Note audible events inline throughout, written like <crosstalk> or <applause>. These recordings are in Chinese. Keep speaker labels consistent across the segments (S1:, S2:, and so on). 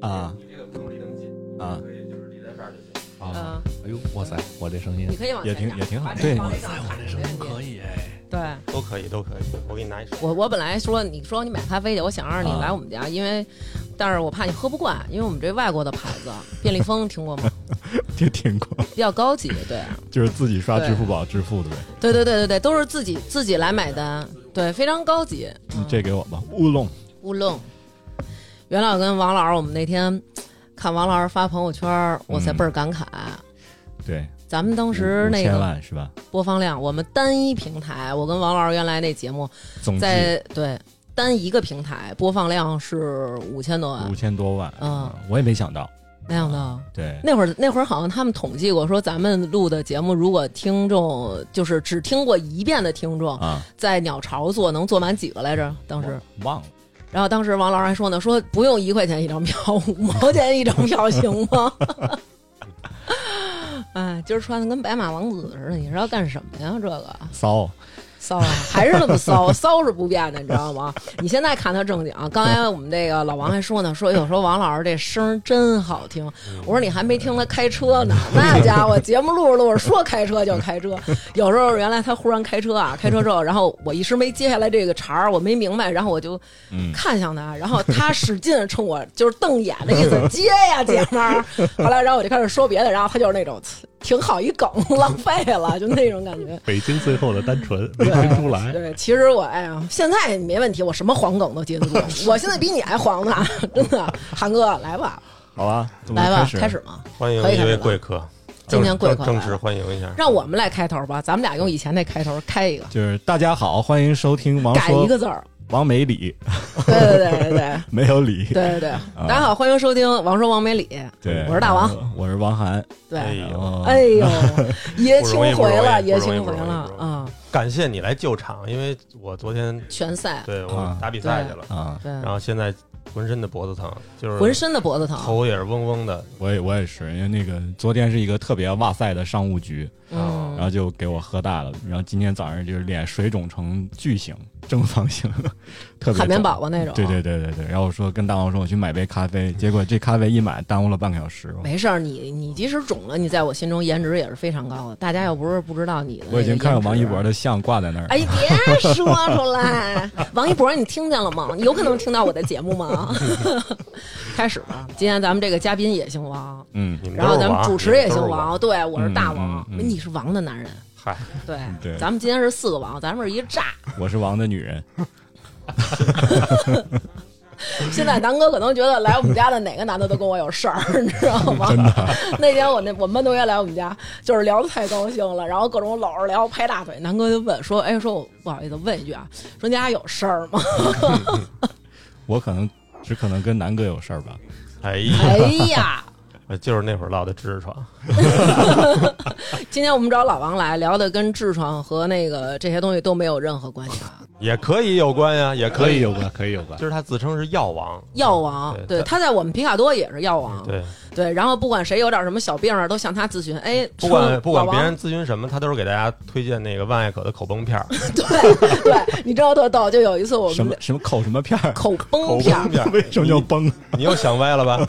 S1: 啊
S2: 你这个不用离灯近，
S1: 啊，
S2: 可以就是离在这儿就行。
S3: 啊
S4: 啊，哎呦，哇塞，我这声音
S3: 你可以往
S1: 也挺
S3: 前点
S1: 也挺好的。对，
S3: 往前点
S4: 我这声音可以哎，
S3: 对。
S2: 都可以，都可以。我给你拿一水。
S3: 我我本来说你说你买咖啡去，我想让你来我们家，因为，但是我怕你喝不惯，因为我们这外国的牌子，便利蜂听过吗？
S1: 这挺酷，
S3: 比较高级，对，
S1: 就是自己刷支付宝支付的呗。
S3: 对对对对对，都是自己自己来买单，对，非常高级。
S1: 你这给我吧，乌龙
S3: 乌龙，袁老跟王老师，我们那天看王老师发朋友圈，我才倍儿感慨。
S1: 对，
S3: 咱们当时
S1: 五
S3: 那
S1: 千
S3: 个
S1: 万是吧？
S3: 播放量，我们单一平台，我跟王老师原来那节目
S1: 总计
S3: 在对单一个平台播放量是五千多万
S1: 五，千多万，
S3: 嗯，
S1: 我也没想到，
S3: 没想到。
S1: 对，
S3: 那会儿，那会儿好像他们统计过，说咱们录的节目，如果听众就是只听过一遍的听众，
S1: 啊，哦
S3: 在鸟巢做能做满几个来着？当时，
S1: 忘了，
S3: 然后当时王老师还说呢，说不用一块钱一张票，五毛钱一张票行吗？ <laughs> 哎，今儿穿的跟白马王子似的，你是要干什么呀？这个
S1: 骚，
S3: 骚啊， <laughs> 还是那么骚，骚是不变的，你知道吗？你现在看他正经，啊刚才我们这个老王还说呢，说有时候王老师这声儿真好听。我说你还没听他开车呢，那家伙节目录着录着说开车就开车，有时候原来他忽然开车啊，开车之后，然后我一时没接下来这个茬儿，我没明白，然后我就
S1: 嗯
S3: 看向他，然后他使劲冲我就是瞪眼的意思，接呀姐们儿。后来然后我就开始说别的，然后他就是那种挺好一梗，浪费了，就那种感觉。
S5: 北京最后的单纯没听
S2: <laughs>
S5: 出来，
S3: 对，其实我哎呀，现在没问题，我什么黄梗都接得住。
S2: <laughs>
S3: 我现在比你还黄呢，真的。韩哥，来吧，
S1: 好吧，我们
S3: 来吧，
S1: 开
S3: 开始嘛，
S2: 欢迎
S3: 可以
S2: 一
S3: 开始
S2: 位
S3: 了
S2: 贵客，
S3: 今天
S2: 正
S3: 贵客来
S2: 正正
S3: 了
S2: 式欢迎一下。
S3: 让我们来开头吧。咱们俩用以前那开头开一个，
S1: 就是大家好，欢迎收听王
S3: 改一
S1: 说
S3: 个字儿。
S1: 王美里
S3: 对对对
S2: <laughs>
S3: 对对
S1: 没有理，
S3: 对对对。
S2: 啊
S3: 大家好，欢迎收听《王说王美里》，
S1: 对，
S3: 我是大王，
S1: 我是王涵，
S2: 嗯哎
S3: 对。
S2: 呦，
S1: 哦
S3: 哎
S2: <laughs>
S3: 呦，爷青
S2: 不容
S3: 回
S2: 易不容
S3: 了，
S2: 易
S3: 爷青
S2: 不
S3: 回
S2: 容易
S3: 了
S2: 不容易
S3: 啊！
S2: 感谢你来救场，因为我昨天
S3: 拳赛，
S2: 对
S1: 啊
S2: 我打比赛去了，
S1: 啊，
S3: 对，
S2: 然后现在浑身的脖子疼，就是
S3: 浑身的脖子疼，
S2: 头也是嗡嗡的，
S1: 我也我也是，因为那个昨天是一个特别哇塞的商务局，
S3: 嗯
S1: 然，后就给我喝大了，然后今天早上就是脸水肿成巨型 <laughs> 正方形，特别
S3: 海绵
S1: 肿
S3: 宝宝那种。啊
S1: 对对对对对，然后我说跟大王说我去买杯咖啡，结果这咖啡一买耽误了半个小时，
S3: 没事儿，你你即使肿了，你在我心中颜值也是非常高的。大家要不是不知道你的，
S1: 我已经看到王一博。的像挂在那儿 <laughs> 了。
S3: 啊哎，别说出来，王一博，你听见了吗？有可能听到我的节目吗？ <laughs> 开始吧，今天咱们这个嘉宾也姓王，
S1: 嗯，
S2: 你们
S3: 然
S2: 都
S3: 后
S2: 是
S3: 咱们
S2: 王
S3: 主持也
S2: 你们
S3: 姓
S2: 都是
S3: 王，
S2: 王，
S3: 对，我是大王
S1: 嗯，嗯嗯
S3: 你是王的男人，
S2: 嗨，
S3: 对，
S1: 对
S3: 咱们今天是四个王，咱们是一炸。
S1: 我是王的女人，
S3: 现在南哥可能觉得来我们家的哪个男的都跟我有事儿，你知道吗？那天我那我们班同学来我们家，就是聊的太高兴了，然后各种搂着聊，拍大腿。南哥就问说：“哎，说我不好意思问一句啊，说你俩有事儿吗
S1: 我可能只可能跟南哥有事儿吧。
S2: 哎？”
S3: <laughs> 哎
S2: 呀，
S3: 呀，
S2: 就是那会儿落的痔疮，
S3: 今天我们找老王来聊的跟痔疮和那个这些东西都没有任何关系啊。
S2: 也可以有关呀，也
S5: 可
S2: 可
S5: 以
S2: 以，
S5: 有关，可以有关
S2: 就。是他自称是药王，
S3: 药王，
S2: 对
S3: 对，他在我们皮卡多也是药王，
S2: 对，
S3: 对。然后不管谁有点什么小病啊儿，都向他咨询。哎，
S2: 不
S3: 说
S2: 管不管
S3: 老王
S2: 别人咨询什么，他都是给大家推荐那个万艾可的口崩片儿，
S3: <laughs> 对对，你知道特逗，就有一次我
S1: 什
S3: 们
S1: 么什么口什么片儿，
S3: 口崩片儿。
S2: 片儿，
S1: 为什么叫崩？
S2: 你又想歪
S3: <laughs>
S2: 了吧？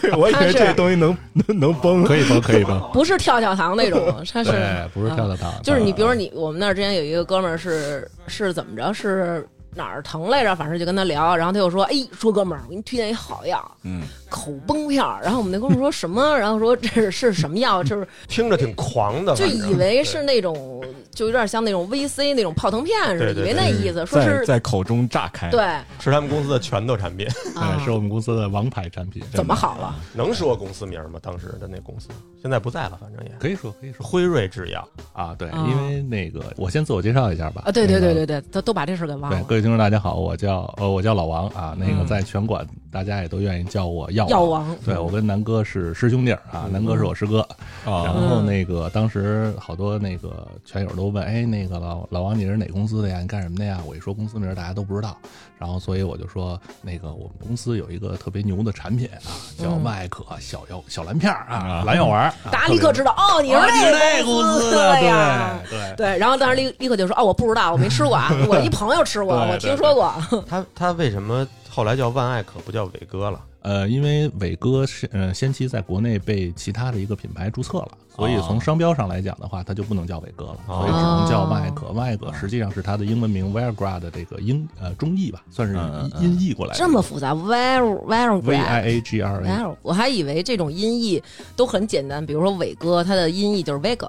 S1: 对，我以为这东西能能能崩。哎
S5: 可以崩，可以崩。
S3: 不是跳跳糖
S5: <laughs>
S3: 那种，它是
S5: 对，不是跳
S3: 啊
S5: 跳糖，嗯
S3: 就是你，比如说你，我们那儿之前有一个哥们儿是是怎么着，是哪儿疼来着，反正就跟他聊，然后他又说，哎，说哥们儿，我给你推荐一好药，
S1: 嗯，
S3: 口崩片儿。然后我们那哥们儿说什么，然后说这是是什么药，
S5: <laughs>
S3: 就是
S2: 听着挺狂的，
S3: 就
S2: 反正
S3: 以为是那种，就有点像那种 VC 那种泡腾片似的，
S2: 对对
S3: 以为那意思，说
S1: 在
S3: 是
S1: 在口中炸开。啊
S3: 对
S2: 是他们公司的拳头产品， <laughs>
S5: 哎，
S3: 啊
S5: 是，我们公司的王牌产品，
S3: 怎么好了？
S2: 能说公司名吗？当时的那公司现在不在了，反正也
S5: 可以说，可以说
S2: 辉瑞制药，
S5: 啊，对，
S3: 啊
S5: 因为那个，我先自我介绍一下吧。
S3: 啊？对对
S5: 那
S3: 对
S5: 个
S3: 对对，都都把这事儿给忘
S5: 对，
S3: 了
S5: 各。位听众大家好，我叫呃，我叫老王啊，那个
S3: 嗯
S5: 在拳馆大家也都愿意叫我药
S3: 药。王，嗯
S5: 对我跟南哥是师兄弟儿啊，南哥是我师哥。然
S1: 啊，
S5: 后那个当时好多那个拳友都问，哎，那个老老王你是哪公司的呀？你干什么的呀？我一说公司名儿，大家都不知道，然后所以我就说，那个我们公司有一个特别牛的产品啊，叫
S3: 嗯
S5: 麦可小药小蓝片儿啊，
S1: 啊
S5: 蓝药丸儿，
S3: 大家立刻知道哦，你是
S5: 啊你是
S3: 那
S5: 那
S3: 个
S5: 公司
S3: 的
S5: 的，
S3: 呀。
S5: 对对。
S3: <laughs> 对，然后当时立立刻就说：“哦，我不知道，我没吃过啊，我一朋友吃过，
S5: 对
S3: 我听说过。
S2: <laughs> 他他为什么后来叫万艾可不叫伟哥了？
S5: 呃，因为伟哥是呃先期在国内被其他的一个品牌注册了，所以
S1: 哦
S5: 从商标上来讲的话，它就不能叫伟哥了，
S2: 哦
S5: 所以只能叫万艾可。万艾可实际上是它的英文名 Viagra 的这个英呃中译吧，算是
S1: 嗯嗯嗯
S5: 音音译过来的。
S3: 这么复杂 v i r a v i r
S5: V
S3: a
S5: I A G R E
S3: v i
S5: A，
S3: r 我还以为这种音译都很简单，比如说伟哥，他的音译就是 <laughs> Vega，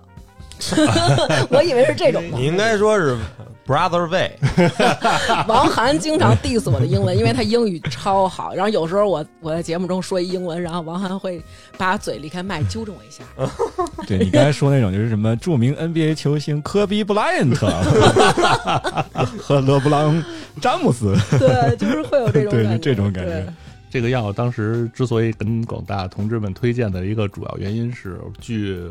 S3: 我以为是这种
S2: 你应该说是 Brother Way，
S3: 王涵经常 diss 我的英文，因为他英语超好。然后有时候我我在节目中说一英文，然后王涵会把嘴离开麦纠正我一 <laughs> 下。
S1: 对你刚才说那种就是什么著名 NBA 球星科比布莱恩特 <laughs> 和勒布朗詹姆斯，
S3: 对，就是会有这
S1: <laughs>
S3: 种
S1: 对
S3: 感觉，
S1: 这种感
S3: 对
S1: 觉。啊
S5: 这个药当时之所以跟广大同志们推荐的一个主要原因是，据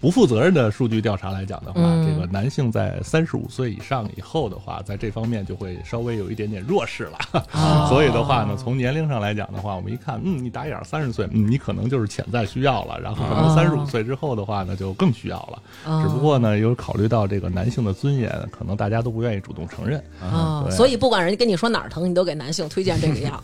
S5: 不负责任的数据调查来讲的话，
S3: 嗯
S5: 这个男性在三十五岁以上以后的话，在这方面就会稍微有一点点弱势了。
S3: 啊
S5: <laughs> 所以的话呢，从年龄上来讲的话，我们一看，嗯，你打眼三十岁，嗯，你可能就是潜在需要了。然后可能三十五岁之后的话呢，就更需要了。只不过呢，有考虑到这个男性的尊严，可能大家都不愿意主动承认。
S3: 啊，
S5: 对
S3: 所以不管人家跟你说哪儿疼，你都给男性推荐这个药。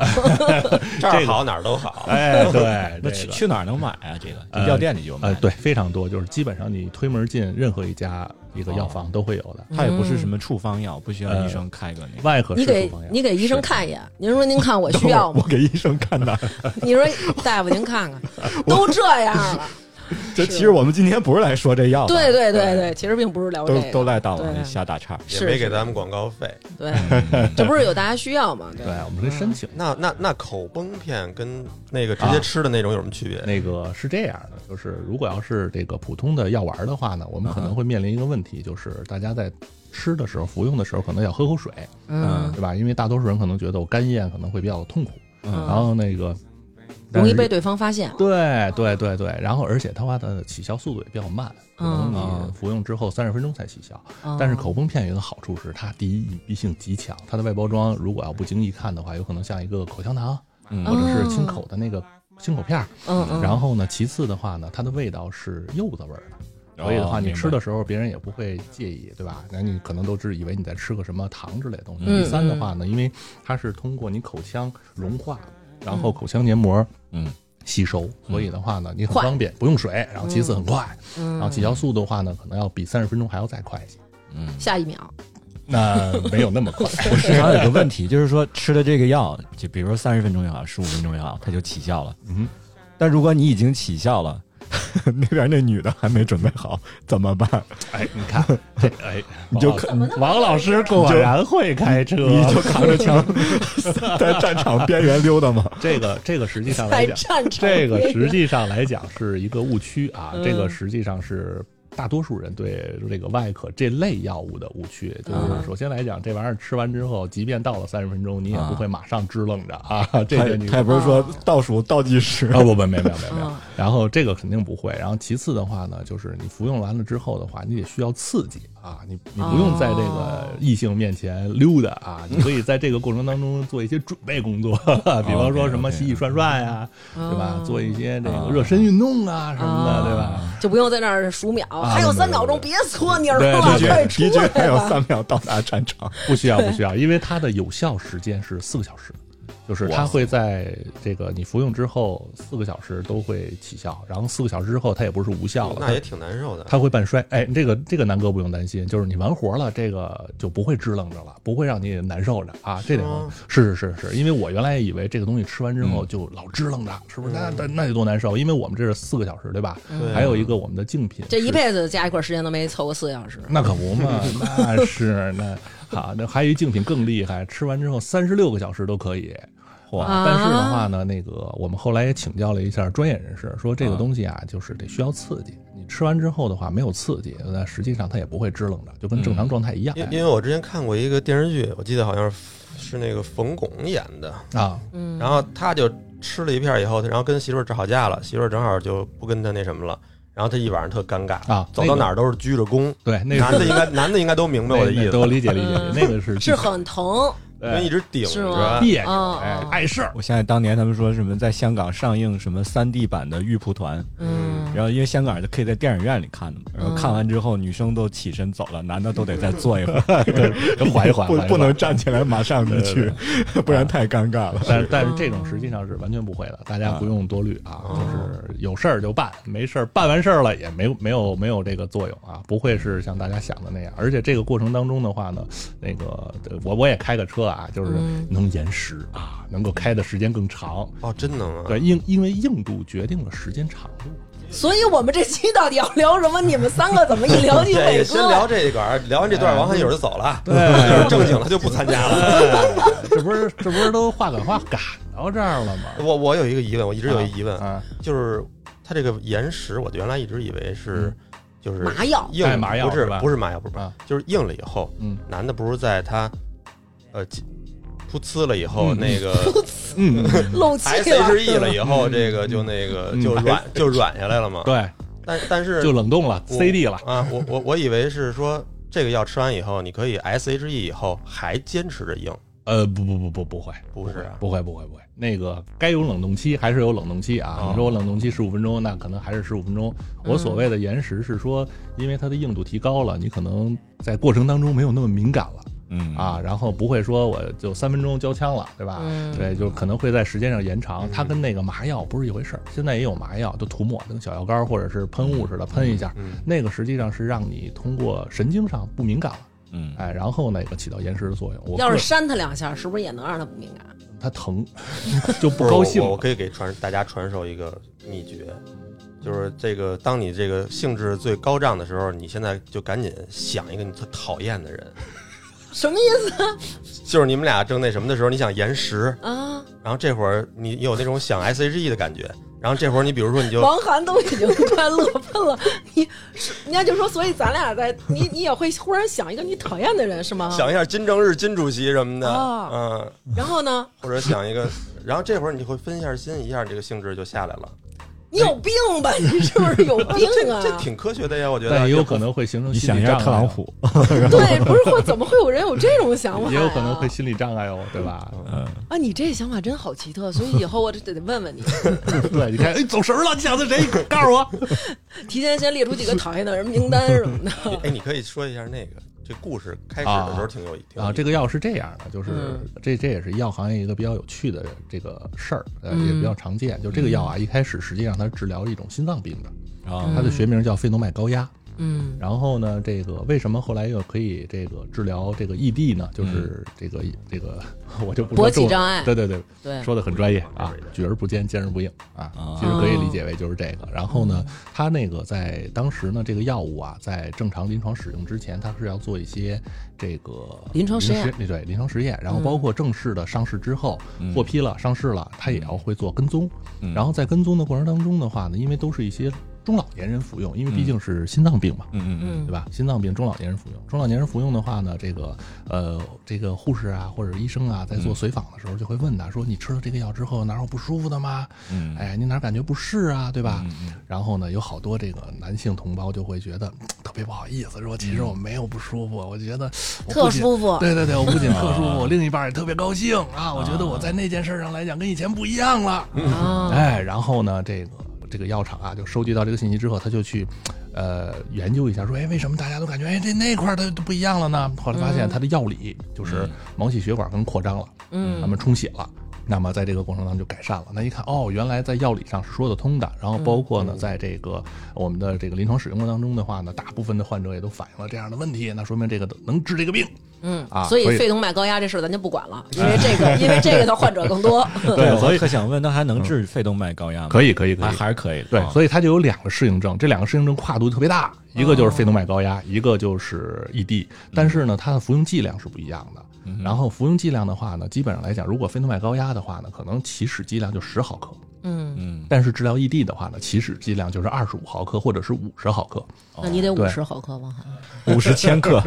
S2: <laughs> 这儿好哪儿都好。 <laughs>
S5: 哎，对，
S1: 那
S5: <laughs> 这
S1: 去
S5: 个
S1: 去哪儿能买啊？这个
S5: 呃
S1: 药店里就有卖
S5: 呃，。对，非常多，就是基本上你推门进任何一家一个药房都会有的。
S1: 它也不
S3: 嗯
S1: 是什么处方药，不需要医生开个那个。
S5: 外科
S3: 你
S5: 是处
S3: 给
S5: 方药，
S3: 你给医生看一眼，您说您看
S5: <laughs>
S3: 我需要吗
S1: <laughs> 我？给医生看的。
S3: 你说大夫您看
S5: <laughs>
S3: 看，都这样了。
S1: 这
S3: 是
S1: 其实我们今天不是来说这药的，
S3: 对对对对，其实并不是聊这
S1: 都都
S3: 个，
S1: 赖大王
S3: 对
S1: 瞎打岔。
S2: 也
S3: 是
S2: 没
S3: 是
S2: 给咱们广告费，
S3: 对，这不是有大家需要吗？
S5: <laughs>
S3: 对
S5: 对，我们可以申请。
S2: 那那那口崩片跟那个直接吃的那种有什么区别？
S5: 那个是这样的，就是如果要是这个普通的药丸的话呢，我们可能会面临一个问题，就是大家在吃的时候、服用的时候，可能要喝口水，
S3: 嗯
S5: 对吧？因为大多数人可能觉得我干咽可能会比较痛苦，
S3: 嗯
S5: 然后那个
S3: 容易被
S5: 对
S3: 对方发现。
S5: 对对对对，然后而且它话的起效速度也比较慢，可能
S1: 嗯
S5: 你服用之后三十分钟才起效。
S3: 嗯
S5: 但是口崩片有一个好处是，它第一隐蔽性极强，它的外包装如果要不经意看的话，有可能像一个口香糖
S1: 嗯
S5: 或者是清
S3: 哦
S5: 口的那个清口片儿。
S3: 嗯嗯，
S5: 然后呢，其次的话呢，它的味道是柚子味儿的。所以的话，
S1: 哦
S5: 你吃的时候别人也不会介意，对吧？那你可能都是以为你在吃个什么糖之类的东西。
S3: 嗯
S5: 第三的话呢，因为它是通过你口腔融化，然后口腔黏膜
S1: 嗯
S5: 吸收，所以的话呢，你很
S3: 快
S5: 方便，不用水，然后其次很嗯快，
S3: 嗯
S5: 然后起效速度的话呢，可能要比三十分钟还要再快一些。
S1: 嗯，
S3: 下一秒，
S5: <laughs> 那没有那么快，
S1: 我时常有个问题，就是说吃了这个药，就比如说三十分钟也好，十五分钟也好，它就起效了。
S5: 嗯，
S1: 但如果你已经起效了， <laughs> 那边那女的还没准备好，怎么办？
S5: 哎，你看，这哎，
S1: 你就
S5: 王
S1: 可
S5: 王老师果然会开车，
S1: <laughs>
S5: 啊
S1: 你就扛着枪 <laughs> 在战场边缘溜达嘛。
S5: <laughs> 这个这个实际上来
S3: 在 <laughs>
S5: 讲，
S3: 战场
S5: 这个
S3: 边缘
S5: 实际上来讲是一个误区啊，这个实际上是。大多数人对这个外科这类药物的误区，就是首先来讲，这玩意儿吃完之后，即便到了三十分钟，你也
S1: 嗯
S5: 不会马上支棱着啊， <laughs> 这
S1: 他
S5: 个
S1: 也
S5: 你
S1: 他也不是说倒数倒计时，
S5: <laughs> 啊不不没有没有没有没有
S3: 嗯。
S5: 然后这个肯定不会。然后其次的话呢，就是你服用完了之后的话，你得需要刺激啊，你你不用在这
S3: 哦
S5: 个异性面前溜达
S3: <laughs>
S5: 啊，你可以在这个过程当中做一些准备工作， <laughs> 比方
S3: 哦
S5: 说什么
S3: 嗯
S5: 洗洗涮涮呀，对吧？做一些这个热身运动啊什么
S3: 哦
S5: 的，对吧？
S3: 就不用在那儿数秒，
S5: 啊
S3: 还有三秒钟，别搓泥儿
S5: 对
S3: 了，
S5: 对
S1: 的
S5: 对
S3: 快
S1: 确
S3: 出
S1: 的确还
S3: 来
S1: 有 <laughs>
S3: 吧！
S1: 三秒到达战场。
S3: <laughs>
S5: 不需要不需要，因为它的有效时间是四个小时。就是它会在这个你服用之后四个小时都会起效，然后四个小时之后它也不是无效了，它
S2: 那也挺难受的。
S5: 它会半衰。哎，这个这个南哥不用担心，就是你完活了，这个就不会支棱着了，不会让你难受着啊。这点
S2: 吗
S5: 是是是是，因为我原来也以为这个东西吃完之后就老支棱着，是不是？那那那得多难受！因为我们这是四个小时，对吧？
S2: 对啊
S5: 还有一个我们的竞品，
S3: 这一辈子加一块儿时间都没凑过四个小时，
S5: 那可不嘛，那是那好，那还有一竞品更厉害，吃完之后三十六个小时都可以。
S3: 啊
S5: 哇！但是的话呢，那个我们后来也请教了一下专业人士，说这个东西啊，就是得需要刺激。你吃完之后的话，没有刺激，那实际上它也不会支棱着，就跟
S2: 嗯
S5: 正常状态一样
S2: 因因为我之前看过一个电视剧，我记得好像是是那个冯巩演的，
S5: 啊。
S3: 嗯，
S2: 然后他就吃了一片以后，然后跟媳妇儿吵架了，媳妇儿正好就不跟他那什么了，然后他一晚上特尴尬
S5: 啊
S2: 走
S5: 那
S2: 到
S5: 个
S2: 哪儿都是鞠着躬。
S5: 对，那
S2: 男
S5: 是
S2: 的应该男的应该都明白我的意哎
S5: 那
S2: 思
S5: 都，理解理解，那个是
S3: 是很疼，
S2: 因为一直顶
S3: 是吗
S2: 着。
S5: 别
S3: 哦
S5: 扭，哎
S3: 哦，
S5: 碍事儿。
S1: 我想起当年他们说什么在香港上映什么三 D 版的《玉蒲团》，
S3: 嗯，
S1: 然后因为香港是可以在电影院里看的嘛，然后看完之后女生都起身走了，男的都得再坐一会儿， <laughs>
S5: 缓一缓
S1: 不
S5: 缓一
S1: 不能
S5: 缓
S1: 站起来马上离去，不然太尴尬了。
S5: <laughs> 但但是这种实际上是完全不会的，大家不用多虑啊，
S2: 哦
S5: 就是有事儿就办，没事儿办完事儿了也没有没有没有这个作用啊，不会是像大家想的那样。而且这个过程当中的话呢，那个呃我我也开个车啊，就是
S3: 嗯
S5: 能延时啊，能够开的时间更长。
S2: 哦，真能啊！
S5: 对，因因为硬度决定了时间长度。
S3: 所以我们这期到底要聊什么？你们三个怎么一聊起
S2: 这
S3: 伟哥
S2: 个先聊这一段，聊完这段，王涵友就走了，
S5: 对
S2: 就是正经的就不参加了。 <laughs>
S5: 这不是这不是都话赶话赶到这儿了吗？
S2: 我我有一个疑问，我一直有一疑问，
S5: 啊，
S2: 就是它这个延时，我原来一直以为是就是
S3: 麻药
S2: 硬
S5: 哎麻药
S2: 不是
S5: 是吧
S2: 不是麻药，不是麻
S5: 啊
S2: 药，就是硬了以后，
S5: 嗯
S2: 男的不是在他呃几噗呲了以后，
S5: 嗯
S2: 那
S5: <laughs>
S2: 个
S5: 嗯，
S3: 漏气了，
S2: SHE 了以后，这个就那个
S5: 嗯
S2: 就
S5: 嗯
S2: 软就软下来了嘛。
S5: 对，
S2: 但但是
S5: 就冷冻了
S2: 我
S5: ，CD 了。
S2: 啊，我我我以为是说这个药吃完以后，你可以 SHE 以后还坚持着硬，
S5: 呃，不不不不不会，
S2: 不是啊
S5: 不会不会不会，那个该有冷冻期还是有冷冻期啊。
S2: 哦
S5: 你说我冷冻期十五分钟，那可能还是十五分钟。我所谓的延时是说，因为它的硬度提高了，你可能在过程当中没有那么敏感了
S1: 嗯
S5: 啊，然后不会说我就三分钟交枪了，对吧？
S3: 嗯
S5: 对，就可能会在时间上延长。它跟那个麻药不是一回事儿，现在也有麻药，就涂抹跟小药膏或者是喷雾似的喷一下，
S2: 嗯
S5: 那个实际上是让你通过神经上不敏感了，
S1: 嗯，
S5: 哎，然后那个起到延时的作用。我
S3: 要是
S5: 个人
S3: 扇他两下，是不是也能让他不敏感？
S5: 它疼， <laughs> 就不
S2: 不是
S5: 高
S2: 我
S5: 兴
S2: 我
S5: 了
S2: 我。可以给传大家传授一个秘诀，就是这个当你这个兴致最高涨的时候，你现在就赶紧想一个你特讨厌的人，
S3: 什么意思
S2: 就是你们俩正那什么的时候，你想延时，
S3: 啊？
S2: 然后这会儿你有那种想 SHE 的感觉，然后这会儿你比如说你就
S3: 王涵都已经快乐喷了，你是人家就说，所以咱俩在你你也会忽然想一个你讨厌的人是吗？
S2: 想一下金正日、金主席什么的，
S3: 啊哦
S2: 嗯。
S3: 然后呢？
S2: 或者想一个，然后这会儿你会分一下心，一下这个性质就下来了。
S3: 你有病吧？你是不是有
S5: 哎
S3: 病
S2: 这
S3: 啊？
S2: 这挺科学的呀，我觉得。
S5: 但也有可能会形成
S1: 你
S5: 心
S1: 想
S5: 理
S1: 一下
S5: 障碍
S1: 特朗
S5: 哦，
S1: <laughs> 普，
S3: 对，不是会怎么会有人有这种想法、
S5: 也有可能会心理障碍哦，对吧？
S1: <laughs> 嗯
S3: 啊！你这想法真好奇特，所以以后我得得问问你，
S5: 对，你看，哎，走神儿了，你想的谁？ <laughs>
S1: <laughs>
S5: 告诉我。
S3: 提前先列出几个讨厌的人名单什
S5: <laughs>
S3: 么的。
S2: 哎，你可以说一下那个这故事开始的时候挺有挺有
S5: 啊，这个药是这样的，就是
S3: 嗯
S5: 这这也是医药行业一个比较有趣的这个事儿，呃，
S3: 嗯
S5: 也比较常见。就这个药啊，一开始实际上它是治疗一种心脏病的，
S1: 啊
S5: 它的学名叫肺动脉高压。
S3: 嗯
S5: 然后呢，这个为什么后来又可以这个治疗这个异地呢？就是
S1: 嗯
S5: 这个这个， <laughs> 我就不说
S3: 勃起
S5: 中文
S3: 障碍
S5: 对对对，
S3: 对哦
S5: 说的很专业啊，举而不坚，坚而不硬啊
S1: 啊，
S5: 其实可以理解为就是这个。然后呢，它那个在当时呢，这个药物啊，在正常临床使用之前，它是要做一些这个
S3: 临床实验，嗯
S5: 对临床实验，然后包括正式的上市之后获批了、上市了，它也要会做跟踪。然后在跟踪的过程当中的话呢，因为都是一些中老年人服用，因为毕竟是心脏病嘛，
S1: 嗯嗯
S5: 对
S3: 嗯
S5: 吧？心脏病中老年人服用，中老年人服用的话呢，这个呃，这个护士啊或者医生啊，在做随访的时候就会问他说：“你吃了这个药之后哪有不舒服的吗？
S1: 嗯
S5: 哎，你哪儿感觉不适啊？对吧？”然后呢，有好多这个男性同胞就会觉得嗯特别不好意思，说其实我没有不舒服，我觉得我
S3: 特
S5: 不仅
S3: 舒服
S5: 对对对，我不仅特舒服，我另一半也特别高兴啊，我觉得我在那件事上来讲跟以前不一样了。
S3: 啊，
S5: 哎，然后呢，这个这个药厂啊，就收集到这个信息之后，他就去，呃，研究一下，说，哎，为什么大家都感觉，哎，这那块儿它都不一样了呢？后来发现它的药理就是毛细血管更扩张了，
S3: 嗯
S5: 咱们充血了。那么在这个过程当中就改善了。那一看，哦，原来在药理上是说得通的。然后包括呢，在这个我们的这个临床使用过程当中的话呢，大部分的患者也都反映了这样的问题，那说明这个能治这个病。
S3: 嗯
S5: 啊
S3: 所
S5: 所
S3: 以
S5: 以
S3: 肺动脉高压这事儿咱就不管了，因为这个，因为这个的患者更多。
S1: 对，我特想问，那还能治肺动脉高压吗？
S5: 可以，可以，可
S1: 还
S5: 以。
S1: 还是可以的。
S5: 对，
S1: 啊
S5: 所以它就有两个适应症，这两个适应症跨度特别大，一个就是肺动脉高压，一个就是异地。但是呢，它的服用剂量是不一样的。然后服用剂量的话呢，基本上来讲，如果肺动脉高压的话呢，可能起始剂量就十毫克，
S3: 嗯，
S1: 嗯，
S5: 但是治疗异地的话呢，起始剂量就是二十五毫克或者是五十毫克，
S3: 那你得五
S5: 对
S3: 十毫克吧？
S1: 五十千克，，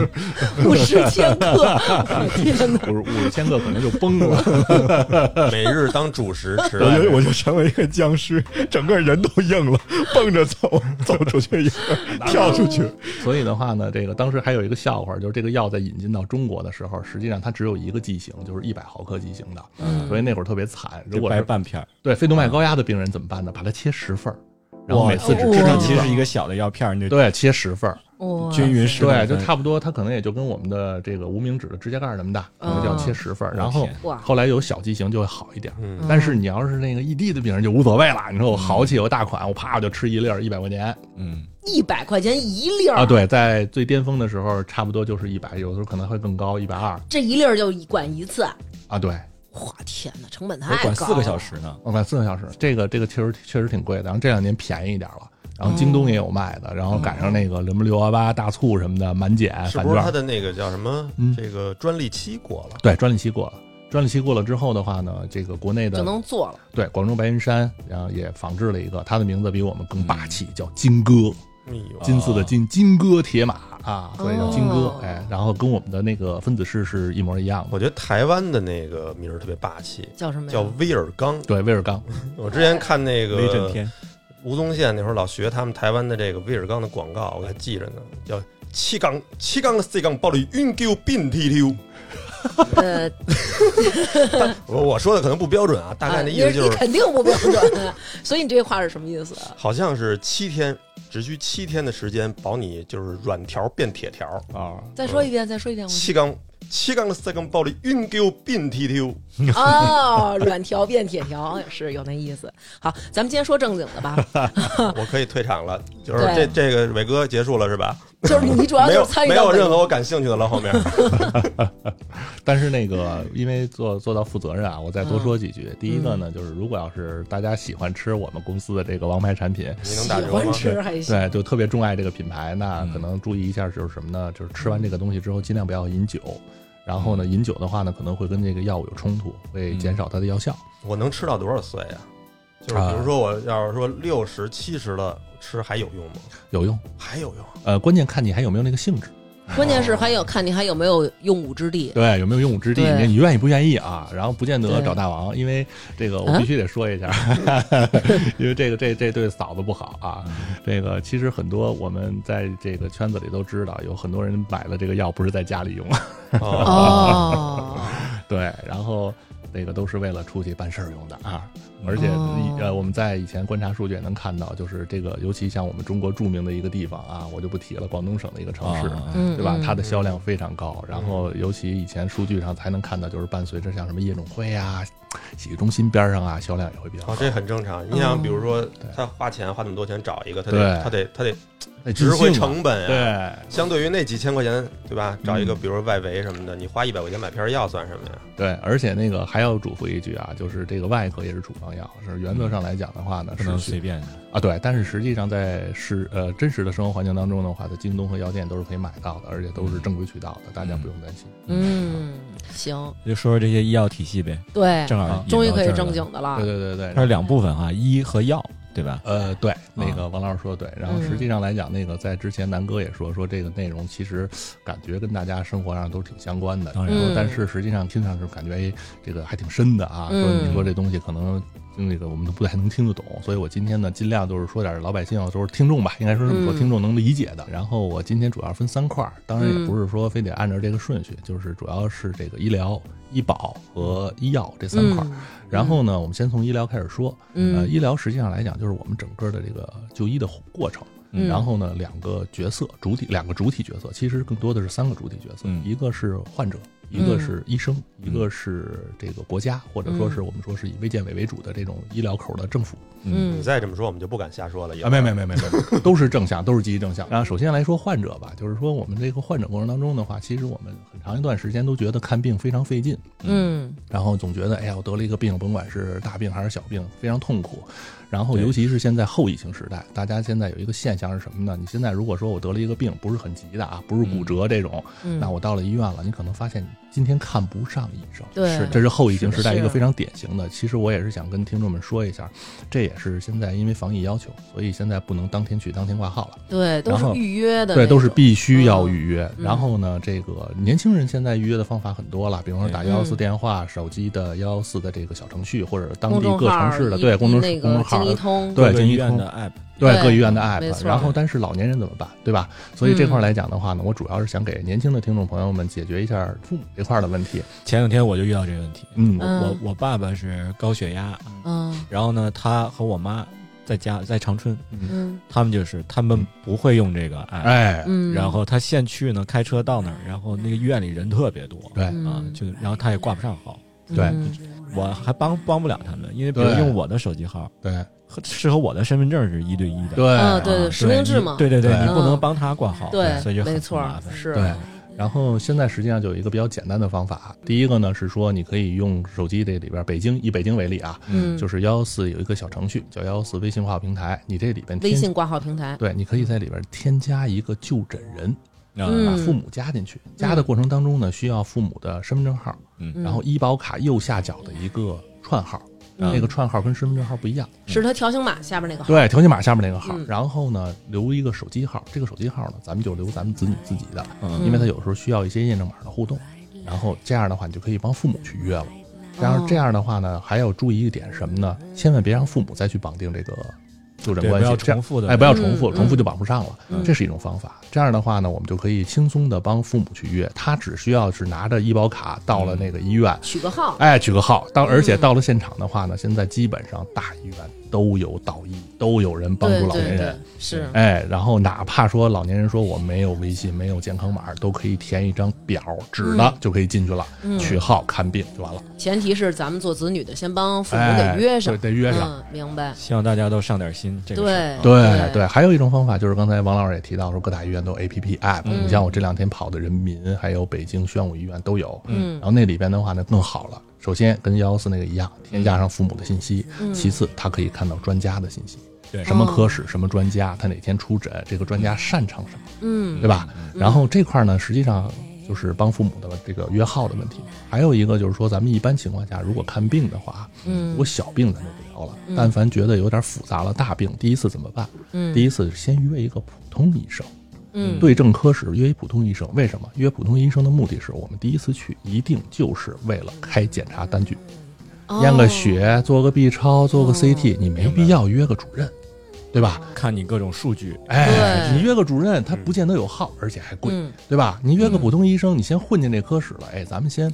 S3: 五十千克，我
S5: <laughs>
S3: 天哪！
S5: 五十五十千克可能就崩了。
S2: 每日当主食吃
S1: 我就我就成为一个僵尸，整个人都硬了，蹦着走，走出去一会儿，跳出去，
S5: <laughs> 所以的话呢，这个当时还有一个笑话，就是这个药在引进到中国的时候，实际上它只有一个剂型，就是一百毫克剂型的，所以那会儿特别惨。
S1: <laughs>
S5: 如
S1: 就
S5: 果
S1: 掰
S5: 是
S1: 半片儿。
S5: 对肺动脉高压的病人怎么办呢？把它切十份儿，然后每次只
S3: 哇
S5: 吃
S1: 这
S5: 上
S3: 哇
S1: 其
S5: 几份
S1: 实
S5: 儿
S1: 是一个小的药片儿，你就
S5: 对，切十份儿，
S3: 哇
S1: 均匀十
S5: 对，就
S1: 分
S5: 差不多，它可能也就跟我们的这个无名指的指甲盖儿那么大，可能就要切十份儿。
S1: 嗯
S5: 然后
S3: 哇
S5: 后来有小剂型就会好一点，
S2: 嗯
S5: 但是你要是那个异地的病人就无所谓了。你说我豪气，我大款，我啪我就吃一粒儿一百块钱，
S1: 嗯，
S3: 一百块钱一粒儿
S5: 啊，，对，在最巅峰的时候，差不多就是一百，有的时候可能会更高，一百二
S3: 这一粒儿就管一次，
S5: 啊。对，
S3: 我天哪，成本
S1: 我
S3: 太高
S1: 管
S3: 了。
S1: 四个小时呢。
S5: 我买四个小时，这个这个确实确实挺贵的。然后这两年便宜一点了，然后京东也有卖的，然后赶上那个什么六幺八大促什么的满减
S2: 哦哎是
S5: 返
S2: 不是他
S5: 券，
S2: 的那个叫什么
S5: 嗯？
S2: 这个专利期过了，
S5: 对，专利期过了。专利期过了之后的话呢，这个国内
S3: 就
S5: 的
S3: 能做了。
S5: 对广州白云山，然后也仿制了一个，它的名字比我们更
S2: 嗯
S5: 霸气，叫金戈，
S2: 哎呦，
S5: 金色的金，金戈铁马啊，所以叫金戈
S3: 哦。
S5: 哎，然后跟我们的那个分子式是一模一样的。
S2: 我觉得台湾的那个名儿特别霸气，
S3: 叫什么呀？
S2: 叫威尔刚。
S5: 对，威尔刚，
S2: 我之前看那
S1: 威震
S2: 个
S1: 天，
S2: 吴宗宪那会儿老学他们台湾的这个威尔刚的广告，我还记着呢，叫七杠七杠四杠暴力运丢并踢丢。
S3: 呃，
S2: 我我说的可能不标准啊，大概
S3: 啊
S2: 那意思就
S3: 你
S2: 是
S3: 肯定不标准， <laughs> 所以你这话是什么意思？啊
S2: 好像是七天，只需七天的时间保你就是软条变铁条。
S1: 啊，
S3: 再说一遍，再说一遍。我
S2: 七杠七杠四杠暴力运丢并踢
S3: <laughs>
S2: 丢。
S3: 哦，软条变铁条是有那意思。好，咱们今天说正经的吧，
S2: 我可以退场了，就是
S3: 对
S2: 这这个伟哥结束了是吧？
S3: 就是你主要
S2: 没
S3: 就
S2: 有
S3: 是参与
S2: 没
S3: 到
S2: 有
S3: 这
S2: 任
S3: 个
S2: 何我感兴趣的了，后面
S5: 但是那个，因为做做到负责任啊，我再多说几句。第一个呢，就是如果要是大家喜欢吃我们公司的这个王牌产品，
S2: 你能
S3: 喜
S2: 打折
S3: 欢
S2: 吗？
S3: 吃还行。
S5: 对，就特别钟爱这个品牌，那可能注意一下就是什么呢？就是吃完这个东西之后，尽量不要饮酒。然后呢，饮酒的话呢，可能会跟这个药物有冲突，会减少它的药效。
S2: 我能吃到多少岁啊？就是
S5: 啊
S2: 比如说，我要是说六十七十了吃还有用吗？
S5: 有用，
S2: 还有用啊？
S5: 呃，关键看你还有没有那个兴致，
S3: 关键是还有看你还有没有用武之地。
S5: 对，有没有用武之地，
S3: 对
S5: 你你愿意不愿意啊？然后不见得
S3: 对
S5: 找大王，因为这个我
S3: 啊
S5: 必须得说
S3: <laughs>
S5: 一下，因为这个这这对嫂子不好啊。
S3: 嗯
S5: 这个其实很多我们在这个圈子里都知道，有很多人买了这个药不是在家里用，啊
S2: 哦
S3: 哦，
S5: <laughs> 对，然后那个都是为了出去办事儿用的啊。而且、
S3: 哦
S5: 呃，我们在以前观察数据也能看到，就是这个，尤其像我们中国著名的一个地方啊，我就不提了，广东省的一个城市。
S1: 啊
S3: 嗯，
S5: 对吧？
S3: 嗯
S5: 它的销量非常高，然后尤其以前数据上才能看到，就是伴随着像什么夜总会啊、
S3: 嗯
S5: 洗浴中心边上啊，销量也会比较
S2: 哦
S5: 好。，
S2: 这很正常。你想，比如说
S5: 对
S2: 他花钱花那么多钱找一个，他得
S5: 嗯对
S2: 他得他得
S1: 哎
S5: 那
S2: 值
S5: 尽兴
S2: 回
S5: 啊
S2: 成本呀。
S5: 对，
S3: 嗯
S2: 相对于那几千块钱，对吧？找一个，比如说外围什
S5: 嗯
S2: 么的，你花一百块钱买片药算什么呀？
S5: 对，而且那个还要嘱咐一句啊，就是这个外科也是处方药，是原则上来讲的话呢，
S1: 嗯不能
S5: 是需
S1: 随便。
S5: 啊，对，但是实际上在是呃真实的生活环境当中的话，在京东和药店都是可以买到的，而且都是正规渠道的，大家不用担心。
S3: 嗯，行，
S1: 就说说这些医药体系呗，
S3: 对，
S1: 正好
S5: 啊
S1: 引
S3: 哎终于
S1: 到
S3: 可以
S1: 这儿
S3: 正
S1: 了。
S3: 经的
S5: 对
S3: 了。
S5: 对对
S1: 它
S5: 对，
S1: 是两部分啊，医和药，对吧？
S5: 呃，对，那个王老师说的
S3: 嗯
S5: 对，然后实际上来讲，那个在之前南哥也说说这个内容其实感觉跟大家生活上都挺相关的，
S1: 当然
S5: 然
S3: 嗯
S5: 后但是实际上听上去感觉哎这个还挺深的啊，说
S3: 嗯
S5: 你说这东西可能。嗯那个我们都不太能听得懂，所以我今天呢，尽量就是说点老百姓，啊就是听众吧，应该说是我
S3: 嗯
S5: 听众能理解的。然后我今天主要分三块儿，当然
S3: 嗯
S5: 也不是说非得按照这个顺序，就是主要是这个医疗、医保和医药这三块儿。然后呢，我们先从医疗开始说。
S3: 嗯
S5: 呃，医疗实际上来讲，就是我们整个的这个就医的过程。
S3: 嗯
S5: 然后呢，两个角色主体，两个主体角色，其实更多的是三个主体角色，
S1: 嗯
S5: 一个是患者，一个是医生，一个是这个国家，或者说是我们说是以卫健委为主的这种医疗口的政府。
S3: 嗯
S2: 你再这么说，我们就不敢瞎说了。
S5: 啊，没没没没 <laughs> 没，都是正向，都是积极正向。然后啊首先来说患者吧，就是说我们这个患者过程当中的话，其实我们很长一段时间都觉得看病非常费劲，
S3: 嗯
S5: 然后总觉得哎呀，我得了一个病，甭管是大病还是小病，非常痛苦。然后
S1: 对
S5: 尤其是现在后疫情时代，大家现在有一个现象是什么呢？你现在如果说我得了一个病，不是很急的啊，不是骨折这种，
S3: 嗯，
S5: 那我到了医院了，你可能发现你今天看不上医生。
S3: 对，
S5: 这是后疫情时代
S3: 是
S5: 一个非常典型的。其实我也是想跟听众们说一下，这也是现在因为防疫要求，所以现在不能当天去当天挂号了，
S3: 对，都
S5: 然
S3: 是
S5: 后
S3: 预约的那种，
S5: 对，都是必须要
S3: 嗯
S5: 预约。
S3: 嗯
S5: 然后呢，这个年轻人现在预约的方法很多了，比方说打
S3: 嗯
S5: 幺幺四电话、手机的幺幺四的这个小程序，或者当
S3: 公
S5: 地
S3: 众
S5: 各
S3: 号
S5: 城
S3: 儿
S5: 市的
S3: 一
S5: 对公众
S3: 那
S5: 公
S3: 个
S5: 众
S3: 京
S5: 号
S3: 一
S5: 儿。
S3: 通，
S5: 对
S1: 各
S5: 京
S1: 医
S5: 一
S1: 院
S5: 通
S1: 的 app，
S5: 对
S3: 对
S5: 各医院的
S3: 没错嗯
S5: app，然后但是老年人怎么办，对吧？所以这块儿来讲的话呢，我主要是想给年轻的听众朋友们解决一下父母这块儿的问题。
S1: 前两天我就遇到这个问题，
S5: 嗯
S1: 我我我爸爸是高血压，
S3: 嗯
S1: 然后呢，他和我妈在家在长春，
S3: 嗯
S1: 他们就是他们不会用这个 app，
S5: 哎，
S3: 嗯，
S1: 然后他现去呢，开车到那儿，然后那个医院里人特别多，
S5: 对
S3: 嗯
S1: 啊，就然后他也挂不上号，
S5: 哎对
S3: 嗯
S1: 我还帮帮不了他们，因为比如
S5: 对
S1: 用我的手机号
S5: 对
S1: 和是和我的身份证是一对一的，
S5: 对
S3: 嗯对
S1: 啊
S3: 实名制
S1: 你
S3: 嘛
S1: 对对对，
S5: 对
S1: 你不能
S3: 嗯
S1: 帮他挂号，所以就
S3: 对，
S1: 很
S3: 没错
S1: 很麻
S3: 儿，
S1: 烦。
S3: 是，
S5: 对然后现在实际上就有一个比较简单的方法，啊第一个呢是说你可以用手机这里边，北京以北京为例啊，
S3: 嗯，
S5: 就是幺幺四有一个小程序叫幺幺四微信挂号平台，你这里边
S3: 微
S5: 添
S3: 信挂号平台，
S5: 对，你可以在里边添加一个就诊人，呃
S1: 嗯
S5: 把
S3: 嗯
S5: 父母加进去。加的过程当中呢，需要父母的身份证号，
S1: 嗯
S5: 然后医保卡右下角的一个串号，
S1: 啊
S3: 嗯
S5: 那个串号跟身份证号不一样。
S3: 是他条形码下边那个号，
S5: 对，条形码下面那个号，
S3: 嗯
S5: 然后呢留一个手机号，这个手机号呢咱们就留咱们子女自己的，
S1: 嗯
S5: 因为他有时候需要一些验证码的互动，然后这样的话你就可以帮父母去约了。然
S3: 哦
S5: 后这样的话呢，还要注意一点什么呢？千万别让父母再去绑定这个就诊
S1: 对
S5: 关
S1: 不
S5: 系，
S1: 要
S5: 这样
S1: 重复的
S5: 哎，不要重复，
S3: 嗯
S5: 重复就绑不上了
S3: 嗯，
S5: 这是一种方法。这样的话呢，我们就可以轻松的帮父母去约，他只需要是拿着医保卡到了那个医院，
S1: 嗯
S3: 嗯取个号，
S5: 哎，取个号，到而且到了现场的话呢，现在基本上大医院都有导医，都有人帮
S3: 对对
S5: 助老年
S3: 对
S5: 人。，
S3: 是，
S5: 哎，然后哪怕说老年人说我没有微信，没有健康码，都可以填一张表纸的，就可以进去了，
S3: 嗯
S5: 取号看病就完了。
S3: 前提是咱们做子女的先帮父母
S5: 哎，
S3: 得约上
S5: 对，得约上。
S3: 嗯，明白，
S1: 希望大家都上点心，这个事儿
S3: 对
S1: 啊
S5: 对对，还有一种方法就是刚才王老师也提到说，各大医院都有 APP app，、
S3: 嗯
S5: 你像我这两天跑的人民，还有北京宣武医院都有。
S3: 嗯
S5: 然后那里边的话呢更好了，首先跟幺幺四那个一样，添加上父母的信息，
S3: 嗯哦
S5: 其次他可以看到专家的信息，
S1: 对
S5: 什么科室、什么专家，他哪天出诊，这个专家擅长什么，
S3: 嗯
S5: 对吧？然后这块呢，实际上就是帮父母的这个约号的问题，还有一个就是说，咱们一般情况下如果看病的话，如
S3: 嗯
S5: 果小病咱就不聊了，但凡觉得有点复杂了，大病第一次怎么办？
S3: 嗯
S5: 第一次是先约一个普通医生，
S3: 嗯
S5: 对症科室约一普通医生。为什么约普通医生的目的是我们第一次去一定就是为了开检查单据，
S3: 哦
S5: 验个，血，做个 B 超，做个 CT，你没必要约个主任，对吧？
S1: 看你各种数据，
S5: 哎，
S3: 对
S5: 你约个主任，他不见得有号，而且还贵
S3: 嗯，
S5: 对吧？你约个普通医生，你先混进这科室了，哎，咱们先，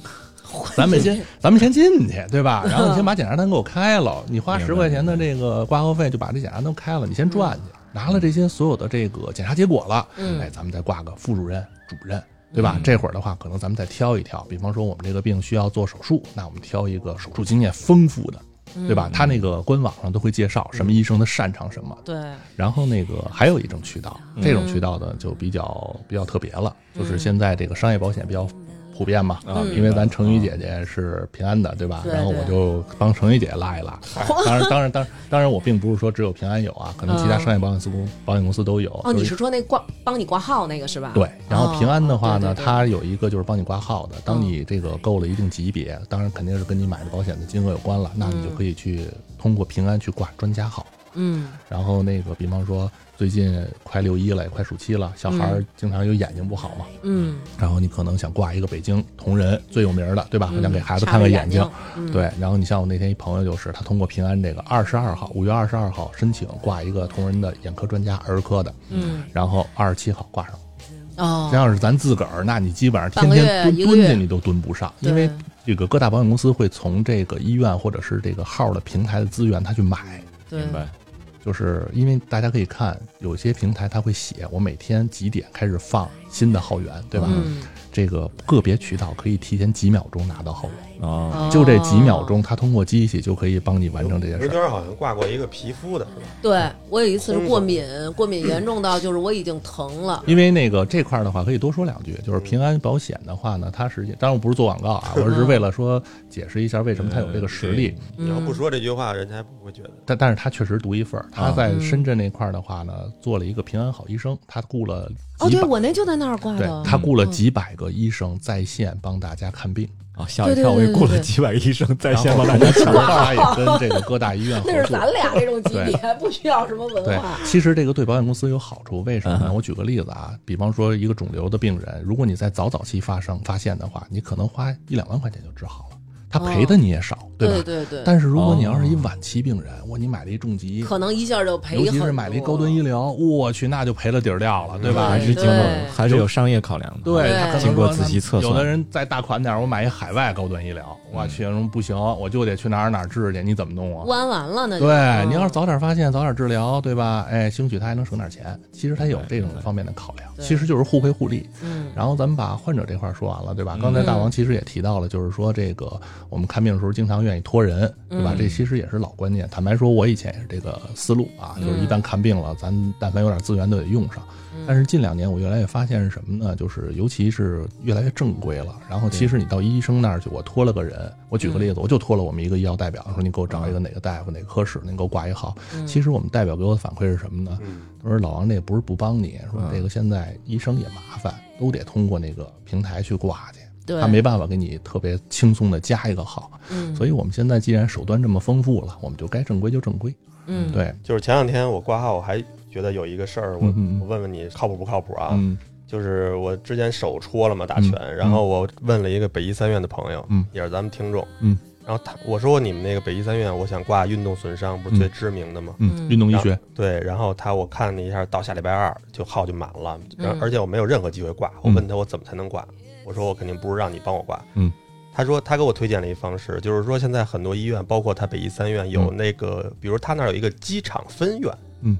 S5: 咱们先，咱们先进去，对吧？然后你先把检查单给我开了，你花
S1: 明
S5: 十
S1: 白
S5: 块钱的这个挂号费就把这检查单开了，你先转去，拿了这些所有的这个检查结果了，
S3: 嗯
S5: 哎，咱们再挂个副主任、主任。对吧？这会儿的话，可能咱们再挑一挑，比方说我们这个病需要做手术，那我们挑一个手术经验丰富的，对吧？他那个官网上都会介绍什么医生他擅长什么，
S3: 对，
S5: 然后那个还有一种渠道，
S3: 嗯
S5: 这种渠道呢就比较比较特别了，就是现在这个商业保险比较普遍嘛，
S1: 啊
S5: 因为咱程宇姐姐是平安的，对吧？
S3: 嗯对
S5: 然后我就帮程宇姐拉一拉。当然，当然，当然，当然，我并不是说只有平安有
S3: <laughs>
S5: 啊，可能其他商业保险公司公保险公司都有。
S3: 哦，你
S5: 就是
S3: 是说那挂帮你挂号那个是吧？
S5: 对，然后平安的话
S3: 哦对
S5: 呢，
S3: 嗯对对
S5: 它有一个就是帮你挂号的。当你这个够了一定级别，当然肯定是跟你买的保险的金额有关了，那你就可以去通过平安去挂专家号。
S3: 嗯
S5: 然后那个，比方说最近快六一了，也快暑期了，小孩儿经常有眼睛不好嘛，
S3: 嗯
S5: 然后你可能想挂一个北京同仁最有名儿的，对吧？
S3: 嗯
S5: 想给孩子看看眼睛
S3: 查查，
S5: 对。然后你像我那天一朋友就是，他通过平安这个二十二号，五月二十二号申请挂一个同仁的眼科专家儿科的，
S3: 嗯
S5: 然后二十七号挂上了。
S3: 哦
S5: 这，要是咱自个儿，那你基本上
S3: 半
S5: 天
S3: 个
S5: 天
S3: 月一
S5: 蹲
S3: 个
S5: 蹲
S3: 月
S5: 去你都蹲不上，因为
S3: 对
S5: 这个各大保险公司会从这个医院或者是这个号的平台的资源，他去买。
S3: 对
S1: 明白？
S5: 就是因为大家可以看，有些平台它会写我每天几点开始放新的号源，对吧？
S3: 嗯
S5: 这个个别渠道可以提前几秒钟拿到号源，
S1: 啊，
S3: 哦
S5: 就这几秒钟，它通过机器就可以帮你完成这件
S2: 刘
S5: 事儿。
S2: 娟好像挂过一个皮肤的是吧？
S3: 对我有一次是过敏，过敏严重到就是我已经疼了。
S5: 因为那个这块儿的话，可以多说两句，就是平安保险的话呢，它实际当然我不是做广告
S3: 嗯
S5: 啊，我只是为了说解释一下为什么它有这个实力。
S2: 你
S3: 嗯
S2: 要不说这句话，人家还不会觉得。
S5: 但但是它确实独
S3: 嗯
S5: 一份儿，它在深圳那块儿的话呢，做了一个平安好医生，他雇了
S3: 哦，
S5: 几
S3: 对
S5: 百
S3: 我那就在那儿挂
S5: 对
S3: 的，
S5: 他雇了几百个医生在线帮大家看病，
S1: 啊，吓我一
S3: 对对
S1: 跳，我
S3: 对
S1: 又雇
S3: 对
S1: 了
S3: 对
S1: 几百个医生在线
S5: 然后
S1: 帮大
S5: 我
S1: 家
S5: 们国家也跟这个各大医
S3: <laughs>
S5: 院
S3: 那
S5: 合
S3: 是
S5: 作
S3: 咱。俩这种级
S5: 对
S3: 别，不需要什么文
S5: 对
S3: 化。，
S5: 其实这个对保险公司有好处，为什么
S1: 嗯
S5: 呢？
S1: 哼
S5: 我举个例子啊，比方说一个肿瘤的病人，如果你在早早期发生发现的话，你可能花一两万块钱就治好了，他赔的你也少，对吧？
S3: 对对，
S5: 但是如果你要是一晚期病人，哇，你买了一重疾，
S3: 可能一下就赔
S5: 尤
S3: 很
S5: 其
S3: 多，
S5: 是买了一高端医疗，我去那就赔了底儿掉了，对吧
S1: 还？是
S3: 对
S1: 经过还是有商业考量的，
S5: 对，
S3: 对
S5: 他可能
S1: 经过
S5: 说
S1: 仔细测
S5: 有的
S1: 算嗯
S5: 人再大款点儿，我买一海外高端医疗，我去不行，我就得去哪儿哪儿治去，你怎么弄啊？
S3: 弯完了那就。
S5: 对，
S3: 嗯
S5: 你要是早点发现，早点治疗，对吧？哎，兴许他还能省点钱。其实他有这种
S1: 对对
S5: 方面的考量，
S3: 对
S5: 其实就是互惠互利。
S3: 嗯，
S5: 然后咱们把患者这块儿说完了，对吧？刚
S1: 嗯
S5: 才大王其实也提到了，就是说这个我们看病的时候经常愿意托人，对吧？
S3: 嗯
S5: 这其实也是老观念。坦白说，我以前也是这个思路啊，就是
S3: 嗯
S5: 一旦看病了，咱但凡有点资源都得用上。但是近两年我越来越发现是什么呢？就是尤其是越来越正规了。然后其实你到医生那儿去，我托了个人，我举个
S3: 嗯
S5: 例子，我就托了我们一个医药代表，说你给我找一个哪个大夫哪个科室，您给我挂一号。
S3: 嗯
S5: 其实我们代表给我的反馈是什么呢？
S2: 嗯，
S5: 他说老王这不是不帮你，
S3: 嗯
S5: 说这个现在医生也麻烦，都得通过那个平台去挂去，
S3: 对，
S5: 他没办法给你特别轻松的加一个号。
S3: 嗯，
S5: 所以我们现在既然手段这么丰富了，我们就该正规就正规。
S3: 嗯，
S5: 对，
S2: 就是前两天我挂号，我还觉得有一个事儿，我
S5: 嗯嗯嗯
S2: 我问问你靠谱不靠谱啊？
S5: 嗯
S2: 就是我之前手戳了嘛，打拳，然后我问了一个北医三院的朋友，
S5: 嗯
S2: 也是咱们听众，
S5: 嗯，
S2: 然后他我说你们那个北医三院，我想挂运动损伤，不是最知名的吗？
S5: 嗯，运动医学，
S2: 对，然后他我看了一下，到下礼拜二就号就满了，然后
S3: 嗯
S2: 而且我没有任何机会挂。我问他我怎么才能挂，我说我肯定不是让你帮我挂。
S5: 嗯，
S2: 他说他给我推荐了一方式，就是说现在很多医院，包括他北医三院有
S5: 嗯
S2: 那个，比如他那儿有一个机场分院，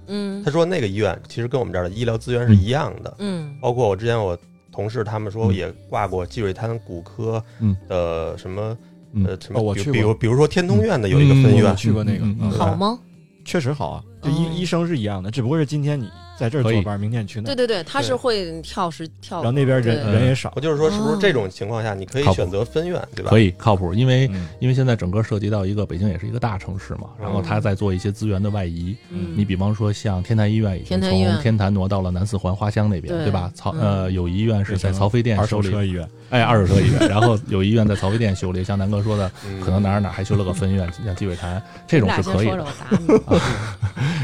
S3: 嗯
S2: 他说那个医院其实跟我们这儿的医疗资源是一样的，
S3: 嗯
S2: 包括我之前我同事他们说
S5: 嗯
S2: 也挂过积水滩骨科
S5: 嗯
S2: 的什么、
S5: 嗯
S2: 呃什么，
S1: 哦我
S2: 比
S1: 去过
S2: 如比如比如说天通苑的有一个分院
S1: 我，去过那个
S5: 嗯嗯
S1: 嗯
S3: 好吗？
S1: 确实好啊，就
S3: 嗯
S1: 医医生是一样的，只不过是今天你在这儿
S5: 可以
S1: 坐班，明天你去那
S3: 对
S1: 儿，
S3: 对对，他是
S2: 对
S3: 会跳是跳，
S1: 然后那边人
S5: 对
S1: 人也少
S2: 我，就是说是不是
S3: 哦
S2: 这种情况下你可以
S5: 靠谱
S2: 选择分院，对吧？
S5: 可以靠谱，因为
S1: 嗯
S5: 因为现在整个涉及到一个北京也是一个大城市嘛，然后他在做一些资源的外移。
S3: 嗯
S5: 你比方说像天坛医院已经
S3: 天坛医院
S5: 从天坛挪到了南四环花乡那边，
S3: 对
S5: 对吧？曹
S3: 嗯
S5: 呃有医院是在曹妃店
S1: 二
S5: 手
S1: 手
S5: 里，
S1: 车医院，
S5: 哎二手车医
S3: <laughs>
S5: 院，然后有医院在曹妃店修理，像南哥说的，
S2: 嗯
S5: 可能哪儿哪儿还修了个分院，像积水潭这
S3: 你
S5: 种
S3: 俩
S5: 是
S3: 先
S5: 可以
S3: 说着，
S5: 的，
S3: 我打
S5: <laughs>
S3: 你。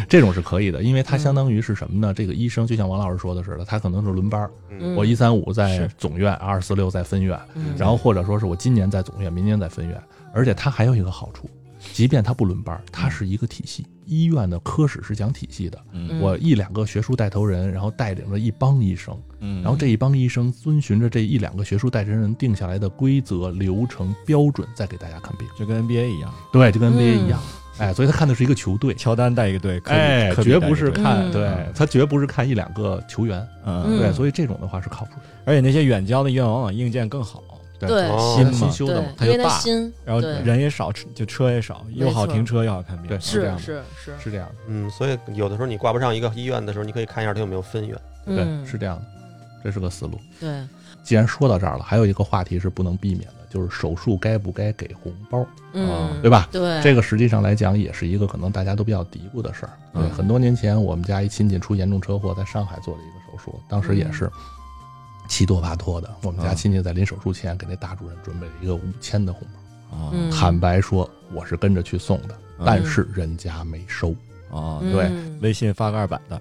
S5: 这种是可以的，因为它
S3: 嗯
S5: 相当于是什么呢？这个医生就像王老师说的似的，他可能是轮班儿，
S2: 嗯
S5: 我一三五在
S1: 是
S5: 总院，二四六在分院，
S3: 嗯
S5: 然后或者说是我今年在总院，明年在分院，而且它还有一个好处，即便它不轮班儿，它是一个体系，医院的科室是讲体系的。
S1: 嗯
S5: 我一两个学术带头人，然后带领着一帮医生，
S1: 嗯，
S5: 然后这一帮医生遵循着这一两个学术带头人定下来的规则、流程、标准，再给大家看病。
S1: 就跟 NBA 一样，
S5: 对，就跟 NBA
S3: 嗯
S5: 一样，哎，所以他看的是一个球队，
S1: 乔丹带一个队，科比
S5: 哎，
S1: 科比
S5: 绝
S1: 带一
S5: 不
S1: 个
S5: 是
S1: 队
S5: 看，
S3: 嗯
S5: 对他绝不是看一两个球员，
S1: 嗯，
S3: 嗯
S5: 对，所以这种的话是靠谱的。
S1: 而且那些远郊的医院往往硬件更好，
S3: 对
S2: 哦
S5: 新
S1: 新嘛
S5: 修的嘛
S3: 对，，
S5: 它
S3: 因
S5: 就
S3: 为他
S5: 大，
S3: 新，
S1: 然后
S3: 对
S1: 人也少，车就车也少，又好停车又好看病，
S5: 对这
S3: 是
S5: 样的
S3: 是是，
S5: 是这样的，
S2: 嗯，所以有的时候你挂不上一个医院的时候，你可以看一下它有没有分院。
S3: 嗯
S5: 对，是这样的，这是个思路。
S3: 对，
S5: 既然说到这儿了，还有一个话题是不能避免的，就是手术该不该给红包，
S3: 嗯，
S5: 对吧？
S3: 对，
S5: 这个实际上来讲也是一个可能大家都比较嘀咕的事儿。对，
S3: 嗯
S5: 很多年前我们家一亲戚出严重车祸，在上海做了一个手术，当时也
S3: 嗯
S5: 是七拖八拖的。我们家
S1: 嗯
S5: 亲戚在临手术前给那大主任准备了一个五千的红包。
S1: 啊
S3: 嗯
S5: 坦白说，我是跟着去送的，
S1: 嗯
S5: 但是人家没收。
S1: 啊，
S3: 嗯
S5: 对
S1: 微信发个二百
S3: <laughs>
S1: 的，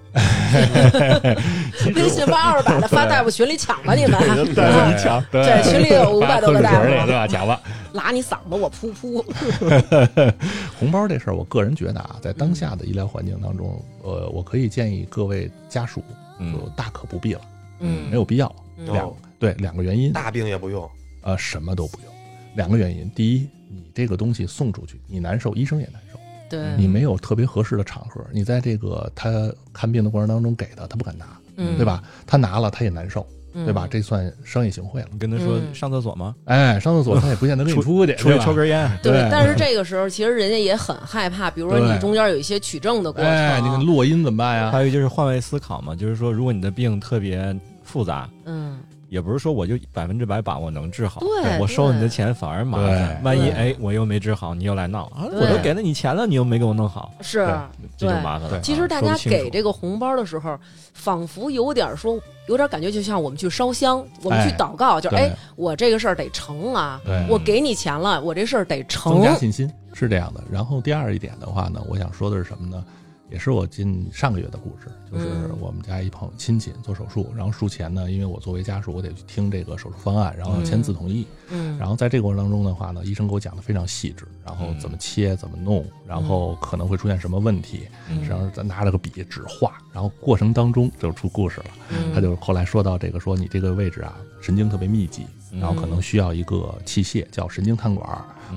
S3: 微信发二百的，发大夫群里抢吧你
S5: <laughs>
S3: 们，
S1: 但是你抢，
S3: <laughs> 对，群里有五百多个大夫，
S5: 吧？假吧。
S3: 拉你嗓子我噗噗，
S5: 红包这事儿，我个人觉得啊，在当下的医疗环境当中，呃，我可以建议各位家属，就
S1: 嗯
S5: 大可不必了，
S3: 嗯，
S5: 没有必要。
S3: 嗯
S5: 两对两个原因，
S2: 大病也不用，
S5: 呃，什么都不用。两个原因，第一，你这个东西送出去，你难受，医生也难受，
S3: 对，
S5: 你没有特别合适的场合，你在这个他看病的过程当中给的，他不敢拿，
S3: 嗯
S5: 对？吧？他拿了他也难受，
S3: 嗯
S5: 对吧？这算商业行贿了。
S1: 你跟他说
S3: 嗯
S1: 上厕所吗？
S5: 哎，上厕所他也不见得给你
S1: 出
S5: 出去，
S1: 出
S5: 对
S1: 去
S5: 吧
S1: 抽根烟，
S3: 对
S5: 对，
S3: 但是这个时候其实人家也很害怕，比如说你
S5: 对
S3: 中间有一些取证的过程，
S5: 哎，你落音怎么办呀？
S1: 还有就是换位思考嘛，就是说，如果你的病特别复杂，
S3: 嗯
S1: 也不是说我就百分之百把握能治好，
S3: 对
S1: 我收你的钱反而麻烦，
S5: 对
S1: 万一
S3: 对
S1: 哎我又没治好，你又来闹，啊
S3: 对
S1: 我都给了你钱了，你又没给我弄好，
S3: 是
S5: 对啊
S1: 这就麻烦了。
S5: 对
S3: 其实大家给这
S1: 个
S3: 个红包的时候，仿佛有点说，有点感觉，就像我们去烧香，我们去祷告，就
S5: 对
S3: 哎，我这个事儿得成啊，
S5: 对
S3: 我给你钱了，我这事儿得
S5: 增
S3: 成。
S5: 加信心是这样的。然后第二一点的话呢，我想说的是什么呢？也是我近上个月的故事，就是
S3: 嗯
S5: 我们家一朋友亲戚做手术，然后术前呢，因为我作为家属，我得去听这个手术方案，然后要签字同意。
S3: 嗯，
S5: 然后在这个过程当中的话呢，医生给我讲的非常细致，然后怎么切、怎么弄，然后可能会出现什么问题，
S3: 嗯
S5: 然后咱拿着个笔纸画，然后过程当中就出故事了。
S3: 嗯
S5: 他就后来说到这个，说你这个位置啊，神经特别密集，
S3: 嗯
S5: 然后可能需要一个器械叫神经探管，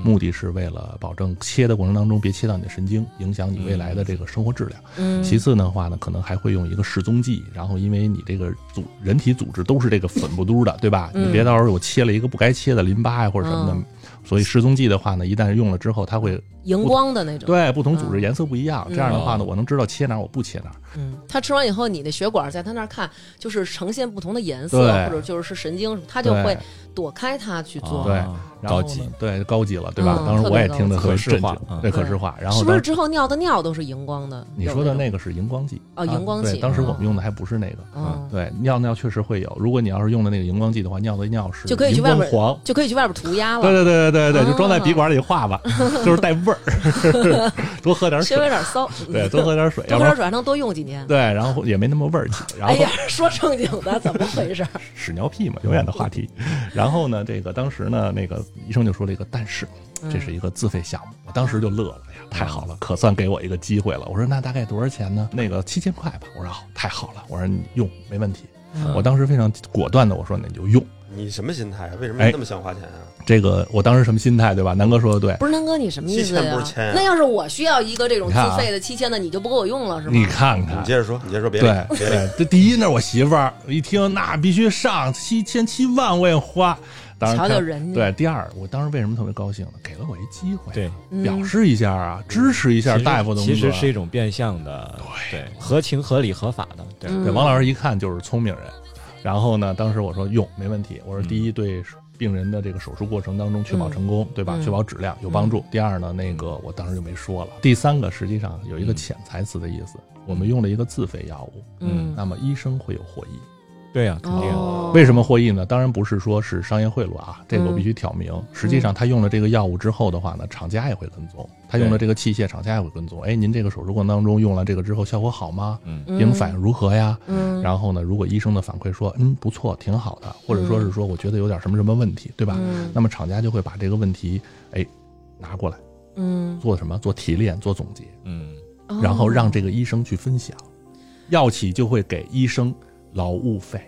S5: 目的是为了保证切的过程当中别切到你的神经，影响你未来的这个生活质量。
S3: 嗯
S5: 其次的话呢，可能还会用一个示踪剂，然后因为你这个组人体组织都是这个粉不嘟的，对吧？
S3: 嗯
S5: 你别到时候我切了一个不该切的淋巴呀或者什么的，
S3: 嗯
S5: 所以示踪剂的话呢，一旦用了之后，它会
S3: 荧光的那种。
S5: 对不同组织颜色不一样，
S3: 嗯
S5: 这样的话呢，我能知道切哪儿我不切哪儿。
S3: 嗯，他吃完以后，你的血管在他那儿看，就是呈现不同的颜色，
S5: 对
S3: 或者就是神经，他就
S5: 对啊
S3: 会躲开它去
S1: 啊
S3: 做。
S5: 对然后
S1: 高
S5: 呢
S1: 级，
S5: 对高级了，对吧？
S3: 嗯
S5: 当时我也听得
S1: 特别高
S5: 很
S1: 级可视
S5: 震
S1: 化
S5: 惊
S1: 嗯
S5: 对
S3: 对
S5: 可视化。然后
S3: 是不是
S5: 当
S3: 之后尿的尿都是荧光的？
S5: 你说的
S3: 有没有
S5: 那个是荧光剂啊
S3: 哦荧光
S5: 对
S3: 剂
S5: 当时
S3: 嗯
S5: 我们用的还不是那个。
S3: 哦，
S5: 对，尿尿确实会有。如果你要是用的那个荧光剂的话，尿的尿是
S3: 就可以去
S5: 荧
S3: 外
S5: 光
S3: 边
S5: 黄，
S3: 就可以去外边涂鸦了，
S5: 对对对对对对，
S3: 啊
S5: 就装在笔管里画
S3: <laughs>
S5: 吧，就是带味儿， <laughs> 多喝点
S3: 稍微有
S5: 水，
S3: 点骚。
S5: <laughs>
S3: 嗯
S5: 对，多喝点水，
S3: 多
S5: 要
S3: 喝
S5: 不
S3: 点
S5: 然
S3: 水还能多用几年。
S5: 对，然后也没那么味儿气，然
S3: 哎
S5: 后
S3: 呀，说正经的，怎么回事？
S5: 屎尿屁嘛，永远的话题。然后呢，这个当时呢，那个医生就说了一个，但是 <laughs> 这
S3: 嗯
S5: 是一个自费项目，我当时就乐了哎呀，太
S1: 嗯
S5: 好了，可算给我一个机会了。我说那大概多少钱呢？那个七千块吧。我说好，太好了，我说你用没问题。
S1: 嗯
S5: 我当时非常果断的我说那你就用。
S2: 你什么心态啊？为什么
S5: 哎
S2: 那么想花钱啊？
S5: 这个我当时什么心态对吧？南哥说的对，
S3: 不是南哥，你什么意思
S2: 七千
S3: 呀
S2: 不是千啊呀？
S3: 那要是我需要一个这种
S5: 你看啊
S3: 自费的七千的，你就不给我用了是吗？
S5: 你看看
S2: 你接着说，你接着说，别理
S5: 哎对，
S2: 别理。
S5: 对，这第一那是我媳妇儿，一听那必须上七千七万我也花。当然
S3: 瞧
S5: 看，
S3: 瞧人家
S5: 对，第二，我当时为什么特别高兴呢？给了我一机会，
S1: 对，
S3: 嗯
S5: 表示一下啊，支持一下大夫的工
S1: 其
S5: 作。
S1: 实是一种变相的，对，合情合理合法的，对，
S3: 嗯
S5: 对王老师一看就是聪明人。然后呢，当时我说用没问题，我说第一对病人的这个手术过程当中确保成功，对吧？
S3: 嗯嗯
S5: 确保质量有帮助。第二呢，那个我当时就没说了。第三个实际上有一个
S1: 嗯
S5: 潜台词的意思，我们用了一个自费药物，
S3: 嗯，
S5: 那么医生会有获益。
S1: 对呀，肯定的，
S3: 哦，
S5: 为什么获益呢？当然不是说是商业贿赂啊，这个我
S3: 嗯
S5: 必须挑明。实际上，他用了这个药物之后的话呢，厂家也会跟踪；他用了这个器械，厂家也会跟踪。哎，您这个手术过程当中用了这个之后效果好吗？
S1: 嗯
S5: 病人反应如何呀？
S3: 嗯，
S5: 然后呢，如果医生的反馈说，嗯，不错，挺好的，或者说是说我觉得有点什么什么问题，对吧？
S3: 嗯
S5: 那么厂家就会把这个问题，哎，拿过来
S3: 嗯，
S5: 做什么？做提炼，做总结，
S1: 嗯，
S3: 哦
S5: 然后让这个医生去分享，药企就会给医生劳务费。
S3: 嗯哦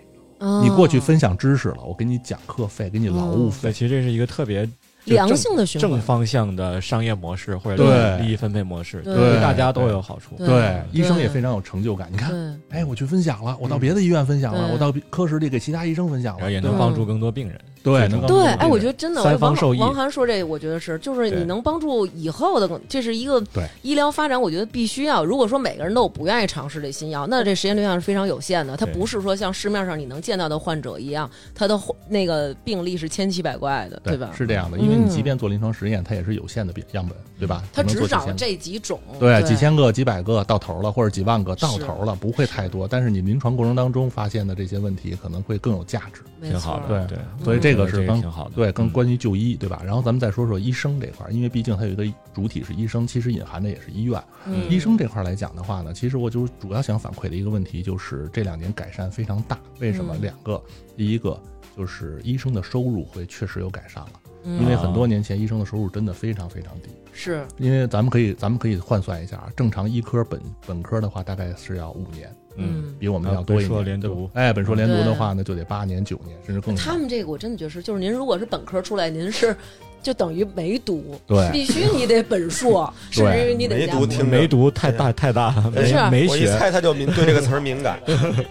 S5: 你过去分享知识了，我给你讲课费，给你劳务
S1: 对，
S5: 费。
S1: 其实这是一个特别就
S3: 良
S1: 正
S3: 性的循环
S1: 正方向的商业模式或者
S5: 对
S1: 利益分配模式，
S3: 对
S1: 对大家都有好处。
S3: 对
S5: 医生也非常有成就感。你看，
S3: 对嗯
S5: 哎，我去分享了，我到别的医院分享了，
S3: 对
S5: 我到科室里给其他医生分享
S1: 然后
S5: 了，
S1: 也
S5: 对
S1: 能
S5: 吧
S1: 帮助更多病人。
S5: 对
S1: 最终
S5: 能
S3: 对，哎，我觉得真的，
S1: 三方
S3: 王
S1: 受益
S3: 王涵说这，我觉得是，就是
S1: 对
S3: 你能帮助以后的，这是一个
S5: 对
S3: 医疗发展，我觉得必须要。如果说每个人都不愿意尝试这新药，那这实验对象是非常有限的，它
S1: 对
S3: 不是说像市面上你能见到的患者一样，他的患那个病例是千奇百怪的，
S5: 对
S3: 吧？
S5: 是这样的，因为你
S3: 嗯
S5: 即便做临床实验，它也是有限的比样本，对吧？
S3: 他
S5: 可能
S3: 只
S5: 做几
S3: 找
S5: 千个。
S3: 这几种，
S5: 对，几千个、几百个到头了，或者几万个到
S3: 是
S5: 头了，不会太多。但是你临床过程当中发现的这些问题，可能会更有价值。
S3: 没
S1: 挺
S3: 错
S1: 好的
S3: 儿
S5: 对
S1: 对
S5: 所以这个
S1: 这
S5: 是
S1: 个
S5: 刚
S1: 挺好的
S5: 对，更
S1: 嗯
S5: 关于就医，对吧？然后咱们再说说医生这块儿，因为毕竟它有一个主体是医生，其实隐含着也是医院。
S3: 嗯
S5: 医生这块儿来讲的话呢，其实我就是主要想反馈的一个问题，就是这两年改善非常大。为什么？
S3: 嗯
S5: 两个，第一个就是医生的收入会确实有改善了，
S3: 嗯
S5: 因为很多年前医生的收入真的非常非常低。
S3: 是
S5: 因为咱们可以咱们可以换算一下，啊，正常医科本本科的话大概是要五年，
S1: 嗯，
S5: 比我们
S1: 啊
S5: 要多一
S1: 本硕
S5: 年。
S1: 连
S5: 对吧
S1: 读
S5: 哎，本硕连读
S3: 对
S5: 的话呢，就得八年、九年，甚至更
S3: 他
S5: 长。
S3: 们这个我真的觉得是，就是您如果是本科出来，您是就等于没读，
S5: 对
S3: 必须你得本
S5: <laughs>
S3: 硕，甚至于你得
S2: 没
S3: 加
S2: 读
S3: 博
S2: 听
S1: 我没读太大太
S3: <laughs>
S1: 大了，
S2: 哎
S1: 没
S3: 是
S1: 没
S2: 我一
S1: 学。
S2: 猜他就敏对这个词儿敏感，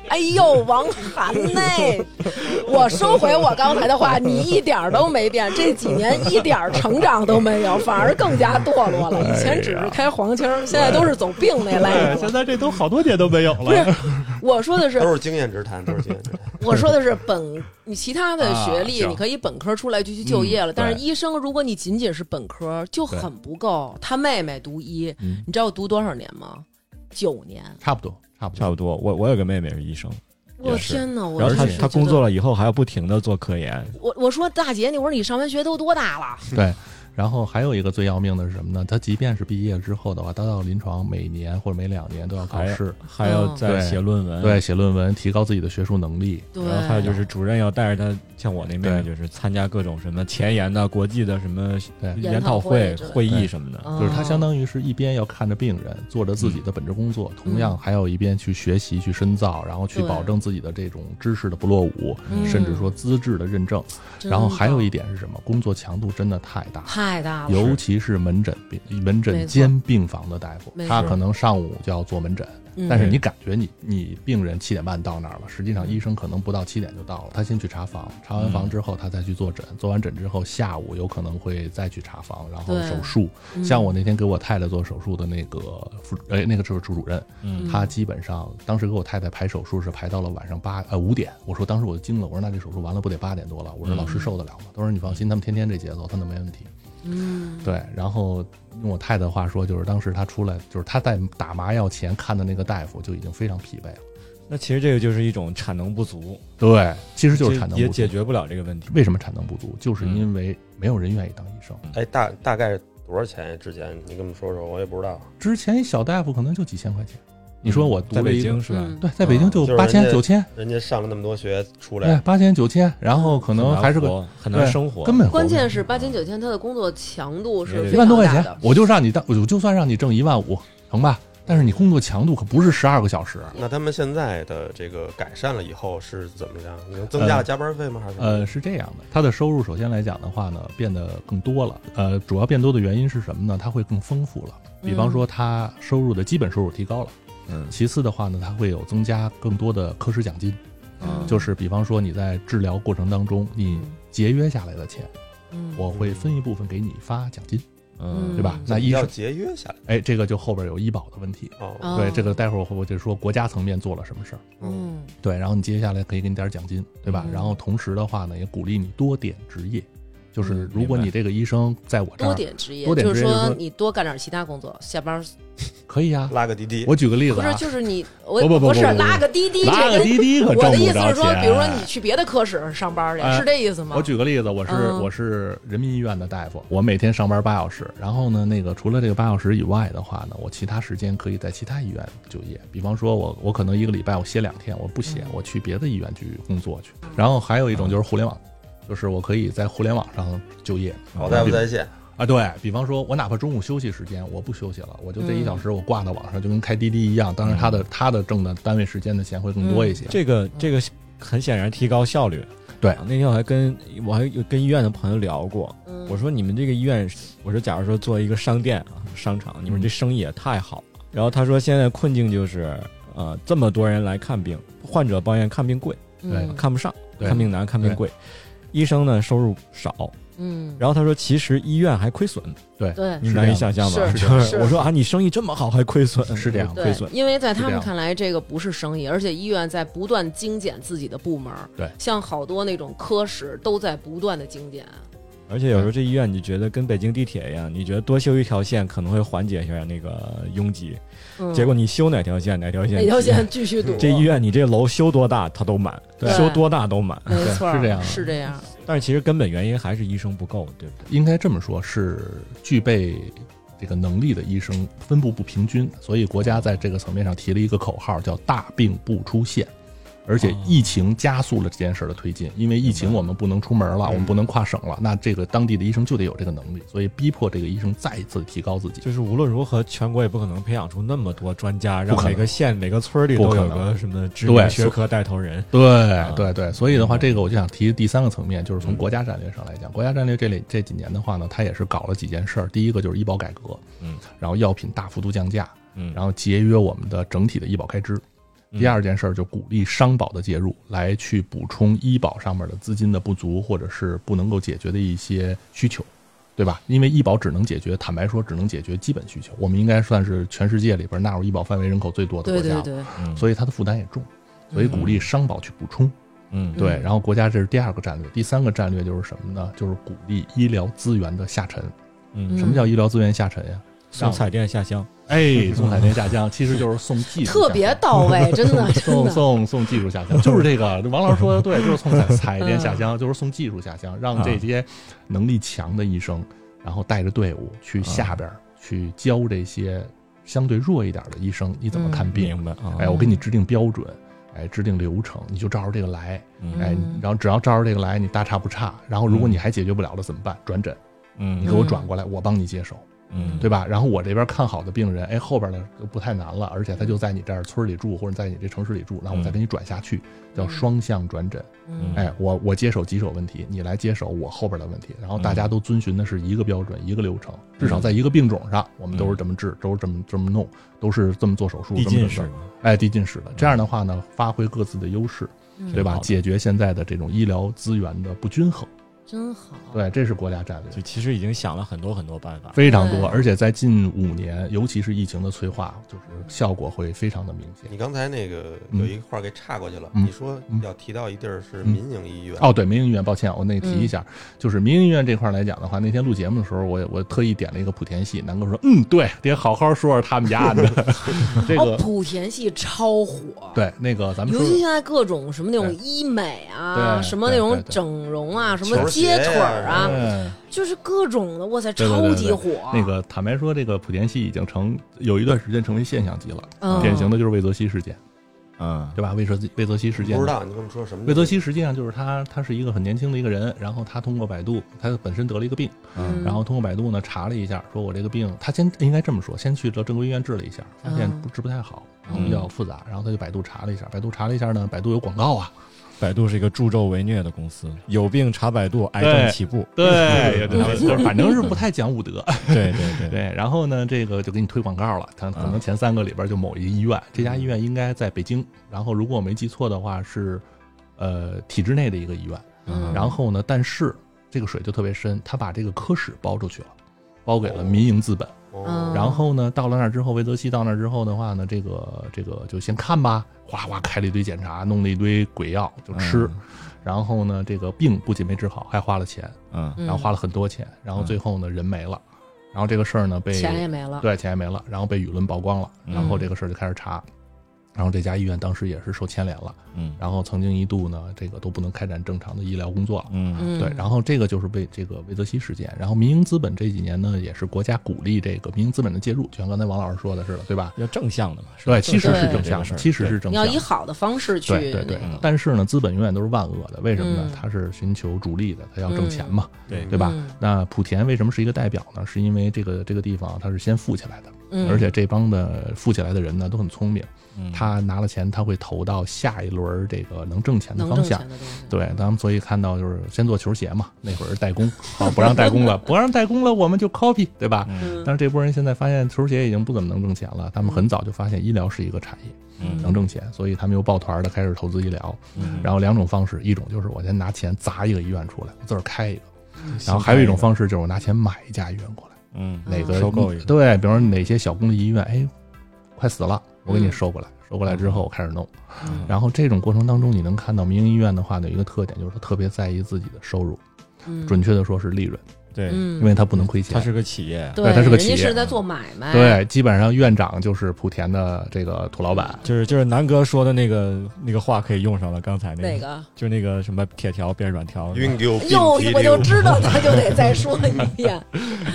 S3: 哎呦，王涵
S1: <laughs>
S3: 呢？我收回我刚才的话，你一点儿都没变，这几年一点儿成长都没有，反而更加堕落
S1: 哎
S3: 了。以前只是开黄腔，现在都是走病那类
S1: <laughs>
S5: 哎，
S3: 的。
S5: 在这都好多年都没有了。
S3: 不是我说的是
S1: 哎
S2: 都是经验之谈，都是经验之谈。
S3: 我说的是本，你其他的学历，
S5: 啊行
S3: 你可以本科出来就去就业了。
S5: 嗯
S3: 但是医生，如果你仅仅是本科，就很不够。他妹妹读医，
S1: 嗯，
S3: 你知道读多少年吗？九年。
S5: 差不多，差不多，
S1: 差不多。我我有个妹妹是医生，
S3: 我
S1: 也是
S3: 天哪！我
S1: 然后她
S3: 真是
S1: 她
S3: 觉
S1: 工
S3: 得
S1: 作，了以后还要不停的做科研，
S3: 我我说大姐，你我说你上完学都多大了？
S5: 对。然后还有一个最要命的是什么呢？他即便是毕业之后的话，他到临床每年或者每两年都要考
S1: 还
S5: 试，
S1: 还要
S3: 嗯
S1: 再
S5: 对
S1: 写论文，
S5: 对，写论文，提高自己的学术能力。
S3: 对，
S1: 然后还有就是主任要带着他，像我那妹妹就
S5: 对
S1: 是参加各种什么前沿的国际的什么
S5: 对
S1: 研
S3: 讨
S1: 讨会
S3: 会之类的
S1: 会议什么
S3: 嗯
S1: 的。
S5: 就是他相
S3: 当
S5: 当于是一边要看着病人，做着自
S3: 嗯
S5: 己的本职工作，同样还有一边去学习、去深造，然后去
S3: 对
S5: 保证自己的这种知识的不落伍，
S3: 嗯
S5: 甚至说资质的认证。然后还有一点是什么？工作强度真的太大了。
S3: 太大了，
S5: 尤其是门诊病、门
S3: 没
S5: 诊
S3: 错
S5: 兼病房的大夫
S3: 没，
S5: 他
S3: 错
S5: 可能上午就要做门诊，
S3: 嗯
S5: 但是你感觉你你病人七点半到那儿了，实际上医生可能不到七点就到了，他先去查房，查完
S3: 嗯
S5: 房之后他再去做诊，做完诊之后下午有可能会再去查房，然后
S3: 对
S5: 手术。
S3: 嗯
S5: 像我那天给我太太做手术的那个副，哎，那个就是朱主任，
S1: 嗯
S5: 他基本上当时给我太太排手术是排到了晚上八呃五点，我说当时我就惊了，我说那这手术完了不得八点多了？我说老师受得了吗？他说你放心，他们天天这节奏，他们没问题。
S3: 嗯
S5: 对，然后用我太太的话说，就是当时他出来，就是他在打麻药前看的那个大夫就已经非常疲惫了。
S1: 那其实这个就是一种产能不足，
S5: 对，其实就是产能
S1: 也
S5: 不
S1: 解
S5: 足。
S1: 决不了这个问题。
S5: 为什么产能不足？就是因为没有人愿意当医生。
S2: 哎，大大概多少钱呀？之前你跟我们说说，我也不知道。
S5: 之前一小大夫可能就几千块钱，你说我读
S1: 嗯在
S5: 了
S1: 北
S5: 一个，
S1: 京是吧？
S3: 嗯
S5: 对，在北京就
S2: 啊就是
S5: 八千
S2: 人家
S5: 九千，
S2: 人家上了那么多学出
S5: 对，
S2: 来，嗯
S5: 八千九千，然后可
S1: 可
S5: 能还是个
S1: 很难
S5: 对
S1: 生活，
S5: 根本活不
S3: 关
S5: 了
S3: 键是八千九千，他的工作强度是
S1: 也得
S5: 一
S3: 非
S5: 万
S3: 常
S5: 多块
S3: 大
S5: 钱
S3: 的，，
S5: 我就让你当，我就算让你挣一万五，成吧？但是你工作强度可不是十二个小时。
S2: 那他们现在的这个改善了以后是怎么样？你们增加了加班费吗？还是
S5: 呃，是这样的，他的收入首先来讲的话呢，变得更多了。呃，主要变多的原因是什么呢？他会更丰富了。比
S3: 嗯
S5: 方说，他收入的基本收入提高了。
S1: 嗯
S5: 其次的话呢，他会有增加更多的科室奖金，
S1: 嗯
S5: 就是比方说你在治疗过程当中你节约下来的钱，
S3: 嗯
S5: 我会分一部分给你发奖金，
S1: 嗯
S5: 对吧
S3: 嗯？
S5: 那医
S2: 要
S5: 生，
S2: 节约下来？
S5: 哎，这个就后边有医保的问题。
S2: 哦，
S3: 哦
S5: 对，这个待会儿我就说国家层面做了什么事儿。
S2: 嗯，
S3: 嗯
S5: 对，然后你接下来可以给你点儿奖金，对吧？
S3: 嗯
S5: 然后同时的话呢，也鼓励你多点职业，就是
S3: 嗯
S5: 如果
S1: 明白
S5: 你这个医生在我这
S3: 多
S5: 儿
S3: 点职业，
S5: 多点
S3: 就
S5: 职
S3: 是
S5: 业就是
S3: 说
S5: 说
S3: 你多干点其他工作，下班儿
S5: 可以啊。
S2: 拉个滴滴，
S5: 我举个例子
S3: 不是
S5: 啊，
S3: 就是你我
S5: 不不不
S3: 是
S5: 不不
S3: 拉个滴滴，
S5: 拉
S3: 这
S5: 个
S3: 跟 <laughs>
S5: 滴滴可
S3: 我
S5: 挣
S3: 的
S5: 不
S3: 意思
S5: 着
S3: 是说，
S5: 钱。
S3: 比如说你去别的科室上班去，
S5: 哎
S3: 是这意思吗？
S5: 我举个例子，我是、
S3: 嗯
S5: 我是人民医院的大夫，我每天上班八小时，然后呢，那个除了这个八小时以外的话呢，我其他时间可以在其他医院就业，比方说我我可能一个礼拜我歇两天，我不歇
S3: 嗯，
S5: 我去别的医院去工作去。然后还有一种就是互联网，就是我可以在互联网上就业，
S2: 老大夫在线，
S5: 啊，对比方说，我哪怕中午休息时间，我不休息了，我就
S3: 嗯
S5: 这一小时我挂到网上，就跟开滴滴一样。当然，他的他的挣的单位时间的钱会更
S3: 嗯
S5: 多一些。
S1: 这个这个很显然提高效率。
S5: 对
S1: 啊那天我还跟我还有跟医院的朋友聊过，
S3: 嗯
S1: 我说你们这个医院，我说假如说做一个商店啊商场，
S5: 嗯
S1: 你们这生意也太好了。然后他说现在困境就是，呃，这么多人来看病，患者抱怨看病贵，
S5: 对
S3: 嗯
S1: 看不上，
S5: 对
S1: 看病难，看病贵，医生呢收入少。
S3: 嗯，
S1: 然后他说其实医院还亏损，
S3: 对
S1: 你
S5: 是这
S1: 难以
S5: 样
S1: 想象吧？
S3: 是
S1: 就
S3: 这
S1: 是
S3: 样
S1: 我说啊，你生意这么好还亏损，
S5: 是这样
S1: 亏
S3: 对
S1: 损，。
S3: 因为在他
S5: 是这
S3: 们
S5: 样
S3: 看来，这个不是生意，而且医院在不断精简自己的部门。
S5: 对，
S3: 像好多那种科室都在不断的精简。
S1: 而且有时候这医院你觉得跟北京地铁一样，你觉得多修一条线可能会缓解一下那个拥挤，
S3: 嗯
S1: 结果你修哪条线哪条线
S3: 哪条线继续
S5: <laughs>
S3: 堵？
S1: <laughs> 这医院你这楼修多大它都满，
S3: 对
S1: 修多大都满。
S3: 没
S5: <laughs> 对
S3: 错，
S5: 是这样的
S3: 是这样。
S1: 但是其实根本原因还是医生不够，对不对？
S5: 应该这么说，是具备这个能力的医生分布不平均，所以国家在这个层面上提了一个口号，叫“大病不出现”。而且
S1: 哦
S5: 疫情加速了这件事儿的推进，因为疫情我们不能出门了，我
S1: 嗯
S5: 们不能跨省了，那这个当地的医生就得有这个能力，所以逼迫这个医生再一次提高自己。
S1: 就是无论如何，全国也不可能培养出那么多专家，
S5: 不
S1: 让
S5: 可能
S1: 每个县、每个村里
S5: 不
S1: 都
S5: 可
S1: 有
S5: 能
S1: 个什么知名
S5: 对
S1: 学科带头人。
S5: 对对对，所以的话，
S1: 啊明白嗯
S5: 这个我就想提第三个层面，就是从国家战略上来讲，国家战略这里这几年的话呢，它也是搞了几件事儿。第一个就是医保改革，
S1: 嗯，
S5: 然后药品大幅度降价，
S1: 嗯，
S5: 然后节约我们的整体的医保开支。
S1: 嗯
S5: 第二件事儿就鼓励商保的介入，来去补充医保上面的资金的不足，或者是不能够解决的一些需求。对吧？因为医保只能解决，坦白说，只能解决基本需求。我们应该算是全世界里边纳入医保范围人口最多的
S3: 对
S5: 国家
S3: 对
S5: 了，
S3: 对，
S1: 嗯
S5: 所以它的负担也重，所以鼓励商保去补充。
S1: 嗯
S5: 对，
S3: 嗯
S5: 然后国家这是第二个战略，第三个战略就是什么呢？就是鼓励医疗资源的下沉。
S1: 嗯，
S5: 什么叫医疗资源下沉呀？
S1: 送彩电下乡，
S5: <laughs> 哎，送彩电下乡，其实就是送技术下
S3: 嗯
S5: 乡，
S3: 特别到
S5: <laughs>
S3: 位，真的真
S5: 送
S3: 的。
S5: 送送技术下乡，就是这个。王老师说的对，就是送彩
S3: <laughs>
S5: 彩电下乡，就是送技术下乡，让
S1: 啊
S5: 这些能力强的医生，然后带着队伍去
S1: 啊
S5: 下边儿去教这些相对弱一点的医生你怎么看病。
S1: 明白啊？
S5: 哎，我给你制定标准，哎，制定流程，你就照着这个来。
S1: 嗯
S5: 哎
S3: 嗯，
S5: 然后只要照着这个来，你大差不差。然后如果你还解决不了了怎么办？转诊，你给
S1: 嗯
S5: 我转过来，我帮你接手，
S1: 嗯，
S5: 对吧？然后我这边看好的病人，哎，后边的就不太难了，而且他就在你这儿村里住或者在你这城市里住，然后我再给你转下去，
S1: 嗯
S5: 叫双向转诊。
S3: 嗯
S5: 哎，我我接手棘手问题，你来接手我后边的问题，然后大家都遵循的是一个标准、一个流程，至少在一个病种上，我们都是这么治，都是这么这么弄，都是这么做手
S1: 嗯
S5: 术，
S1: 递
S5: 这么
S1: 进
S5: 这
S1: 式
S5: 么，哎，递进式的。这样的话呢，发挥各自的优势，
S3: 嗯
S5: 对吧
S1: 好？的
S5: 解决现在的这种医疗资源的不均衡，
S3: 嗯真好。
S5: 对，这是国家战略
S1: 就。其实已经想了很多很多办法，
S5: 非常多，
S3: 对
S5: 而且在近五年，尤其是疫情的催化，就是效果会非常的明显。
S2: 你刚才那个
S5: 嗯
S2: 有一块儿给岔过去了，
S5: 嗯
S2: 你说
S5: 嗯
S2: 要提到一地儿是
S5: 嗯
S2: 民营医院，
S5: 哦，对，民营医院，抱歉，我那提一下，就是民营医院这块来讲的话，那天录节目的时候，我也我特意点了一个莆田系，南哥说，嗯，对，得好好说说他们家
S3: <laughs>
S5: 的这
S3: 哦，
S5: 个，
S3: 莆田系超火，，
S5: 对，那个咱们
S3: 尤
S5: 说
S3: 其现在各种什么那种
S5: 对
S3: 医美啊，
S5: 对
S3: 什么那种
S5: 对对对
S3: 整容啊，什
S2: 球
S3: 么
S2: 鞋
S3: 接
S2: 啊
S3: 腿儿啊，
S5: 嗯，
S3: 就是各种的，哇塞，
S5: 对对对
S3: 超
S5: 对
S3: 级火。
S5: 那个坦白说，这个莆田系已经成有一段时间成为现象级了，
S3: 嗯
S5: 典型的就是魏则西事件，
S1: 嗯
S5: 对吧？魏则魏则西事件
S2: 不知道你跟我们说什么？
S5: 魏则西实际上就是他，他是一个很年轻的一个人，然后他通过百度，他本身得了一个病，
S3: 嗯
S5: 然后通过百度呢查了一下，说我这个病，他先应该这么说，先去了正规医院治了一下，发现
S3: 嗯
S5: 不治不太好，然后比较复杂，然后他就百度查了一下，百度查了一下呢，百度有广告啊，
S1: 百度是一个助纣为虐的公司，有病查百度，癌症
S5: 对
S1: 起步。嗯
S5: 对，有这就是反正是不太讲武德，
S1: 对对对，
S5: 对，嗯然后呢，这个就给你推广告了，他可能前三个里边就某一个医院，这家医院应该在北京，然后如果我没记错的话是，呃，体制内的一个医院。
S3: 嗯
S5: 然后呢，但是这个水就特别深，他把这个科室包出去了，包给了民营资本。
S3: 嗯
S2: 哦，
S5: 然后呢，到了那儿之后，魏则西到那儿之后的话呢，这个这个就先看吧，哗哗开了一堆检查，弄了一堆鬼药
S1: 嗯
S5: 就吃。
S3: 嗯
S5: 然后呢，这个病不仅没治好，还花了钱，
S1: 嗯
S5: 然后花了很多钱，然后最后呢，人没了，然后这个事儿呢被
S3: 钱也没了，嗯
S5: 对，钱也没了，然后被舆论曝光了，然后这个事儿就开始查，然后这家医院当时也是受牵连了，
S1: 嗯
S5: 然后曾经一度呢，这个都不能开展正常的医疗工作了。
S1: 嗯
S3: 嗯，
S5: 对，然后这个就是为这个魏则西事件，然后民营资本这几年呢，也是国家鼓励这个民营资本的介入，就像刚才王老师说的似的，对吧？
S1: 要正向的嘛，是吧
S5: 对，其实
S3: 对
S5: 是正
S1: 这个
S5: 向
S1: 事
S5: 的，
S1: 儿
S5: 其实是正
S3: 你
S5: 向
S3: 要以
S5: 的。
S3: 好的方式去嗯
S5: 对对对
S3: 那
S1: 嗯
S3: 个，
S5: 但是呢，资本永远都是万恶的，为什么呢
S3: 嗯？
S5: 它是寻求逐利的，它要挣钱嘛，
S1: 对
S5: 对吧
S3: 嗯？
S5: 那莆田为什么是一个代表呢？是因为这个这个地方它是先富起来的，
S3: 嗯
S5: 而且这帮的富起来的人呢都很聪明，
S1: 嗯
S5: 他拿了钱，他会投到下一轮儿这个能挣钱的
S3: 能
S5: 方
S3: 挣
S5: 向
S3: 钱。的东西，
S5: 对，咱们所以看到就是先做球鞋嘛，那会儿是代工， <laughs> 好不让代
S1: <laughs>
S5: 工了，不让代工了，我们就 copy，对吧？
S3: 嗯
S5: 但是这波人现在发现球鞋已经不怎么能挣钱了，他们很早就发现医疗是一个产业
S1: 嗯
S5: 能挣钱，所以他们又抱团的开始投资医疗。
S1: 嗯
S5: 然后两种方式，一种就是我先拿钱砸一个医院出来，我自个儿开一个；然后还有一种方式就是我拿钱买一家医院过来，
S1: 嗯
S5: 哪个
S1: 收购一个
S5: 对，比方说哪些小公立医院，哎，快死了，我给你
S3: 嗯
S5: 收过来，收过来之后我开始弄。
S3: 嗯
S5: 然后这种过程当中，你能看到民营医院的话呢，有一个特点就是它特别在意自己的收入，
S3: 嗯
S5: 准确的说是利润，
S1: 对，
S3: 嗯，
S5: 因为它不能亏钱。
S1: 它是个企业，
S3: 对，
S5: 它是个企
S3: 人家
S5: 业啊
S3: 是在做买卖，，
S5: 对，基本上院长就是莆田的这个土老板。
S1: 就是就是南哥说的那个那个话可以用上了，刚才那
S5: 嗯
S3: 哪个？
S1: 就那个什么铁条变软条，
S2: 运给我
S3: 哟，
S2: 病急
S3: 我就
S2: 流
S3: 知道他就得
S5: <laughs>
S3: 再说一遍，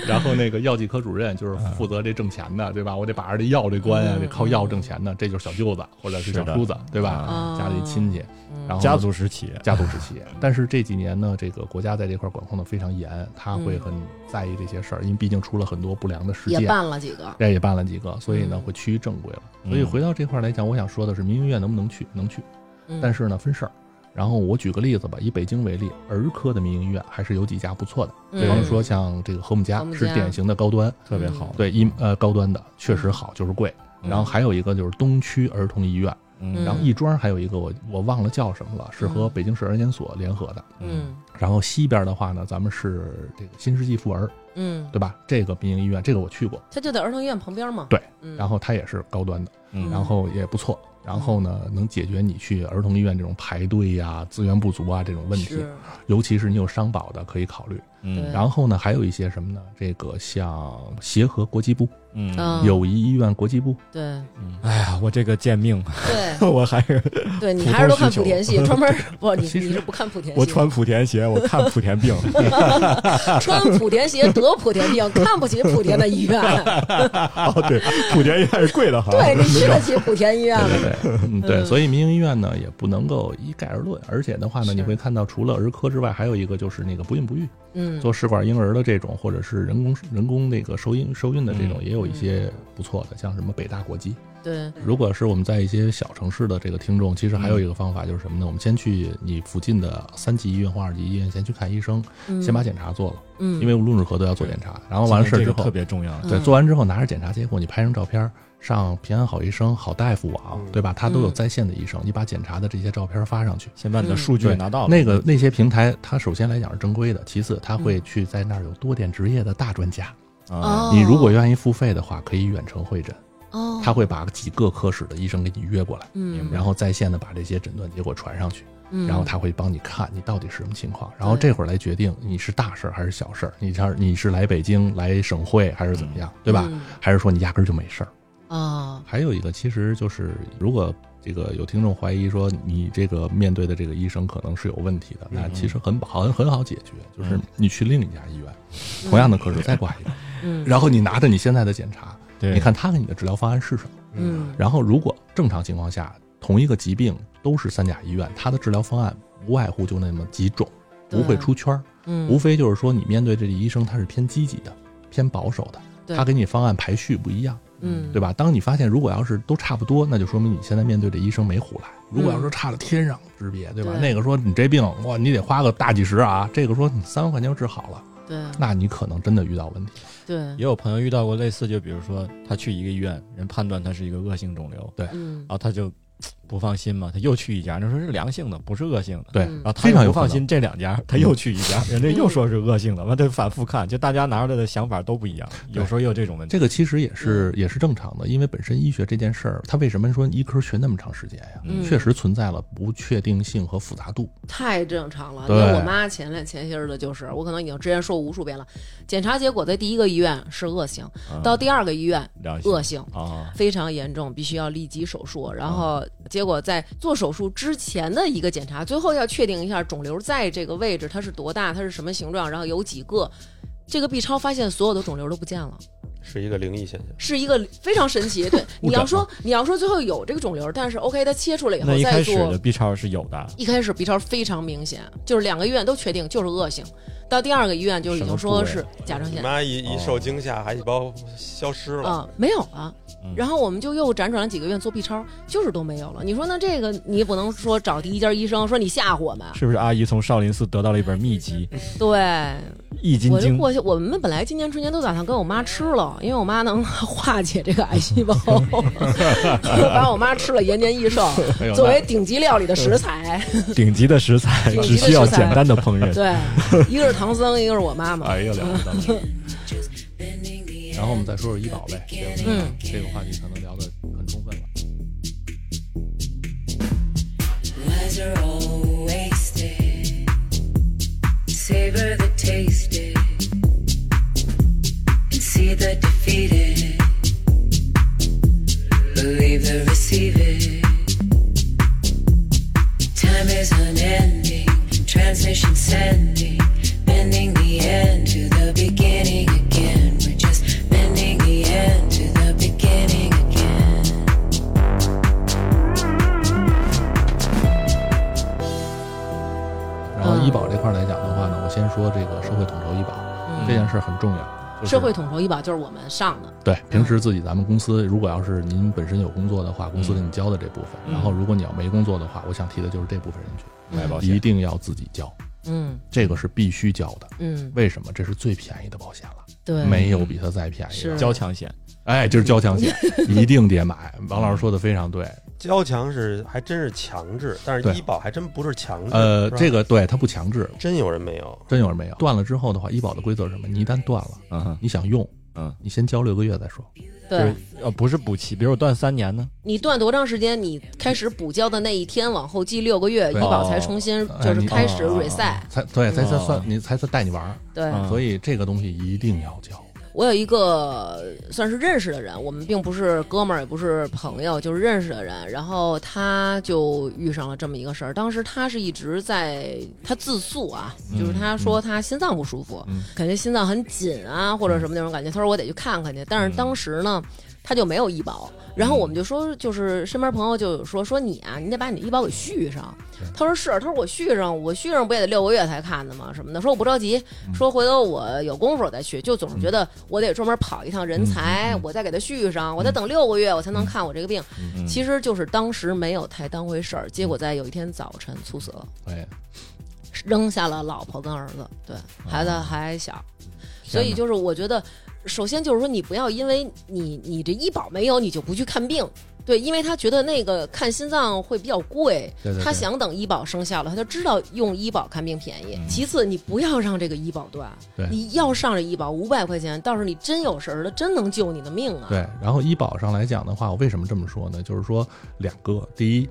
S5: 然后那个药剂科主任就是负责这挣钱的，对吧？我得把着这药这关呀，啊
S3: 嗯
S5: 得靠药挣钱的，这就是小舅子或者是小
S1: 是的
S5: 叔子，对吧
S3: 啊？
S5: 嗯
S3: 嗯
S5: 家里亲戚，然后
S1: 家族式企业，
S5: 家族之企业。 <laughs> 但是这几年呢，这个国家在这块管控的非常严，他会很在意这些事儿，因为毕竟出了很多不良的事
S3: 嗯也
S5: 件。
S3: 办了几个，
S5: 这也办了几个，所以呢
S3: 嗯
S5: 会趋于正规了。
S1: 嗯
S5: 所以回到这块儿来讲，我想说的是，民营医院能不能去？能去，
S3: 嗯
S5: 但是呢分事儿。然后我举个例子吧，以北京为例，儿科的民营医院还是有几家不错的，
S3: 嗯
S5: 比方说像这个和睦家
S3: 和睦家嗯
S5: 是典型的高端，
S1: 特别好，
S5: 对一呃高端的确实好，就是贵。
S1: 嗯
S5: 然后还有一个就是东区儿童医院，
S1: 嗯
S5: 然后亦庄还有一个我我忘了叫什么了，是和
S3: 嗯
S5: 北京市儿研所联合的。
S3: 嗯
S5: 然后西边的话呢，咱们是这个新世纪妇儿，
S3: 嗯，
S5: 对吧？这个民营医院，这个我去过，
S3: 它就在儿童医院旁边嘛。
S5: 对
S3: 嗯，
S5: 然后它也是高端的，
S1: 嗯
S5: 然后也不错。然后呢，能解决你去儿童医院这种排队呀、资源不足啊这种问题，
S3: 是
S5: 尤其是你有商保的可以考虑。
S1: 嗯
S5: 然后呢，还有一些什么呢？这个像协和国际部、
S1: 嗯，
S3: 嗯
S5: 友谊医院国际部，
S3: 对
S1: 哎呀，我这个贱命， <laughs>
S5: <laughs>
S3: 对
S1: 我还是
S3: <laughs> 对，你
S1: 普
S3: 还是都
S1: 通
S3: 看
S1: 需
S3: 莆
S1: 求
S3: 田系，专门
S5: <laughs>
S3: 不你
S5: 其实
S3: 你是不看莆田系，
S1: 我穿莆田鞋，我看莆
S3: <laughs>
S1: 田病，
S3: 穿莆田鞋得莆田病，看不起莆田的医
S5: <laughs>
S3: 院，
S1: 哦，对，莆田医院是贵的哈，
S3: 对你去得起莆田医院吗？
S5: 对
S3: <laughs>
S5: 对对，嗯对，
S3: 嗯
S5: 所以民营医院呢也不能够一概而论，而且的话呢，
S3: 是
S5: 你会看到除了儿科之外，还有一个就是那个不孕不育，
S3: 嗯，
S5: 做试管婴儿的这种，或者是人工人工那个受孕受孕的这种，
S1: 嗯
S5: 也有一些不错的，像什么北大国际。
S3: 对，
S5: 如果是我们在一些小城市的这个听众，其实还有一个方法就是什么呢？我们先去你附近的三级医院或二级医院先去看医生，
S3: 嗯
S5: 先把检查做了，
S3: 嗯，
S5: 因为无论如何都要做检查。然后完了事儿
S1: 这
S5: 之
S1: 个
S5: 后
S1: 特，别重要，
S3: 嗯
S5: 对，做完之后拿着检查结果，你拍张照片儿，上平安好医生、好大夫网，
S2: 嗯
S5: 对吧？他都有
S3: 嗯
S5: 在线的医生，你把检查的这些照片儿发上去。
S1: 先把你的数据
S5: 对
S1: 拿到了
S5: 那个那些平台，它首先来讲是正规的，其次它会去在那儿有多点执业的大专家。
S1: 啊，
S3: 哦
S5: 你如果愿意付费的话，可以远程会诊，
S3: 哦，
S5: 他会把几个科室的医生给你约过来，
S3: 嗯，
S5: 然后在线的把这些诊断结果传上去，
S3: 嗯
S5: 然后他会帮你看你到底是什么情况，然后这会儿来决定你是大事儿还是小事儿，你像你是来北京来省会还是怎么样，对吧？
S3: 嗯
S5: 还是说你压根儿就没事儿？
S3: 啊，
S5: 还有一个，其实就是如果这个有听众怀疑说你这个面对的这个医生可能是有问题的，
S3: 嗯
S5: 那其实很好很好解决，就是你去另一家医院，同样的科室再挂
S3: <laughs>
S5: 一个，
S3: 嗯，
S5: 然后你拿着你现在的检查，
S1: 对，
S5: 你看他给你的治疗方案是什么？
S3: 嗯，
S5: 然后如果正常情况下，同一个疾病都是三甲医院，它的治疗方案无外乎就那么几种，不会出圈儿，
S3: 嗯，
S5: 无非就是说你面对这个医生他是偏积极的，偏保守的，
S3: 对
S5: 他给你方案排序不一样。
S3: 嗯，
S5: 对吧？当你发现如果要是都差不多，那就说明你现在面对这医生没胡来。如果要是差了天壤之别，对吧？
S3: 对
S5: 那个说你这病哇，你得花个大几十啊，这个说你三万块钱就治好了，
S3: 对
S5: 那你可能真的遇到问题。
S3: 对，
S1: 也有朋友遇到过类似，就比如说他去一个医院，人判断他是一个恶性肿瘤，
S3: 嗯
S5: 啊
S1: 然，后他就嘖不放心嘛，他又去一家，人说是良性的，不是恶性的。
S5: 对，啊
S3: 嗯
S1: 然后他
S5: 非常
S1: 又
S5: 有
S1: 不
S5: 可能
S1: 放心这两家，他又去一 <laughs> 家，人家又说是恶性的，完他就反复看，就大家拿出来的想法都不一样，有时候也有这种问题。
S5: 这个其实也是也是正常的，因为本身医学这件事儿，它为什么说医科学那么长时间呀？
S3: 嗯
S5: 确实存在了不确定性和复杂度。
S3: 太正常了。因
S5: 对
S3: 为我妈前两前些日子就是，我可能已经之前说无数遍了，检查结果在第一个医院是恶性，
S1: 嗯
S3: 到第二个医院
S1: 良性
S3: 恶性。
S1: 啊，
S3: 非常严重，必须要立即手术。
S1: 哦
S3: 然后结果在做手术之前的一个检查，最后要确定一下肿瘤在这个位置它是多大，它是什么形状，然后有几个。这个 B 超发现所有的肿瘤都不见了，
S2: 是一个灵异现象。
S3: 是一个非常神奇。对，
S1: 误诊
S3: 你要
S1: 了
S3: 说你要说最后有这个肿瘤，但是 OK，它切出来以
S1: 那
S3: 后
S1: 一
S3: 再
S1: 开始
S3: 做啊
S1: 的 B 超是有的，
S3: 一开始 B 超非常明显，就是两个医院都确定就是恶性，到第二个医院就已经说是甲状
S2: 你
S3: 腺，
S2: 妈一
S5: 哦
S2: 一受惊吓，癌细胞消失了，
S3: 啊、没有了。
S5: 嗯
S3: 然后我们就又辗转了几个院做 B 超，就是都没有了。你说那这个你也不能说找第一家医生说你吓唬我们，
S1: 是不是？阿姨从少林寺得到了一本秘籍《
S3: 对
S1: 易筋
S3: 嗯我就
S1: 经》，
S3: 过去。我们本来今年春节都打算跟我妈吃了，因为我妈能 <laughs> 化解这个癌细胞， <laughs> 把我妈吃了延年益寿，
S5: <laughs> 哎呦
S3: 作为
S5: 那
S3: 顶级料理的食材。
S1: 顶级的食材
S3: 顶级
S1: 只
S3: 的
S1: 需要
S3: 食材
S1: 简单的烹饪。
S3: 对，一个是唐僧，一个是我妈妈。
S5: 哎呀，聊到了。然后我们再说说医保呗，嗯，这个话题可能聊得很充分了。
S6: Lies are all wasted. Savor the tasted and see the defeated. Believe the received. Time is unending. Transmission sending, bending the end to the beginning again. We're just bending the end to the beginning again.
S5: 然后医保这块儿来讲的话呢，我先说这个社会统筹医保、这件事儿很重要。就
S3: 嗯
S5: 是
S3: 社会统筹医保就是我们上的，
S5: 对，平时自己咱们公司，如果要是您本身有工作的话，公司给你交的这部分。然后如果你要没工作的话，我想提的就是这部分人群，
S1: 买保
S5: 一
S1: 险，
S5: 定要自己交，
S3: 嗯
S5: 这个是必须交的。
S3: 嗯，
S5: 为什么？这是最便宜的保险了，
S3: 对，
S5: 没有比它再便宜的
S3: 是。
S1: 交强险，
S3: <laughs>
S5: 哎，就是交强险，一定得买。王老师说的非常对，
S2: 交强是还真是强制，但是
S5: 对
S2: 医保还真不是强制。
S5: 呃，
S2: 是吧
S5: 这个对它不强制，
S2: 真有人没有，
S5: 真有人没有断了之后的话，医保的规则是什么？你一旦断了，
S1: 嗯哼，
S5: 你想用，
S1: 嗯，
S5: 你先交六个月再说。
S1: 就是
S3: 对
S1: 呃不是补齐，比如我断三年呢，
S3: 你断多长时间，你开始补交的那一天往后计六个月，医
S5: 对
S3: 保才重新就是开始
S5: 哎你
S3: reset。
S5: 才对，才才算
S1: 哦
S5: 你才算带你玩儿，
S3: 对
S1: 嗯
S5: 所以这个东西一定要交。
S3: 我有一个算是认识的人，我们并不是哥们儿，也不是朋友，就是认识的人。然后他就遇上了这么一个事儿，当时他是一直在他自诉啊，就是他说他心脏不舒服，
S1: 嗯
S3: 感觉心脏很紧啊，或者什么那种感觉。他说我得去看看去，但是当时呢。他就没有医保，然后我们就说，就是身边朋友就有说说你啊，你得把你的医保给续上。他说是，他说我续上，我续上不也得六个月才看的吗？什么的，说我不着急，说回头我有功夫我再续，就总是
S5: 嗯
S3: 觉得我得专门跑一趟人才，我再给他续上，
S5: 嗯
S3: 我再等六个月我才能看我这个病。其实就是当时没有太当回事儿，结果
S5: 嗯
S3: 在有一天早晨猝死了，
S5: 对，
S3: 扔下了老婆跟儿子，对
S5: 哦
S3: 孩子还小，所以就是我觉得，首先就是说你不要因为你你这医保没有你就不去看病。对，因为他觉得那个看心脏会比较贵，
S5: 对对对
S3: 他想等医保生效了，他就知道用医保看病便宜。
S5: 嗯
S3: 其次，你不要让这个医保断，
S5: 对
S3: 你要上这医保五百块钱，到时候你真有事儿了，真能救你的命啊！
S5: 对，然后医保上来讲的话，我为什么这么说呢？就是说两个，第一，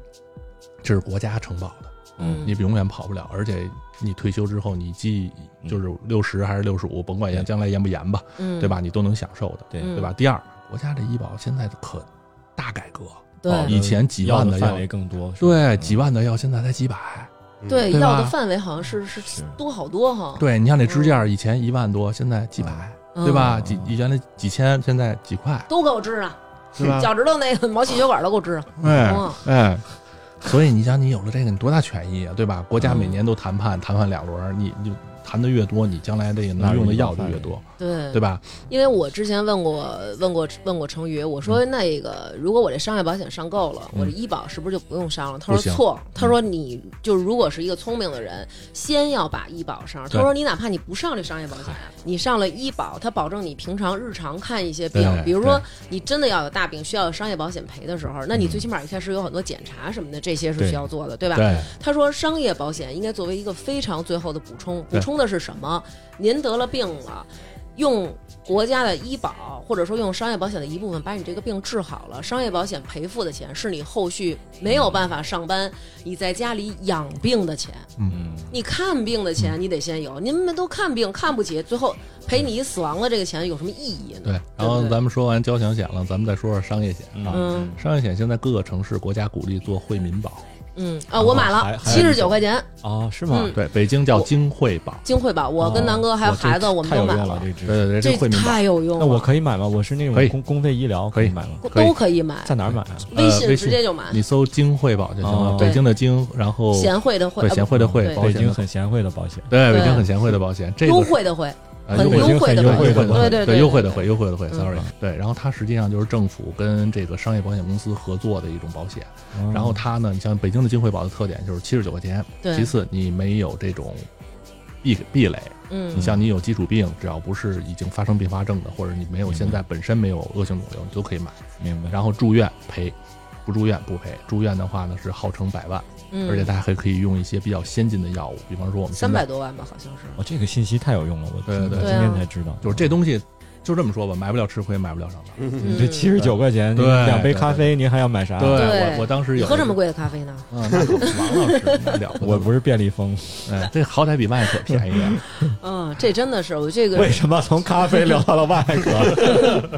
S5: 这是国家承保的，
S3: 嗯，
S5: 你永远跑不了，而且你退休之后，你既就是六十还是六十五，甭管
S1: 对
S5: 将来严不严吧，
S3: 嗯，
S5: 对吧？你都能享受的，
S1: 对
S3: 嗯
S5: 对吧？第二，国家这医保现在可大改革，
S3: 对
S1: 哦
S5: 以前几
S1: 要
S5: 万
S1: 的
S5: 的
S1: 范
S5: 药，
S1: 围更多，是吧嗯
S5: 对，几万的药现在才几百。
S2: 嗯
S3: 对，
S5: 对吧
S3: 药的范围好像是是多好多哈，
S5: 对，你看那支架以前一万多，现在几百，
S3: 哦嗯
S5: 对吧？几原来几千，现在几块，
S3: 都给我治啊，
S5: 对吧？
S3: 脚趾头那个毛细血管都给我治啊。
S5: 哎
S3: 嗯
S5: 哎，所以你想，你有了这个，你多大权益啊，对吧？国家每
S3: 嗯
S5: 年都谈判，谈判两轮儿，你你就谈的越多，你将来这个
S1: 纳
S5: 能
S1: 入
S5: 用的
S1: 医保
S5: 药就
S1: 范
S5: 越
S1: 围
S5: 多，
S3: 对
S5: 对吧？
S3: 因为我之前问过问过问过程宇，我
S5: 嗯
S3: 说那个如果我这商业保险上够了，我这医保是不是就不用上了？他
S5: 不
S3: 说
S5: 行嗯
S3: 错，他说你就如果是一个聪明的人，先要把医保上。他
S5: 对
S3: 说你哪怕你不上这商业保险，你上了医保，它保证你平常日常看一些病，
S5: 对
S3: 比如说
S5: 对嗯
S3: 你真的要有大病需要有商业保险赔的时候，那你最起码一开始有很多检查什么的，这些是需要做的，对吧？
S5: 对，
S3: 他说，商业保险应该作为一个非常最后的补充，补
S5: 对
S3: 充的是什么？您得了病了，用国家的医保或者说用商业保险的一部分把你这个病治好了，商业保险赔付的钱是你后续没有办法上班，你在家里养病的钱，
S5: 嗯，
S3: 你看病的钱你得先有。您们都看病看不起，最后赔你死亡的这个钱有什么意义呢？
S5: 对。然
S3: 对
S5: 后
S3: 不对
S5: 咱们说完交强险了，咱们再说说商业险啊。
S3: 嗯
S5: 商业险现在各个城市国家鼓励做惠民保，
S3: 嗯啊，我买
S1: 还
S3: 了
S1: 还
S3: 七十九块钱
S1: 哦，是吗？
S3: 嗯
S5: 对，北京叫京惠保，
S3: 金惠保，我跟南哥还有
S1: 哦这
S3: 孩子我们
S1: 太
S3: 都
S1: 有
S3: 买
S1: 用了，这知识。
S5: 对对对，
S3: 这
S5: 这惠民保
S3: 太有用了。
S1: 那我可以买吗？我是那
S5: 可以
S1: 种公公费医疗
S5: 可以
S1: 买吗？
S5: 可以
S3: 都可以买，
S1: 在哪儿买啊？
S5: 呃
S3: 微信
S5: 微
S3: 直接就买。
S5: 你搜京惠保就行了，
S1: 哦嗯
S5: 北京的京，然后
S3: 贤惠的惠，
S5: 对
S3: 呃
S5: 贤惠的惠
S3: 对，
S5: 保
S1: 北
S5: 险
S1: 京
S5: 的
S1: 很贤惠的保险，
S5: 对，北
S3: 对
S5: 京很贤惠的保险，这个
S3: 优惠的惠，
S5: 呃
S3: 很
S5: 惠
S3: 优惠的
S1: 优惠
S3: 惠，
S5: 惠
S1: 的
S5: 的
S1: 惠
S3: 对对，
S5: 对优惠的惠，优惠的惠
S3: 嗯
S5: ，sorry，对，然后它实际上就是政府跟这个商业保险公司合作的一种保险。
S1: 嗯
S5: 然后它呢，你像北京的金惠保的特点就是七十九块钱，
S3: 对
S5: 其次你没有这种壁壁垒，
S3: 嗯
S5: 你像你有基础病，只要不是已经发生并发症的，或者你没有
S1: 明白
S5: 现在本身没有恶性肿瘤，你都可以买。
S1: 嗯明白。
S5: 然后住院赔，不住院不赔，住院的话呢是号称百万，
S3: 嗯，
S5: 而且它还可以用一些比较先进的药物，比方说我们现
S3: 三
S5: 在
S3: 百多万吧，好像是。
S1: 哦，这个信息太有用了，我
S5: 对对对
S1: 我
S3: 对
S1: 今
S3: 啊
S1: 天才知道，
S5: 就是这东西就这么说吧，买不了吃亏，买不了上当。
S2: 嗯
S1: 你这七十九块钱，
S5: 对
S1: 你两杯
S5: 对
S1: 咖啡，您还要买啥？
S3: 对
S5: 我我当时
S3: 你
S5: 有
S3: 喝
S5: 一
S3: 这么
S5: 个
S3: 贵的咖啡呢？
S5: 嗯，那可王老师那了不得，
S1: 我不是便利
S5: <laughs>
S1: 蜂，
S5: 哎，这好歹比外可便宜啊。
S3: 嗯，这真的是我这个
S1: 为什么从咖啡聊到了
S5: <laughs>
S1: 外壳？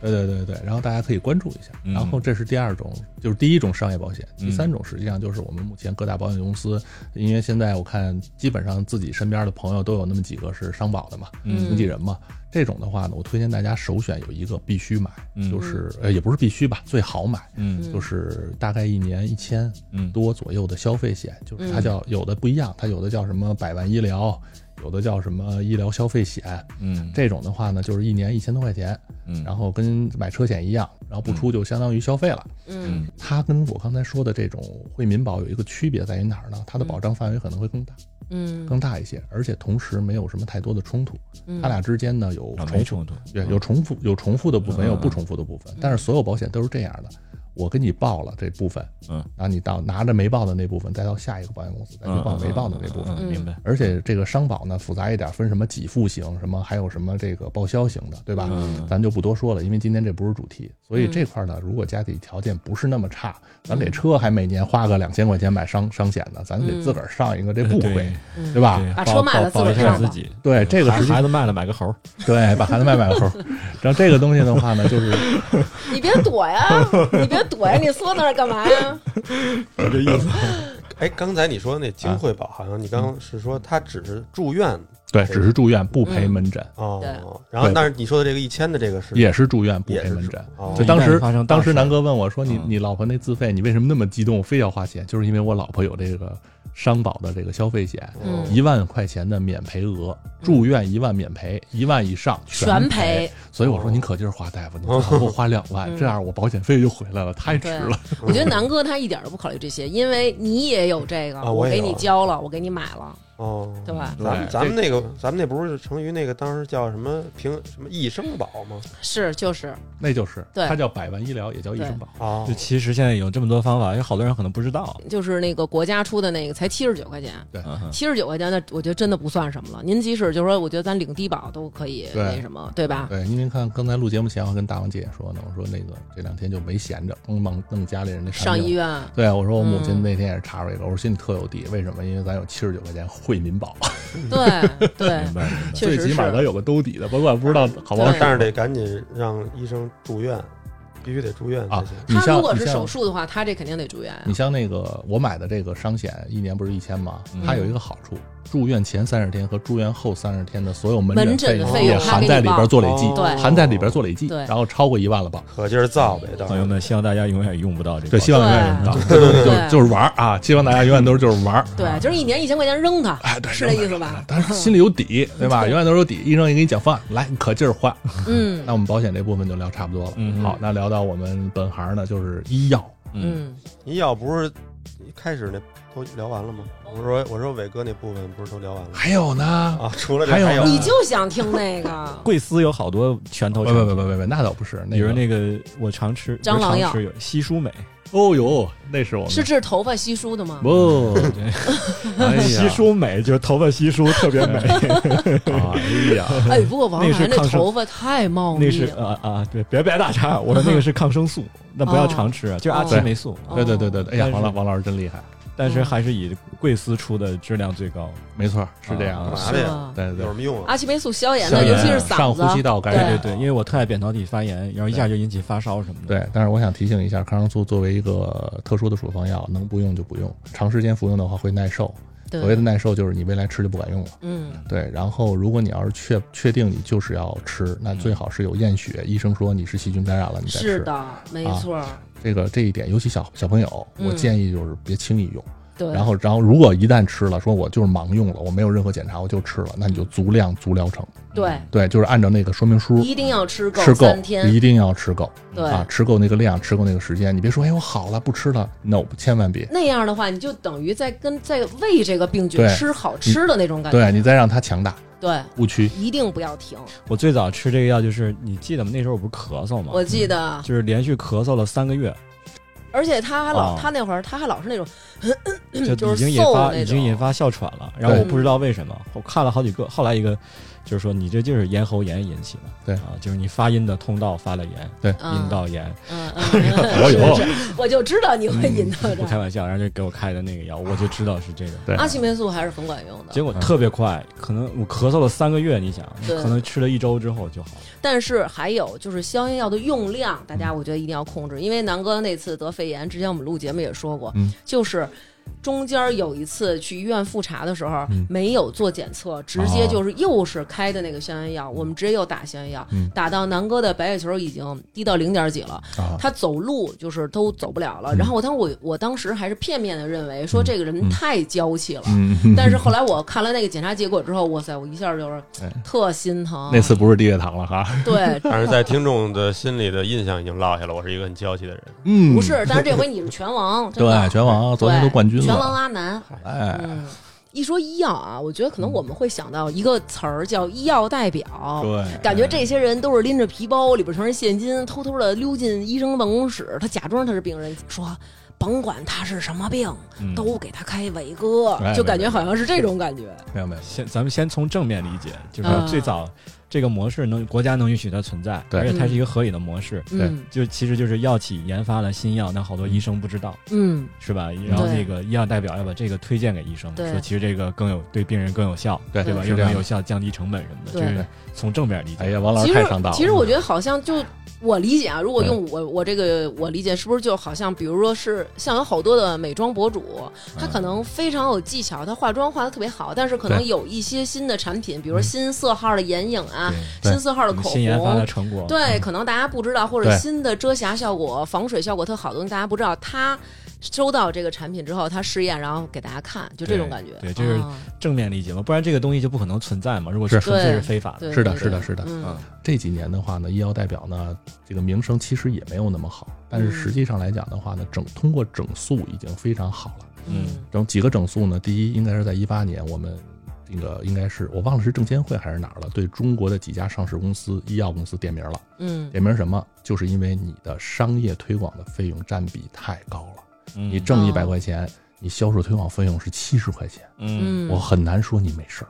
S5: 对对对对，然后大家可以关注一下。
S1: 嗯
S5: 然后这是第二种，就是第一种商业保险。
S1: 嗯
S5: 第三种实际上就是我们目前各大保险公司，因为现在我看基本上自己身边的朋友都有那么几个是商保的嘛，
S3: 嗯
S5: 经纪人嘛。这种的话呢，我推荐大家首选有一个必须买，
S1: 嗯
S5: 就是呃也不是必须吧，最好买。
S1: 嗯
S5: 就是大概一年一千
S1: 嗯
S5: 多左右的消费险，就是它
S3: 嗯
S5: 叫有的不一样，它有的叫什么百万医疗，有的叫什么医疗消费险，
S1: 嗯
S5: 这种的话呢，就是一年一千多块钱，
S1: 嗯
S5: 然后跟买车险一样，然后不出就相当于消费了。
S3: 嗯
S5: 它跟我刚才说的这种惠民保有一个区别在于哪儿呢？
S1: 嗯
S5: 它的保障范围可能会更大，
S3: 嗯
S5: 更大一些，而且同时没有什么太多的冲突。
S3: 嗯
S5: 它俩之间呢有
S1: 啊没
S5: 重复，
S1: 冲突，嗯
S5: 对，有重复有重复的部分，也有不重复的部分。但是所有保险都是这样的，我给你报了这部分，
S1: 嗯
S5: 然后你到拿着没报的那部分，再到下一个保险公司再去报没报的那部分。
S1: 嗯嗯嗯明白？
S5: 而且这个商保呢复杂一点，分什么给付型，什么还有什么这个报销型的，对吧？
S1: 嗯
S5: 咱就不多说了，因为今天这不是主题。所以这块呢，如果家里条件不是那么差，咱给车还每年花个两千块钱买商商险呢，咱给自个儿上一个，这不亏，
S3: 嗯
S5: 对吧？
S1: 呃对
S3: 把车卖了
S1: 保保保一
S3: 自个儿
S1: 下
S3: 上
S1: 自
S3: 吧
S1: 己，
S5: 对，这个
S1: 把
S5: 实际
S1: 孩子卖了买个猴
S5: <laughs>
S1: 儿，
S5: 对，把孩子卖买后，然后这个东西的话呢，就是
S3: 你别躲 <laughs> 呀，你别躲呀，你缩那儿干嘛 <laughs> 呀？
S1: 这意思。
S2: 哎，刚才你说那
S5: 啊
S2: 金惠保，好像你刚刚是
S5: 嗯
S2: 说他只是住院
S5: 对，只是住院不陪门诊，
S2: 哦
S3: 对，
S2: 然后
S5: 对
S2: 但是你说的这个一千的这个是
S5: 也是住院不
S2: 也
S5: 陪
S2: 是
S5: 门
S2: 住
S5: 诊。
S2: 哦
S5: 就当
S1: 一
S5: 时
S1: 旦发生大
S5: 当时
S1: 事
S5: 南哥问我说：“你
S1: 嗯
S5: 你老婆那自费，你为什么那么激动，非要花钱？”就是因为我老婆有这个商保的这个消费险，
S3: 嗯
S5: 一万块钱的免赔额，住院一万免赔，一万以上
S3: 全
S5: 赔
S3: 赔。嗯
S5: 所以我
S2: 哦
S5: 说您可劲儿花
S2: <laughs>
S5: 大夫，你最好给我花两万，这样我保险费就回来了，太值
S3: 对
S5: 了。
S3: 我觉得南哥他一点都不考虑这些，因为你也有这个，
S2: 啊我
S3: 我
S2: 也
S3: 给
S2: 有
S3: 你交了，我给你买了，
S2: 哦，
S3: 对吧？
S2: 咱们
S5: 对
S2: 咱们那个咱们那不是成于那个当时叫什么平什么一生保吗？
S3: 是，就是，
S5: 那就是，
S3: 对
S5: 它叫百万医疗，也叫一生保。
S2: 啊
S1: 就其实现在有这么多方法，有好多人可能不知道。
S3: 就是那个国家出的那个才七十九块钱，
S1: 嗯哼
S3: 七十九块钱，那我觉得真的不算什么了。您即使就是说，我觉得咱领低保都可以
S5: 对
S3: 那什么，对吧？
S5: 对，因为看刚才录节目前，我还跟大王姐也说呢，我说那个这两天就没闲着，帮忙弄家里人的
S3: 上医
S5: 院。
S3: 院，
S5: 对，啊我说我母亲
S3: 嗯
S5: 那天也是查出一个，我说心里特有底，为什么？因为咱有七十九块钱惠
S3: <laughs>
S5: 民保，
S3: 对对，
S1: 明白，明白
S3: 确
S5: 最
S3: 实
S5: 起码咱
S3: 是。
S5: 有个兜底的，甭管不知道好啊不好
S3: 对
S5: 使
S2: 但是得赶紧让医生住院，必须得住院才
S5: 啊
S2: 行。。
S5: 你
S3: 他
S5: 像
S3: 如果是
S5: 你像
S3: 手术的话，他这肯定得住院啊
S5: 你。像那个我买的这个商险，一年不是一千吗？
S1: 嗯
S5: 它有一个好处，住院前三十天和住院后三十天的所有门
S3: 门
S5: 诊
S3: 诊的
S5: 费
S2: 费用
S5: 也
S2: 它
S5: 含
S3: 给
S5: 在
S3: 你
S5: 里
S3: 报
S5: 边做累计，
S2: 哦
S3: 对
S5: 含在里边做累计，
S3: 对
S5: 然后超过一万了报。
S2: 可劲儿造呗，到时
S1: 朋
S2: 候
S1: 友们，希望大家永远用不到这个。
S5: 对，希望永远用不到，这东西就是就是玩儿啊！希望大家永远都是就是玩儿，
S3: 对，就是一年一千块钱扔他，
S5: 对
S3: 是这意思吧？
S5: 但是心里有底，
S3: <laughs>
S5: 对吧？永远都是有底。医生也给你讲方案，来，你可劲儿花。
S3: 嗯
S5: 那我们保险这部分就聊差不多了。
S1: 嗯
S5: 好，那聊到我们本行呢，就是医药。
S1: 嗯，
S3: 嗯，
S2: 你要不是一开始那都聊完了吗？我说我说伟哥那部分不是都聊完了吗
S5: 还有呢？
S2: 啊？除了这
S5: 还有
S2: 还有
S5: 呢
S3: 你就想听那个
S1: 贵司有好多拳头
S5: 不
S1: 产
S5: 不
S1: 品，
S5: 不不不不，那倒不是。
S1: 比
S5: 那
S1: 如
S5: 个，
S1: 那个我常吃
S3: 蟑螂
S1: 我
S3: 药
S1: 常吃有稀舒美，
S5: 哦呦，那是我们
S3: 是治头发稀疏的吗？
S5: <laughs> 不，哦哎呀，
S1: 稀舒美就是头发稀疏，特别
S3: <laughs>
S1: 美。
S5: 哎呀，
S3: 哎，不过王
S1: 那是
S3: 涵那
S1: 抗生
S3: 头发太茂密
S1: 那是
S3: 了，
S1: 啊啊，对，别别打岔，我说那个是抗生
S3: <laughs>
S1: 素，那不要常吃，就是阿奇霉素，
S3: 哦
S5: <laughs> 对对对对对，哎呀，
S1: 但是
S5: 王老王老师真厉害，
S1: 但是还是以贵司出的质量最高。
S5: 没错，是这样
S2: 干
S5: 啊的，
S2: 嘛
S3: 是
S2: 的呀？
S3: 吗？
S5: 对对
S2: 有什
S5: 对，
S2: 么用啊？
S3: 阿奇霉素消炎
S1: 消
S3: 的，
S1: 炎
S3: 尤
S1: 啊
S3: 其是
S5: 上
S3: 嗓
S5: 呼吸
S3: 子，
S5: 道感
S1: 对
S5: 染。
S1: 啊对对，因为我特爱扁桃体发炎，然后一下就引起发烧什么的。
S5: 对，但是我想提醒一下，抗生素作为一个特殊的处方药，能不用就不用，长时间服用的话会耐受。所谓的
S3: 对，
S5: 耐受就是你未来吃就不管用了。
S3: 嗯
S5: 对，然后如果你要是确确定你就是要吃，那最好是有验血，医生说你是细菌感染了，你再
S3: 是
S5: 吃。啊
S3: 的，没错儿，
S5: 这个这一点，尤其小小朋友，我
S3: 嗯
S5: 建议就是别轻易用。
S3: 对。
S5: 然后，然后如果一旦吃了，说我就是盲用了，我没有任何检查，我就吃了，那你就足量足疗程。
S3: 对，
S5: 对，就是按照那个说明书
S3: 一定要吃够
S5: 吃够
S3: 三，天，
S5: 一定要吃够
S3: 对
S5: 啊，吃够那个量，吃够那个时间。你别说，哎，我好了，不吃了，no，千万别。
S3: 那样的话，你就等于在跟在为这个病菌
S5: 对
S3: 吃好吃的那种感觉。
S5: 对你再让它强大，
S3: 对，
S5: 误区。
S3: 一定不要停。
S1: 我最早吃这个药就是，你记得吗？那时候我不是咳嗽吗？
S3: 我记得，
S1: 就是连续咳嗽了三个月，
S3: 而且他还老
S1: 哦
S3: 他那会儿他还老是那种
S1: 就
S3: 嗯就
S1: 已
S3: 是
S1: 经引
S3: 嗽
S1: 发
S3: 那
S1: 已经
S3: 种
S1: 引发哮喘了。然后
S5: 对
S1: 我不知道为什么，我看了好几个，后来一个就是说你这就是咽喉炎引起的，
S5: 对
S1: 啊，就是你发音的通道发了炎，
S5: 对
S1: 阴道
S3: <laughs>
S1: 炎，
S3: 嗯
S1: <laughs>
S3: 嗯，
S5: 我有
S3: 是是我就知道你会引到这
S1: 不开
S3: 儿。
S1: 玩笑，然后就嗯给我开的那个药，我就知道是这个。
S5: 对嗯
S3: 阿奇霉素还是很管用的
S1: 结，果特别快，可能我咳嗽了三个月，你想，
S3: 对
S1: 可能吃了一周之后就好了。
S3: 但是还有就是消炎药的用量，大家我觉得一定要控制，因为南哥那次得肺炎，之前我们录节目也说过，
S5: 嗯
S3: 就是。中间有一次去医院复查的时候，
S5: 嗯
S3: 没有做检测，直接
S5: 哦
S3: 就是又是开的那个消炎药，我们直接又打消炎药，
S5: 啊嗯
S3: 打到南哥的白血球已经低到零点几了，
S5: 啊，嗯
S3: 他走路就是都走不了了。然后我当我我当时还是片面的认为说这个人太娇气了，
S5: 嗯，
S3: 但是后来我看了那个检查结果之后，哇塞，我一下就是
S5: 哎
S3: 特心疼。
S5: <laughs> 那次不是低血糖了哈，
S3: 对，
S2: 但是在听众的心里的印象已经落下了，我是一个很娇气的人。
S5: 嗯 <laughs>
S3: 不是，但是这回你是拳王，真的
S5: 对，拳王昨天
S3: 对
S5: 都冠军
S3: 拳王
S5: 了，
S3: 阿南，
S5: 哎，嗯
S3: 嗯，一说医药啊，我觉得可能我们会想到一个词儿叫医药代表，
S5: 对，
S3: 哦感觉这些人都是拎着皮包，里边全是现金，偷偷的溜进医生办公室，他假装他是病人，说。甭管他是什么病，
S1: 嗯
S3: 都给他开伟哥，
S5: 哎
S3: 就感觉好像是这种感觉。
S5: 没有没有，
S1: 先咱们先从正面理解，就是
S3: 啊
S1: 最早这个模式能国家能允许它存在，
S5: 对
S1: 而且它是一个合理的模式。
S5: 对
S3: 嗯
S1: 就其实就是药企研发了新药，但好多医生不知道，
S3: 嗯，
S1: 是吧？然后
S3: 对
S1: 那个医药代表要把这个推荐给医生，
S3: 对
S1: 说其实这个更有对病人更有效，
S3: 嗯
S5: 对
S1: 对吧？
S5: 是
S1: 又
S5: 这样
S1: 能
S5: 的
S1: 有。效降低成本什么的，
S3: 对
S1: 就是从正面理解。
S5: 哎呀，王老
S3: 其
S5: 师
S3: 实
S5: 太上道了。嗯
S3: 其实我觉得好像就我理解啊，如果用我我这个我理解，是不是就好像比如说是像有好多的美妆博主，他可能非常有技巧，他化妆化的特别好，但是可能
S5: 嗯对嗯
S3: 有一些新的产品，比如说新色号的眼影啊，
S5: 对
S3: 新色号的
S1: 我们
S3: 口
S1: 新研发的
S3: 红。
S1: 成果，
S3: 对，可能大家不知道，或者
S5: 嗯对
S3: 新的遮瑕效果、防水效果特好的东西，大家不知道。他收到这个产品之后，他试验，然后给大家看，就这种
S1: 对
S3: 感觉。
S1: 对就是
S3: 啊
S1: 正面理解嘛，不然这个东西就不可能存在嘛。如果
S5: 是
S1: 纯粹
S3: 对
S1: 是非法的，
S3: 对
S5: 是的
S3: 对
S5: 是的
S3: 对
S5: 是的
S3: 嗯
S5: 这几年的话呢，医药代表呢，这个名声其实也没有那么好，但
S3: 嗯
S5: 是实际上来讲的话呢，整通过整肃已经非常好了。
S1: 嗯
S5: 整几个整肃呢，第一应该是在一八年，我们这个应该是我忘了是证监会还是哪儿了，对中国的几家上市公司、医药公司点名了。
S3: 嗯
S5: 点名什么？就是因为你的商业推广的费用占比太高了，
S1: 嗯
S5: 你挣
S3: 哦
S5: 一百块钱，你销售推广费用是七十块钱，
S1: 嗯
S3: 嗯，
S5: 我很难说你没事儿，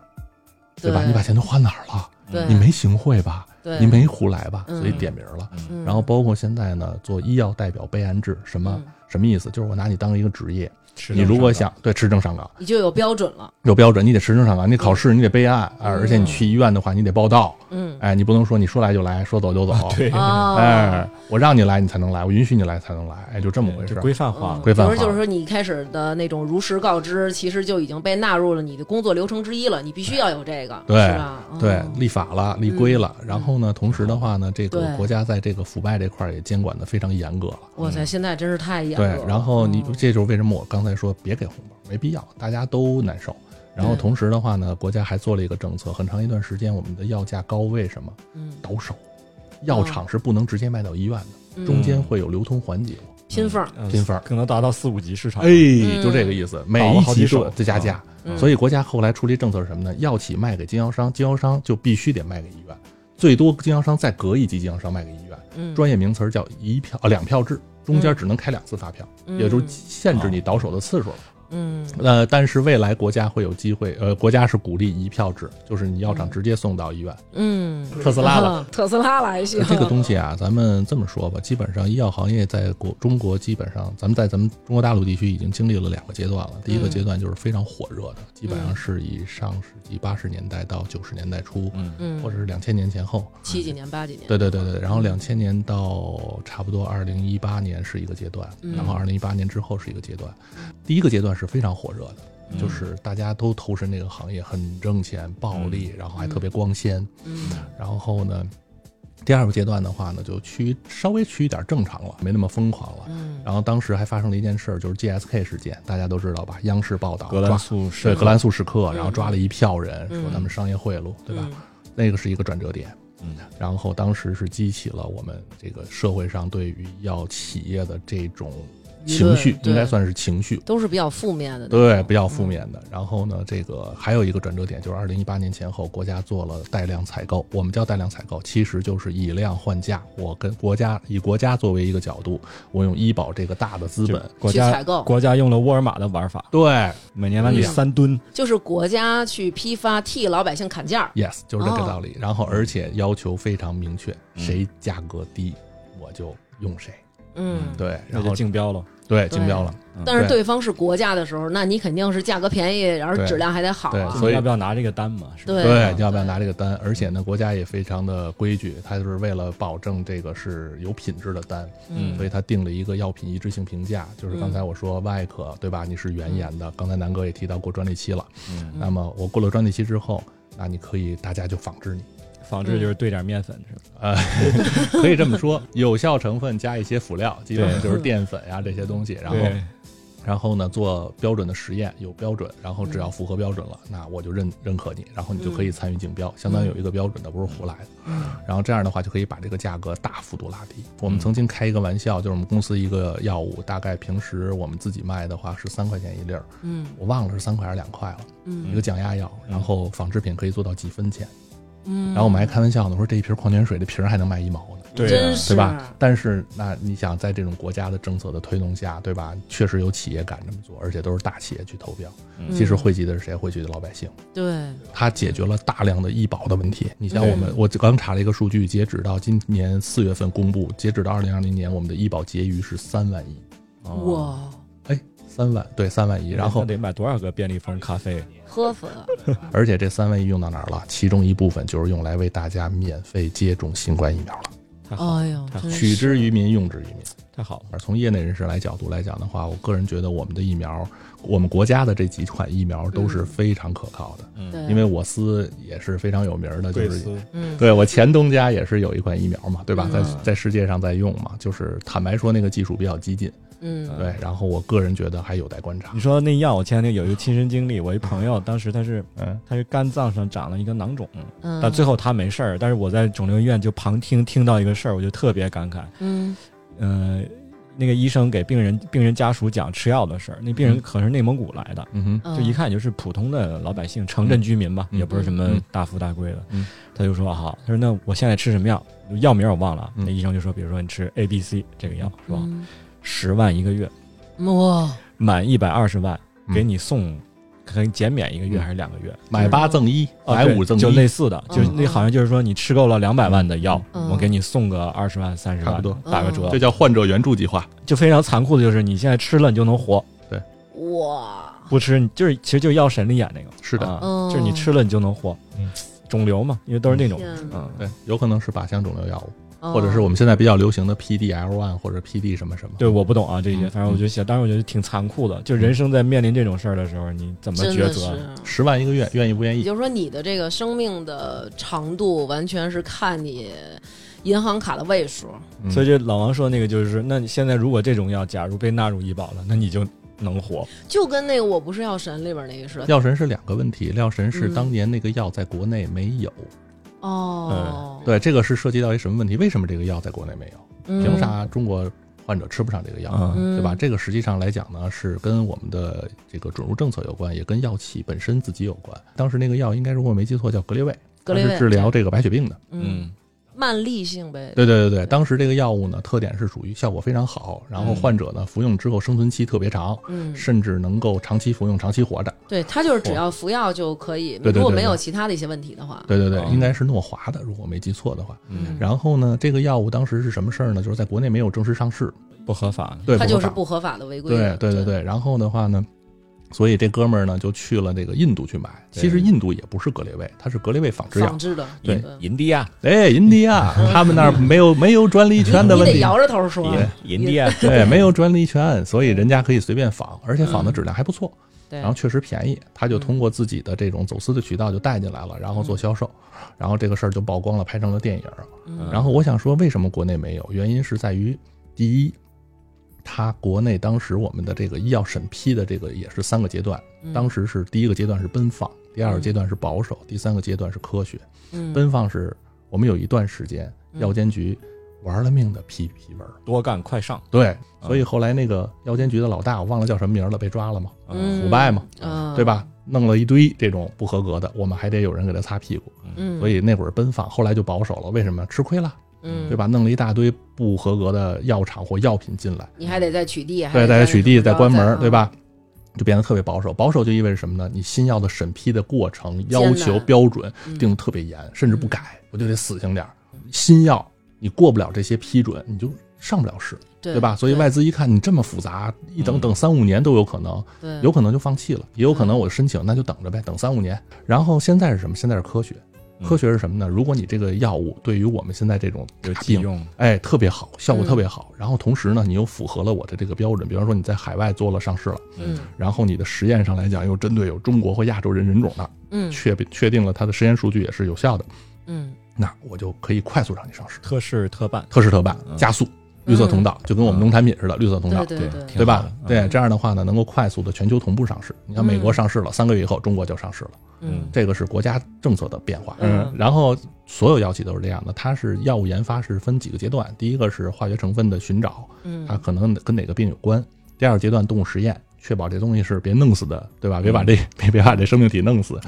S5: 对吧？
S3: 对
S5: 你把钱都花哪儿了？
S3: 对
S5: 你没行贿吧？
S3: 对
S5: 你没胡来吧？
S3: 嗯
S5: 所以点名了。
S3: 嗯
S5: 然后包括现在呢，做医药代表备案制，什么
S3: 嗯
S5: 什么意思？就是我拿你当一个职业，
S1: 吃
S5: 你
S1: 正
S5: 如果
S1: 常
S5: 想对持证上岗
S3: 你就有标准了。
S5: 有标准，你得持证上岗，你考试你得备案，啊而且你去医院的话你得报到，
S3: 嗯
S5: 哎，你不能说你说来就来，说走就走，
S3: <laughs>
S1: 对，
S3: 哦，
S5: 哎，我让你来你才能来，我允许你来才能来，哎，就这么回
S1: 就
S5: 事儿。
S1: 规范化
S3: 嗯，
S1: 了。
S5: 规范
S3: 比如
S5: 化
S3: 就是说，你一开始的那种如实告知，其实就已经被纳入了你的工作流程之一了，你必须要有这个，
S5: 对
S3: 是吧？嗯
S5: 对，立法了，立规了。然后呢，同时的话呢，这
S3: 对
S5: 个国家在这个腐败这块儿也监管的非常严格了。
S3: 哇塞，现在真是太严格
S5: 嗯对
S3: 了。，
S5: 然后你
S3: 嗯
S5: 这就是为什么我刚才说别给红包，没必要，大家都难受。然后
S3: 对
S5: 同时的话呢，国家还做了一个政策，很长一段时间我们的药价高，为什么
S3: 嗯
S5: 倒手？药厂是不能直接卖到医院的，
S3: 嗯
S5: 中间会有流通环节。
S3: 拼缝儿，
S1: 嗯
S5: 拼缝儿
S1: 可能达到四五级市场。嗯
S5: 哎，就这个意思，每一
S1: 好几
S5: 期
S1: 手啊
S5: 都得加价。
S3: 嗯
S5: 所以国家后来出了一政策是什么呢？药企卖给经销商，经销商就必须得卖给医院，最多经销商再隔一级经销商卖给医院。
S3: 嗯
S5: 专业名词儿叫一票啊两票制，中间只能开两次发票，也就是限制你倒手的次数了。
S3: 嗯
S5: 呃，但是未来国家会有机会，呃，国家是鼓励一票制，就是你药厂直接送到医院。
S3: 嗯，
S5: 特斯拉了，
S3: 啊特斯拉了还行，
S5: 这个东西啊，咱们这么说吧，基本上医药行业在国中国基本上，咱们在咱们中国大陆地区已经经历了两个阶段了。第一个
S3: 嗯
S5: 阶段就是非常火热的，基本上是以上世纪八十年代到九十年代初，
S1: 嗯
S3: 嗯
S5: 或者是两千年前后。
S3: 七几年八几年，
S5: 对对对对，然后两千年到差不多二零一八年是一个阶段，
S3: 嗯
S5: 然后二零一八年之后是一个阶段。第一个阶段是非常火热
S3: 嗯
S5: 的，就是大家都投身这个行业，很挣钱、暴利，然后还特别光鲜。
S3: 嗯
S5: 然后呢，第二个阶段的话呢，就趋于稍微趋于点正常了，没那么疯狂了。
S3: 嗯
S5: 然后当时还发生了一件事儿，就是 GSK 事件，大家都知道吧？央视报道，
S1: 格兰
S5: 抓
S1: 素是
S5: 对格兰素时刻，
S3: 嗯
S5: 然后抓了一票人，
S3: 嗯
S5: 说他们商业贿赂，对吧？
S3: 嗯
S5: 那个是一个转折点。
S1: 嗯，
S5: 然后当时是激起了我们这个社会上对于医药企业的这种
S3: 嗯舆论
S5: 情绪，
S3: 对
S5: 应该算是情绪，
S3: 都是比较负面的那种，
S5: 对，比较负面的。然后呢，这个还有一个转折点，就是二零一八年前后，国家做了带量采购，我们叫带量采购，其实就是以量换价。我跟国家以国家作为一个角度，我用医保这个大的资
S1: 就
S5: 本，
S1: 国
S3: 去采
S1: 家
S3: 购
S1: 国家用了沃尔玛的玩法，
S5: 对
S1: 每年把你
S3: 嗯
S1: 三吨，
S3: 就是国家去批发替老百姓砍价儿，
S5: ，yes，就是这个
S3: 哦
S5: 道理。然后而且要求非常明确，谁价格低，我就用谁。
S3: 嗯，
S5: 对，
S1: 那
S5: 然
S1: 就
S5: 后
S1: 竞标了。
S5: 对竞标了。
S3: 但是
S5: 对
S3: 对方是国家的时候，那你肯定是价格便宜，然后
S5: 对
S3: 质量还得好
S5: 对
S3: 啊
S5: 所。以
S1: 要不要拿这个单嘛？是吧
S3: 对
S5: 对，你要不要拿这个单？而且呢，国家也非常的规矩，它就是为了保证这个是有品质的单，
S1: 嗯
S5: 所以它定了一个药品一致性评价，就是刚才我说外壳对吧？你是原研的，刚才南哥也提到过专利期了，
S1: 嗯，
S5: 那么我过了专利期之后，那你可以大家就仿
S1: <laughs>
S5: 制你，
S1: 仿
S3: 嗯
S1: 制就是兑点面粉是吧？
S5: 呃，可以啊这么说，有效成分加一些辅料，基本上就是淀粉呀、这些东西，然后
S1: 对
S5: 然后呢做标准的实验，有标准，然后只要符合标准了，那我就认认可你，然后你就
S1: 嗯
S5: 可以参与竞标，相当于有一个标准的，不是胡来的。
S3: 嗯
S5: 然后这样的话就可以把这个价格大幅度拉低。我们曾经开一个玩笑，就是我们公司一个药物，大概平时我们自己卖的话是三块钱一粒儿，
S3: 嗯
S5: 我忘了是三块还是两块了，
S3: 嗯
S5: 一个降压药，然后仿制品可以做到几分钱。
S3: 嗯，
S5: 然后我们还开玩笑呢，我说这一瓶矿泉水这瓶儿还能卖一毛呢。
S1: 对
S3: 真
S1: 啊
S3: 是
S5: 对吧？？但是那你想，在这种国家的政策的推动下，对吧？确实有企业敢这么做，而且都是大企业去投标。
S1: 嗯
S5: 其实汇集的是谁？汇集的老百姓。
S3: 嗯对，
S5: 它解决了大量的医保的问题。你像
S3: 嗯
S5: 我们，我刚查了一个数据，截止到今年四月份公布，截止到二零二零年，我们的医保结余是三万亿。
S1: 哦
S3: 哇，
S5: 哎，三万，对，三万亿。然后
S1: 那，得买多少个便利蜂咖啡？
S3: 喝粉，
S5: 而且这三万亿用到哪儿了？其中一部分就是用来为大家免费接种新冠疫苗了，
S1: 太好了，
S3: 哎呦，
S1: 太好
S3: 真
S5: 取
S3: 是
S5: 之于民，用之于民。
S1: 太好了，
S5: 而从业内人士来角度来讲的话，我个人觉得我们的疫苗，我们国家的这几款疫苗都是非常可靠的，
S3: 嗯
S1: 嗯
S3: 对，
S5: 因为我司也是非常有名的，就是
S3: 嗯， <laughs>
S5: 对我前东家也是有一款疫苗嘛，对吧？在
S1: 嗯
S5: 在世界上在用嘛，就是坦白说那个技术比较激进，
S3: 嗯
S5: 对。然后我个人觉得还有待观察
S1: 你。说那药，我前两天有一个亲身经历，我一朋友当时他是
S5: 嗯，
S1: 他是肝脏上长了一个囊肿，
S3: 嗯，
S1: 但最后他没事儿。但是我在肿瘤医院就旁听听到一个事儿，我就特别感慨。
S3: 嗯
S1: 呃，那个医生给病人病人家属讲吃药的事儿，那病人
S5: 嗯
S1: 可是内蒙古来的，
S5: 嗯哼，
S3: 嗯
S1: 就一看也就是普通的老百姓、城镇居民吧，
S5: 嗯
S1: 也不是什么
S5: 嗯
S1: 大富大贵的。
S5: 嗯
S1: 他就说啊好，他说那我现在吃什么药？药名我忘了啊。
S5: 嗯
S1: 那医生就说，比如说你吃 A、B、C 这个药是吧？
S3: 嗯
S1: 十万一个月，
S3: 哇，
S1: 满一百二十万
S5: 嗯
S1: 给你送，可能减免一个月
S5: 嗯
S1: 还是两个月。
S5: 买八赠一，
S1: 啊
S5: 买
S1: 对
S5: 五赠一，
S1: 就类似的，就是
S3: 嗯
S1: 那好像就是说你吃够了两百万的药，
S3: 嗯
S1: 我给你送个二十万、三十
S5: 差不
S1: 万
S5: 多，嗯
S1: 打个折
S5: 这，叫患者援助计划。
S1: 就非常残酷的就是你现在吃了你就能活，
S5: 嗯
S3: 哇，
S1: 不吃你就是其实就是药神里演那个，
S5: 是的
S1: 啊
S3: 嗯
S1: 就是你吃了你就能活
S5: 嗯，
S1: 肿瘤嘛，因为都是那种，
S3: 天
S1: 嗯，
S5: 对，有可能是靶向肿瘤药物，
S3: 哪
S5: 或者是我们现在比较流行的 PDL one 啊或者 PD 什么什么。
S1: 对，我不懂啊这些，
S5: 嗯
S1: 反正我就写，当时我觉得挺残酷的，就人生在面临这种事儿的时候，你怎么啊
S3: 哦真
S1: 抉
S3: 的
S1: 择？
S3: 是。
S5: 十万一个月，愿意不愿
S3: 也
S5: 意？
S3: 就是说，你的这个生命的长度完全是看你银行卡的位数，
S5: 嗯
S1: 所以这老王说那个就是，那你现在如果这种药假如被纳入医保了，那你就能活，
S3: 就跟那个《我不是药神》里边那个似的。
S5: 药神是两个问题，药神是
S3: 嗯
S5: 当年那个药在国内没有，
S3: 哦，
S5: 对，这个是涉及到一什么问题？为什么这个药在国内没有？
S3: 嗯
S5: 凭？啥中国患者吃不上这个药，
S1: 嗯
S5: 对吧？
S3: 嗯
S5: 这个实际上来讲呢，是跟我们的这个准入政策有关，也跟药企本身自己有关。当时那个药应该如果我没记错叫格列卫，
S3: 格
S5: 它
S3: 列
S5: 是治
S3: 卫，
S5: 疗这个白血病的。
S3: 嗯，，慢粒性呗。
S5: 对对对对，当时这个药物呢，特点是属于效果非常好，然后患者呢服用之后生存期特别长，
S3: 嗯，
S5: 甚至能够长期服用、长期活着。
S3: 对，它就是只要服药就可以，
S5: 对对对
S3: 如果没有
S5: 对
S3: 其他的一些问题的话，
S5: 对对对，
S1: 哦
S5: 应该是诺华的，如果我没记错的话。
S1: 嗯
S5: 然后呢，这个药物当时是什么事儿呢？就是在国内没有正式上市，
S1: 嗯不合法，
S5: 对，
S3: 它就是
S5: 合法
S3: 不合法的违规
S5: 对
S3: 的。
S5: 对对对，然后的话呢，所以这哥们儿呢就去了那个印度去买。
S1: 对
S5: 其实印度也不是格列卫，它是格列卫仿制
S3: 仿
S5: 药。
S3: 制的，嗯
S5: 对
S1: 银地亚，
S5: 哎，印第亚，他们那儿没有 <laughs> 没有专利权的
S3: 你
S5: 问
S3: 得
S5: 题，
S3: 摇着头说。
S1: 银地亚，
S5: 对，没有专利权，所以人家可以随便仿，而且仿的质量还不错，
S3: 对
S5: 然后确实便宜，他就通过自己的这种走私的渠道就带进来了，然后做销售，然后这个事儿就曝光了，拍成了电影。
S3: 嗯
S5: 然后我想说，为什么国内没有？原因是在于，第一，它国内当时我们的这个医药审批的这个也是三个阶段，
S3: 嗯
S5: 当时是第一个阶段是奔放，第二个阶段是保守，第三个阶段是科学。
S3: 嗯
S5: 奔放是我们有一段时间
S3: 嗯
S5: 药监局玩了命的批批文儿，
S1: 多干快上，
S5: 对，所以后来那个药监局的老大我忘了叫什么名儿了，被抓了嘛，
S3: 嗯
S5: 腐败嘛，
S3: 嗯
S5: 对？吧？弄了一堆这种不合格的，我们还得有人给他擦屁股，
S3: 嗯，
S5: 所以那会儿奔放，后来就保守了，为什么？吃亏了。
S3: 嗯
S5: 对？吧？弄了一大堆不合格的药厂或药品进来，
S3: 你还得再取缔，
S5: 对，
S3: 再啊
S5: 再取缔，再关门，对
S3: 对？
S5: 吧？就变得特别保守。保守就意味着什么呢？你新药的审批的过程
S3: 艰难
S5: 要求标准
S3: 嗯
S5: 定的特别严，甚至不改，我就得死性点儿。新药你过不了这些批准，你就上不了市，
S3: 对嗯
S5: 对吧？所以外资一看你这么复杂，一等等三五年都有可能，
S3: 对
S5: 有可能就放弃了，也有可
S3: 嗯
S5: 能我申请那就等着呗，等三五年。然后现在是什么？现在是科学。
S3: 嗯
S5: 科学是什么呢？如果你这个药物对于我们现在这种
S1: 有
S5: 大
S1: 急
S5: 病
S1: 用，
S5: 哎，特别好，效果
S3: 嗯
S5: 特别好。然后同时呢，你又符合了我的这个标准，比方说你在海外做了上市了，
S3: 嗯
S5: 然后你的实验上来讲又针对有中国或亚洲人人种的，
S3: 嗯
S5: 确确定了它的实验数据也是有效的，
S3: 嗯
S5: 那我就可以快速让你上市，
S1: 特事特办，
S5: 特事特办，加速。绿色通道，就跟我们农产品似的，绿色通道。
S3: 嗯对对，
S5: 对吧？
S1: 挺好的
S5: 对，这样的话呢，能够快速的全球同步上市。你看，美国上市了，三个月以后，中国就上市了。
S3: 嗯
S5: 这个是国家政策的变化。
S3: 嗯
S5: 然后所有药企都是这样的，它是药物研发是分几个阶段，第一个是化学成分的寻找，它
S3: 嗯
S5: 可能跟哪个病有关；第二个阶段动物实验，确保这东西是别弄死的，对吧？别把这别别把这生命体弄
S3: 嗯
S5: 死。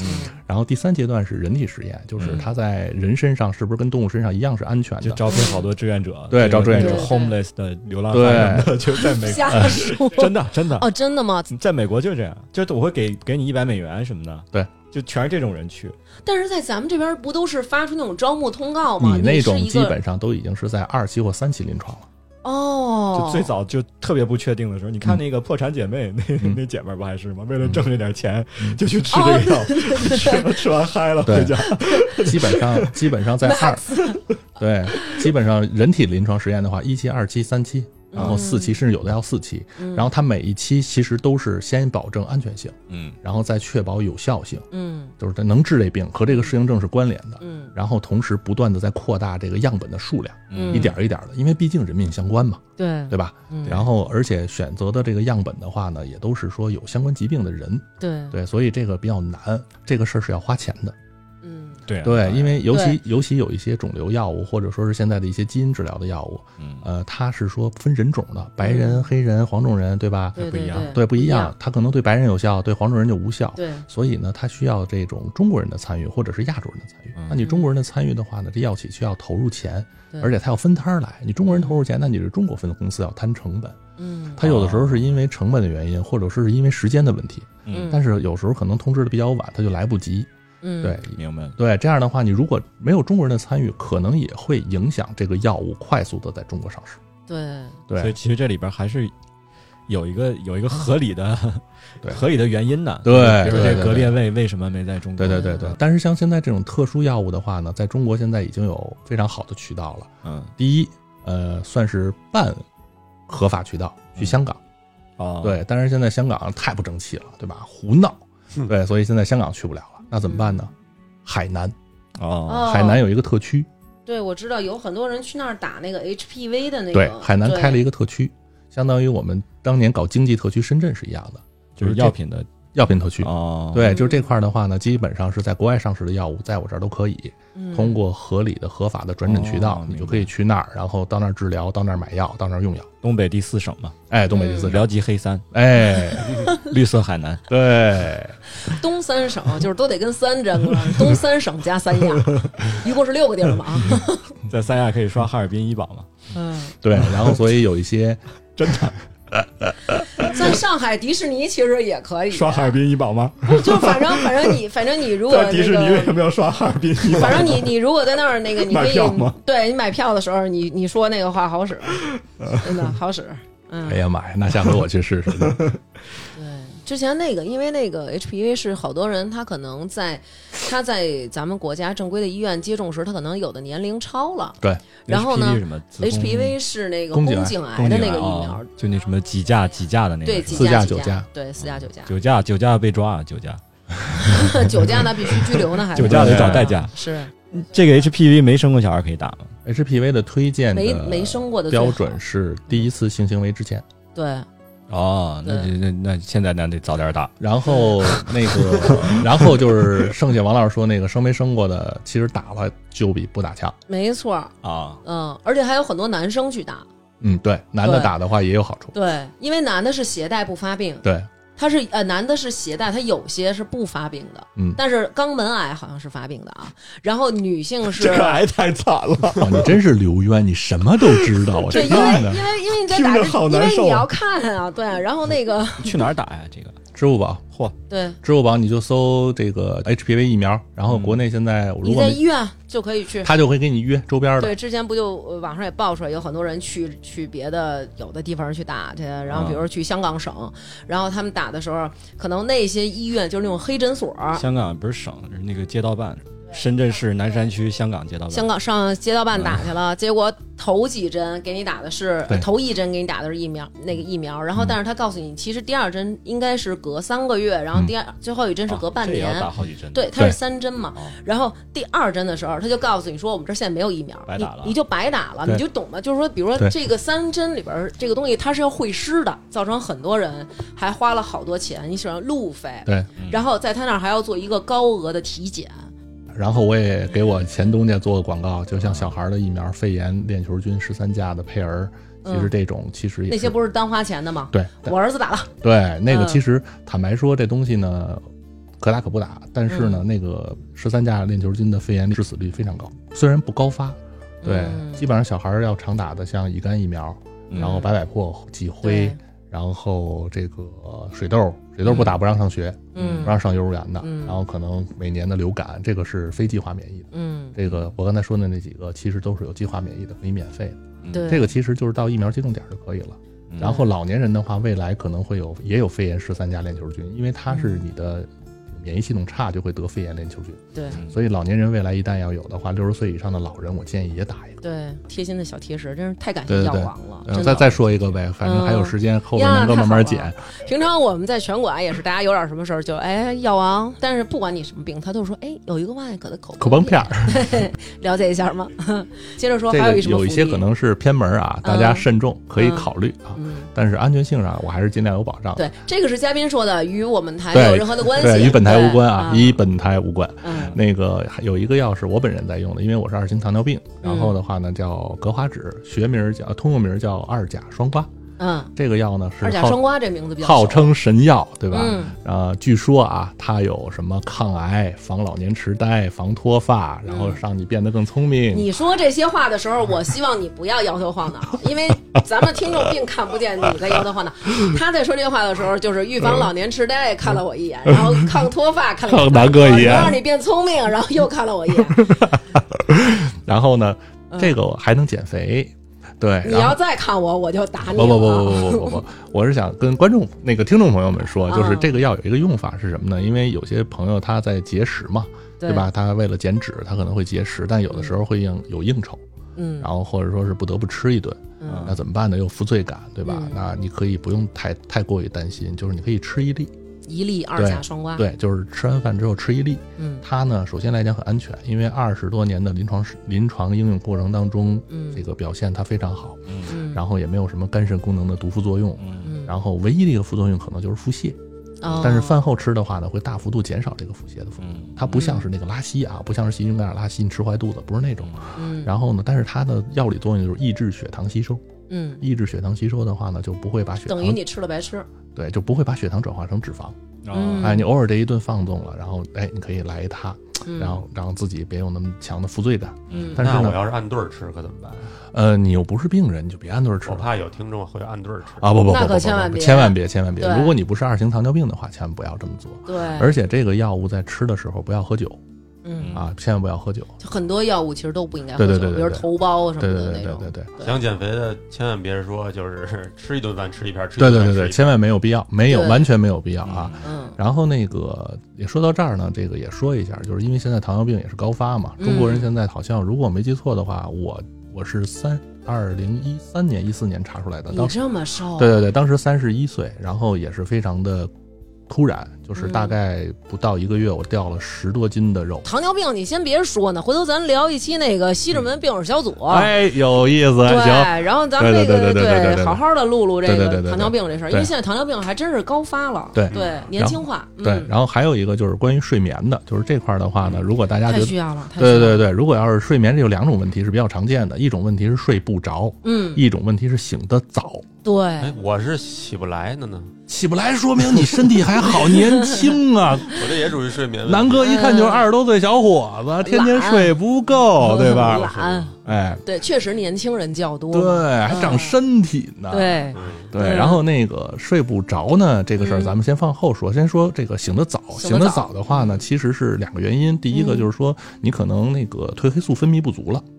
S5: 然后第三阶段是人体实验，就是
S1: 嗯
S5: 它在人身上是不是跟动物身上一样是安全的？
S1: 就招聘好多志愿者，
S5: 对
S1: 这个
S5: 招志愿
S1: 那
S3: 者
S1: 种，homeless 的流浪汉什么的， <laughs> 就在美
S3: 瞎说
S1: 国，真的真的，
S3: 哦，真的吗？
S1: 在美国就是这样，就是我会给给你一百美元什么的，
S5: 对，
S1: 就全是这种人去，
S3: 但是在咱们这边不都是发出那种招募通告吗？
S5: 你那
S3: 哦是
S5: 种
S3: 一
S5: 基
S3: 个
S5: 本上都已经是在二期或三期临床了。 <laughs>
S3: 哦，
S1: 就最早就特别不确定的时候，你看那个破产姐妹那
S5: 嗯
S1: 那姐们儿不还是吗？为了挣这点钱就去
S3: 哦
S1: 吃这个药，吃了吃完嗨了
S5: 对 <laughs>
S1: 回家，
S5: 基本
S3: <laughs>
S5: 上基本上在二， <laughs> 对，基本上人体临床实验的话，一期、二期、三期，
S3: 嗯
S5: 然后四期，甚至有的要四期。然后它每一期其实都是先保证安全性，
S1: 嗯，
S5: 然后再确保有效性，
S3: 嗯
S5: 就是它能治这病和这个适应症是关联的。
S3: 嗯
S5: 然后同时不断的在扩大这个样本的数量，
S3: 嗯，
S5: 一点儿一点儿的，因为毕竟人命相关嘛，
S3: 对
S5: 对吧？
S3: 嗯
S5: 然后而且选择的这个样本的话呢，也都是说有相关疾病的人，
S1: 嗯
S3: 对
S5: 对，所以这个比较难，这个事儿是要花钱的。
S3: 嗯
S1: 对啊
S5: 对，因为尤
S3: 对
S5: 其尤其有一些肿瘤药物，或者说是现在的一些基因治疗的药物，
S1: 嗯
S5: 呃，它是说分人种的，白人、黑人、黄种人，对吧？
S3: 对
S1: 不一
S3: 对
S1: 样
S5: 对，不一样
S3: 嗯样，
S5: 它可能对白人有效，对黄种人就无效。
S3: 对
S5: 所以呢，它需要这种中国人的参与，或者是亚洲人的参与
S1: 嗯。
S5: 那你中国人的参与的话呢，这药企需要投入钱
S3: 对，
S5: 而且它要分摊儿来。你中国人投入钱，那你是中国分公司要摊成本。
S3: 嗯
S5: 它有的时候是因为成本的原因，或者是因为时间的问题，
S3: 嗯
S5: 但是有时候可能通知的比较晚，它就来不及。
S3: 嗯
S5: 对，
S1: 明白了，
S5: 对，这样的话，你如果没有中国人的参与，可能也会影响这个药物快速的在中国上市。
S3: 对
S1: 所以
S5: 对，
S1: 其实这里边还是。有一个有一个合理的
S5: 对
S1: 合理的原因的，
S5: 对
S1: 比如说这
S5: 对对
S1: 格列卫为什么没在中国？
S5: 对对对对。但是像现在这种特殊药物的话呢，在中国现在已经有非常好的渠道了。
S1: 嗯
S5: 第一，呃，算是半合法渠道去香港。
S1: 哦，
S5: 对，但是现在香港太不争气了，对吧？胡闹。
S2: 嗯
S5: 对，所以现在香港去不了了，那怎么办呢？海南，
S1: 哦，
S3: 哦
S5: 海南有一个特区，
S3: 对我知道有很多人去那儿打那个 HPV 的那个
S5: 对，海南开了一
S3: 个
S5: 个特区，相当于我们当年搞经济特区深圳是一样的，
S1: 就是
S5: 这
S1: 药品的
S5: 药品特区。
S1: 哦，
S5: 对，就是这块儿的话呢，基本上是在国外上市的药物，在我这儿都可以
S3: 嗯
S5: 通过合理的、合法的转诊渠道
S1: 哦，
S5: 你
S1: 明
S5: 就
S1: 白
S5: 可以去那儿，然后到那儿治疗，到那儿买药，到那儿用药。
S1: 东北第四省嘛，
S5: 哎，东北第四
S3: 嗯
S1: 辽
S5: 省，
S1: 吉黑
S3: <laughs>
S1: 山，
S5: 哎，
S1: 绿色海南，
S5: 对，
S3: 东三省，就是都得跟三沾了，东三省加
S1: <laughs>
S3: 三亚，一共是六个地儿嘛
S1: 嗯
S3: 啊，
S1: 在三亚可以刷哈尔滨医保嘛？
S3: 嗯，
S5: 对，然后所以有一些
S3: 在上海迪士尼其实也可以，
S1: 刷哈尔滨医保吗？
S3: 就反正反
S1: <laughs>
S3: 正你反正你如果
S1: 在迪士尼为什么要刷哈尔滨医保？
S3: 反正你你如果在那儿那个，你可
S1: 买
S3: 以
S1: 票吗
S3: 对你买票的时候，你你说那个话
S1: <laughs>
S3: 好使，真的好使。嗯
S5: 哎，呀妈呀，那下回我去试试。
S3: 对，之前那个，因为那个 HPV 是好多人，他可能在他在咱们国家正规的医院接种时，他可能有的年龄超了。
S5: 对，
S3: 然后呢
S1: HPV 是什么子宫
S3: HPV 是那个
S5: 宫颈
S3: 宫
S5: 癌啊
S3: 颈癌的那个疫苗
S1: 哦，就那什么几价几价的那个是
S3: 对，
S1: 吧，
S3: 几
S5: 四
S3: 价
S5: 价
S3: 几
S5: 九价，
S3: 对，四价九价，
S1: 酒驾酒驾被抓啊，酒驾
S3: <laughs> 九价那必须拘留呢，还
S1: 酒驾得
S5: 得
S1: 找
S5: 找
S1: 代驾。
S3: 是
S1: 这个 HPV 没生过小孩可以打吗？
S5: HPV 的推荐
S3: 没
S5: 的
S3: 没生过的最好
S5: 标准是第一次性行为之前，
S3: 对，
S1: 哦，那
S3: 对
S1: 就那那现在那得早点打。
S3: <laughs>
S5: 然后那个，然后就是剩下王老师说那个生没生过的，其实打了就比不打强。
S3: 没错儿，
S1: 啊，
S3: 嗯，而且还有很多男生去打，
S5: 嗯，对，男的
S3: 对
S5: 打的话也有好处。
S3: 对，因为男的是携带不发病，
S5: 对，
S3: 他是呃男的是携带，他有些是不发病的，
S5: 嗯
S3: 但是肛门癌好像是发病的啊。然后女性是
S1: 这个癌太惨了，
S5: <laughs> 哦，你真是刘渊，你什么都知道啊！
S3: 对，因为因为因为你在打
S1: 听
S3: 之，
S1: 着好
S3: 因
S1: 难
S3: 为
S1: 受啊
S3: 你要看啊，对，然后那个
S1: <laughs> 去哪儿打呀？这个
S5: 支付宝，嚯，
S3: 对，
S5: 支付宝你就搜这个 HPV 疫苗，然后国内现在如
S3: 嗯你
S5: 果
S3: 在
S5: 你
S3: 医院就可以去。
S5: 他就会给你约周边的
S3: 对，，之前不就呃网上也爆出来，有很多人去去别的有的地方去打去，然后比如说去香港省，然后他们打的时候，可能那些医院就是那种黑诊所，
S1: 香港不是省，是那个街道办，深圳市南山区香港街道办
S3: 香港上街道办打去了，结果头几针给你打的是
S5: 对
S3: 头一针给你打的是疫苗那个疫苗，然后但是他告诉你，其实第二针应该是隔三个月，然后第二最后一针是隔半
S1: 啊哦这也
S3: 年
S1: 要，打好几针，
S3: 对，它是
S5: 对
S3: 三针嘛
S1: 哦。
S3: 然后第二针的时候，他就告诉你说，我们这儿现在没有疫苗
S1: 白，
S3: 你
S1: 打了
S3: 你就白打了，
S5: 对
S3: 你就懂了。就是说，比如说
S5: 对
S3: 这个三针里边儿这个东西，它是要会师的，造成很多人还花了好多钱，你想路费，
S5: 对，
S3: 然后在他那儿还要做一个高额的体检。
S5: 然后我也给我前东家做个广告，就像小孩的疫苗、肺炎、链球菌十三价的配儿，其实
S3: 嗯
S5: 这种其实也
S3: 那些
S5: 是
S3: 不是单花钱的吗？
S5: 对
S3: 我儿子打了，
S5: 对，那个
S3: 嗯
S5: 其实坦白说，这东西呢，可打可不打。但是
S3: 嗯
S5: 呢，那个十三价链球菌的肺炎致死率非常高，虽然不高发，对，
S3: 嗯
S5: 基本上小孩儿要常打的，像乙肝疫苗，
S1: 嗯
S5: 然后白百破、脊灰
S3: 对，
S5: 然后这个水痘，水痘不打不让上学，
S3: 嗯
S5: 不让上幼儿园的，
S3: 嗯
S5: 然后可能每年的流感，这个是非计划免疫的。
S3: 嗯，
S5: 这个我刚才说的那几个，其实都是有计划免疫的，可以免费的。
S1: 嗯
S3: 对，
S5: 这个其实就是到疫苗接种点儿就可以了。然后老年人的话，未来可能会有也有肺炎十三价链球菌，因为它是
S3: 嗯
S5: 你的免疫系统差就会得肺炎链球菌，
S3: 对
S1: 嗯
S5: 所以老年人未来一旦要有的话，六十岁以上的老人，我建议也打一个。
S3: 对，贴心的小贴士，真是太感
S5: 对
S3: 谢
S5: 对
S3: 药
S5: 对
S3: 王了。
S5: 嗯
S3: 真
S5: 再
S3: 的哦
S5: 再说一个呗，反正还有时间，后边能够慢慢
S3: 呀
S5: 减。
S3: 平常我们在拳馆也是，大家有点什么事儿就哎药王，但是不管你什么病，他都说哎有一个万艾可的口
S5: 口崩
S3: <laughs>
S5: 片儿，
S3: 了解一下吗？ <laughs> 接着说
S5: 这
S3: 还
S5: 个
S3: 一什么
S5: 有一
S3: 福
S5: 些
S3: 利
S5: 可能是偏门儿啊，大家慎重，可以考虑啊。
S3: 嗯，
S5: 但是安全性上，我还是尽量有保障。
S3: 对，这个是嘉宾说的，与我们台
S5: 对
S3: 没有任何的关系，
S5: 对，与本台无关啊，
S3: 对
S5: 与本台无关。
S3: 嗯
S5: 那个还有一个药是我本人在用的，因为我是二型糖尿病。
S3: 嗯
S5: 然后的话呢，叫格花酯，学名儿叫呃通用名儿叫二甲双胍。
S3: 嗯，
S5: 这个药呢是
S3: 二甲双
S5: 号
S3: 胍这名字比较
S5: 号
S3: 熟
S5: 称神药，对吧？
S3: 嗯
S5: 呃，据说啊，它有什么抗癌、防老年痴呆、防脱发，然后让你变得更聪明。
S3: 嗯你说这些话的时候，我希望你不要摇头晃
S5: <laughs>
S3: 脑，因为咱们听众并看不见你在摇头晃脑。他在说这话的时候，就是预防老年痴呆看了我一眼，然后抗脱发看了我
S5: 嗯
S1: 嗯
S5: 抗南哥一眼
S3: 我让你变聪明，然后又看了我
S5: <laughs>
S3: 一眼。
S5: 然后呢，这个还能减肥。对，
S3: 嗯你
S5: 然
S3: 要
S5: 后。
S3: 再看我，我就打你
S5: 不
S3: 了。
S5: 不不不不不不，我是想跟观众那个听众朋友们说，就是
S3: 啊
S5: 这个药有一个用法是什么呢？因为有些朋友他在节食嘛，对
S3: 对
S5: 吧？？他为了减脂，他可能会节食，但有的时候会应有应酬，
S3: 嗯
S5: 然后或者说是不得不吃一顿，
S3: 嗯
S5: 那怎么办呢？又负罪感，对吧？
S3: 嗯
S5: 那你可以不用太太过于担心，就是你可以吃一粒，
S3: 一粒二甲双胍。，
S5: 对，就是吃完饭之后吃一粒。
S3: 嗯
S5: 它呢，首先来讲很安全，因为二十多年的临床实临床应用过程当中，
S3: 嗯
S5: 这个表现它非常好，
S3: 嗯，
S5: 然后也没有什么肝肾功能的毒副作用。
S3: 嗯
S5: 然后唯一的一个副作用可能就是腹泻，
S3: 哦
S5: 但是饭后吃的话呢，会大幅度减少这个腹泻的副作用。
S1: 嗯
S5: 它不像是那个拉稀啊，不像是细菌感染拉稀，你吃坏肚子，不是那种。
S3: 嗯
S5: 然后呢，但是它的药理作用就是抑制血糖吸收，
S3: 嗯，
S5: 抑制血糖吸收的话呢，就不会把血糖
S3: 等于你吃了白吃。
S5: 对就不会把血糖转化成脂肪。
S1: 嗯
S5: 哎，你偶尔这一顿放纵了，然后哎，你可以来一它，嗯然后让自己别有那么强的负罪感。
S3: 嗯
S5: 但是
S2: 那我
S5: 呢，
S2: 要是按对儿吃可怎么办？
S5: 呃，你又不是病人，你就别按顿儿吃
S2: 我
S5: 了。
S2: 怕有听众会按对儿吃
S5: 啊不不不
S3: 那
S5: 不
S3: 可
S5: 不，
S3: 千万
S5: 不
S3: 别
S5: 千万别千万别！
S3: 对
S5: 如果你不是二型糖尿病的话，千万不要这么做。
S3: 对，
S5: 而且这个药物在吃的时候不要喝酒
S3: 哎嗯，
S5: 啊，千万不要喝酒。
S3: 就很多药物其实都不应该喝酒，
S5: 对对对对
S3: 比如
S5: 对
S3: 头孢啊什
S5: 对
S3: 么
S5: 对
S3: 的
S5: 对
S3: 那
S5: 对
S3: 种
S5: 对。对。
S2: 想减肥的千万别说就是吃一顿饭吃一片儿，吃一
S5: 对
S2: 顿
S5: 对
S2: 饭
S5: 对对，
S2: 吃一片
S5: 千
S2: 儿
S5: 万没有必要，没有
S3: 对
S5: 完全没有必要啊。
S3: 嗯
S5: 然后那个也说到这儿呢，这个也说一下，就是因为现在糖尿病也是高发嘛，
S3: 嗯
S5: 中国人现在好像如果我没记错的话，我我是三二零一三年一四年查出来的，
S3: 你
S5: 当时
S3: 这么瘦，
S5: 对对对，当时三十一岁，然后也是非常的突然，就是大概不到一个月，我掉了十多斤的肉。
S3: 糖尿病，你先别说呢，回头咱聊一期那个西直门病友小组。
S5: 哎，有意思，
S3: 对，
S5: 行，
S3: 然后咱们这个
S5: 对对对对对对对对
S3: 好好的录录这
S5: 对对对
S3: 个
S5: 对对
S3: 糖尿病这事儿，
S5: 对
S3: 因为现在糖尿病还真是高发了，
S5: 对
S3: 年轻化，嗯
S5: 对。然后还有一个就是关于睡眠的，就是这块儿的话呢，如果大家觉
S3: 太
S5: 得
S3: 需要了，太需要
S5: 对
S3: 了
S5: 对，对，如果要是睡眠，这有两种问题是比较常见的，一种问题是睡不着，
S3: 嗯，
S5: 一种问题是醒得早。
S3: 对
S2: 哎，，我是起不来的呢，
S5: 起不来，说明你身体还好，年
S3: <laughs>
S5: 轻啊！
S2: 我这也属于睡眠问题。
S5: 南哥一看就是二十多岁小伙子，天天睡不够，对吧？
S3: 懒，
S5: 哎，
S3: 对，确实年轻人较多，
S5: 对，还长身体呢。
S3: 对，
S2: 嗯，
S5: 对然后那个睡不着呢，这个事儿
S3: 嗯
S5: 咱们先放后说，先说这个醒得早。
S3: 醒得早
S5: 醒
S3: 嗯
S5: 得早的话呢，其实是两个原因，第一个就是说你可能那个褪黑素分泌不足了。
S3: 呃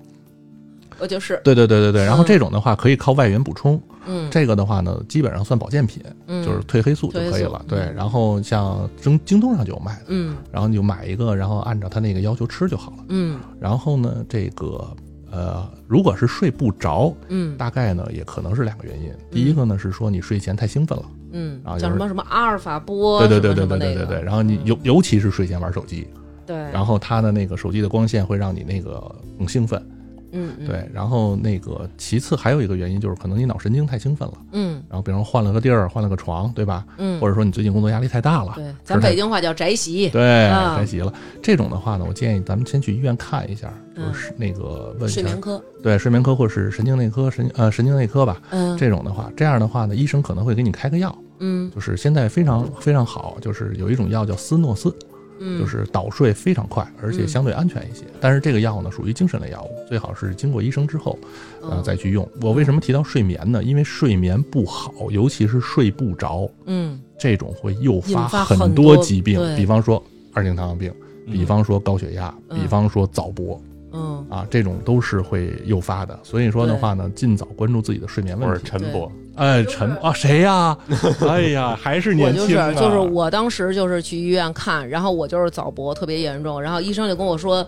S3: 我就是，
S5: 对对对对对，然后
S3: 嗯
S5: 这种的话可以靠外援补充。
S3: 嗯，
S5: 这个的话呢，基本上算保健品，
S3: 嗯
S5: 就是褪黑素就可以
S3: 褪黑素
S5: 了。对，然后像京京东上就有卖的，
S3: 嗯
S5: 然后你就买一个，然后按照它那个要求吃就好了。
S3: 嗯
S5: 然后呢，这个呃，如果是睡不着，
S3: 嗯
S5: 大概呢也可能是两个原因。第一个呢是说你睡前太兴奋了，
S3: 嗯，
S5: 啊
S3: 叫
S5: 就
S3: 什
S5: 是
S3: 么什么阿尔法波，
S5: 对对对
S3: 什
S5: 对
S3: 么什
S5: 对
S3: 么
S5: 对
S3: 那个
S5: 对对。然后你尤尤其是睡前玩手机，
S3: 对，
S5: 然后它的那个手机的光线会让你那个更兴奋。
S3: 嗯嗯
S5: 对，然后那个其次还有一个原因就是可能你脑神经太兴奋了，
S3: 嗯
S5: 然后比方说换了个地儿，换了个床，对吧？
S3: 嗯，
S5: 或者说你最近工作压力太大了，
S3: 对，咱北京话叫宅席，
S5: 对，
S3: 啊
S5: 该急了。这种的话呢，我建议咱们先去医院看一下，就是那个问
S3: 嗯
S5: 一
S3: 睡
S5: 下
S3: 眠，科，
S5: 对睡眠科或是神经内科、神呃神经内科吧。
S3: 嗯
S5: 这种的话，这样的话呢，医生可能会给你开个药，
S3: 嗯
S5: 就是现在非常非常好，就是有一种药叫斯诺斯，
S3: 嗯，
S5: 就是倒睡非常快，而且相对安全一些。但是这个药呢，属于精神类药物，最好是经过医生之后，呃
S3: 嗯
S5: 再去用。我为什么提到睡眠呢？因为睡眠不好，尤其是睡不着，
S3: 嗯
S5: 这种会诱
S3: 引发很
S5: 很
S3: 多
S5: 多疾病，
S3: 对
S5: 比方说二型糖尿病，
S1: 嗯
S5: 比方说高血压，
S3: 嗯
S5: 比方说早搏
S3: 嗯
S5: 啊，这种都是会诱发的。所以说的话呢，尽早关注自己的睡眠
S2: 或
S5: 问
S2: 者
S5: 题。
S2: 陈博，
S5: 哎，陈啊，
S3: <laughs>
S5: 谁呀？哎呀，还是
S3: 我
S5: 年
S3: 就
S5: 轻啊
S3: 是就是我当时就是去医院看，然后我就是早搏特别严重，然后医生就跟我说，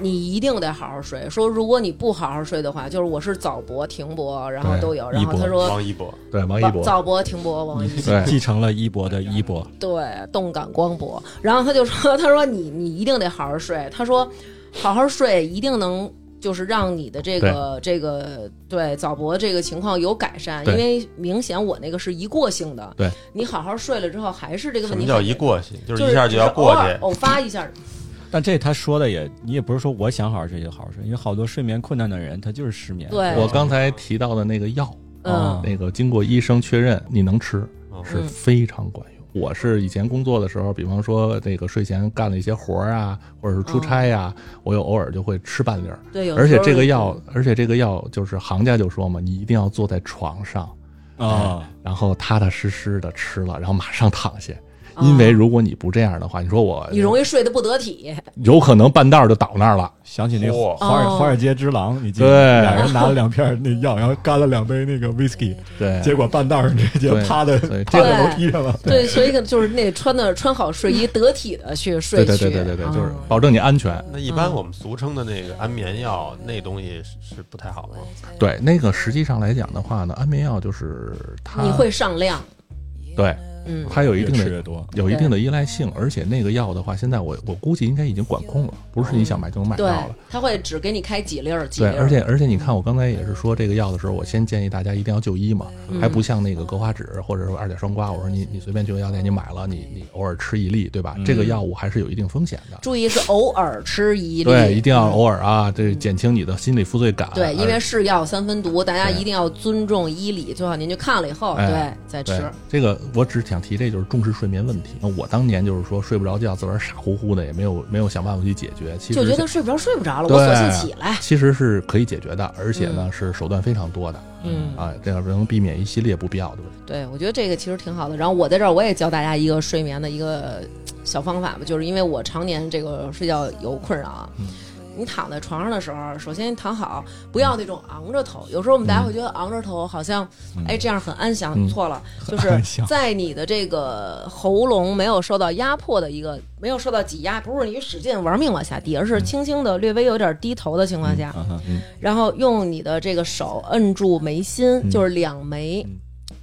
S3: 你一定得好好睡，说如果你不好好睡的话，就是我是早搏、停搏，然后
S5: 对
S3: 都有，然后
S5: 一搏
S3: 他说
S2: 王一博，
S5: 对王 E 一博，
S3: 早搏、停搏、
S5: <laughs>
S3: 王一博
S1: 你
S5: 对
S1: 继承了一博的衣钵，
S3: 对，动感光波。然后他就说：“ <laughs> 他说你你一定得好好睡。”他说：“好好睡一定能就是让你的这个这个对早搏这个情况有改善，因
S5: 对
S3: 为明显我那个是一过性的。
S5: 对，
S3: 你好好睡了之后还是这个
S2: 什
S3: 问
S2: 么
S3: 题。”
S2: 叫一？过去？就
S3: 就是是
S2: 一下就要过
S3: 偶尔
S2: 去。
S3: 偶发一下。
S1: <laughs> 但这他说的也，你也不是说我想好好睡就好好睡，因为好多睡眠困难的人他就是失眠。
S3: 对
S5: 我哦刚才提到的那个药，
S1: 啊
S3: 嗯
S5: 那个经过医生确认你能吃，
S2: 嗯
S5: 是非常管用。我是以前工作的时候，比方说那个睡前干了一些活儿啊，或者是出差呀、我又偶尔就会吃半粒儿。
S3: 对，有
S5: 而且
S3: 时候
S5: 这个药，而且这个药就是行家就说嘛，你一定要坐在床上，
S1: 啊，
S5: 然后踏踏实实的吃了，然后马上躺下。
S3: 啊
S5: 因为如果你不这样的话，你说我
S3: 你容易睡得不得体。
S5: 有可能半道儿就倒那儿了。
S1: 想起那
S2: 嚯
S1: 华尔
S3: 哦
S1: 华尔街之狼，你记得
S5: 对
S1: 俩人拿了两片那药，然后干了两杯那个 whisky，
S5: 对，
S3: 嗯
S1: 结果半道上直接
S5: 对
S1: 趴在
S5: 对
S1: 趴在
S3: 这个
S1: 楼梯上了。
S3: 对，所以就是那穿的穿好睡衣，得体的去睡
S5: 对
S3: 去。
S5: 对对对对对，
S3: 啊
S5: 就是保证你安全。
S2: 那一
S3: 嗯
S2: 般我们俗称的那个安眠药，那东西是是不太好吗？
S5: 对，那个实际上来讲的话呢，安眠药就是它
S3: 你会上量。
S5: 对
S3: 嗯
S5: 它有一定
S1: 越
S5: 的
S1: 吃越多，
S5: 有一定的依赖性，而且那个药的话，现在我我估计应该已经管控了，不是你想买就能买
S3: 嗯
S5: 到
S3: 对
S5: 了。，
S3: 他会只给你开几粒儿几粒
S5: 对，
S3: 儿。
S5: 而且而且你看，我刚才也是说这个药的时候，我先建议大家一定要就医嘛，
S3: 嗯
S5: 还不像那个格花酯或者说二甲双胍，我说你你随便去个药店你买了，你你偶尔吃一粒，对吧？这个药物还是有一定风险的。
S3: 注意是偶尔吃一粒。嗯
S5: 对，一定哎要偶尔啊，这减轻你的心理负罪感。
S3: 对因
S5: 而
S3: 为是药三分毒，大家一定要尊重医理，最好您去看了以后，对
S5: 哎
S3: 再
S5: 对
S3: 吃。
S5: 这个，我只是想提，这就是重视睡眠问题。那我当年就是说睡不着觉，自个儿傻乎乎的，也没有没有想办法去解决。其实
S3: 就觉
S5: 现
S3: 得睡不着，睡不着了，
S5: 对
S3: 我索性起来。
S5: 其实是可以解决的，而且呢、是手段非常多的，
S3: 嗯，
S5: 啊，这样能避免一系列不必要的问题。
S3: 对，我觉得这个其实挺好的。然后我在这儿我也教大家一个睡眠的一个小方法吧，就是因为我常年这个睡觉有困扰啊。
S1: 嗯
S3: 你躺在床上的时候，首先你躺好，不要那种昂着头。有时候我们
S1: 嗯
S3: 大家会觉得昂着头好像，哎，这样很安详。
S5: 嗯
S3: 错了，就
S1: 安
S3: 是
S1: 详
S3: 在你的这个喉咙没有受到压迫的一个，没有受到挤压，不是你使劲玩命往下低，而是轻轻的、略微有点低头的情况下，
S1: 嗯啊哈
S3: 然后用你的这个手摁住眉心，就是两眉
S1: 嗯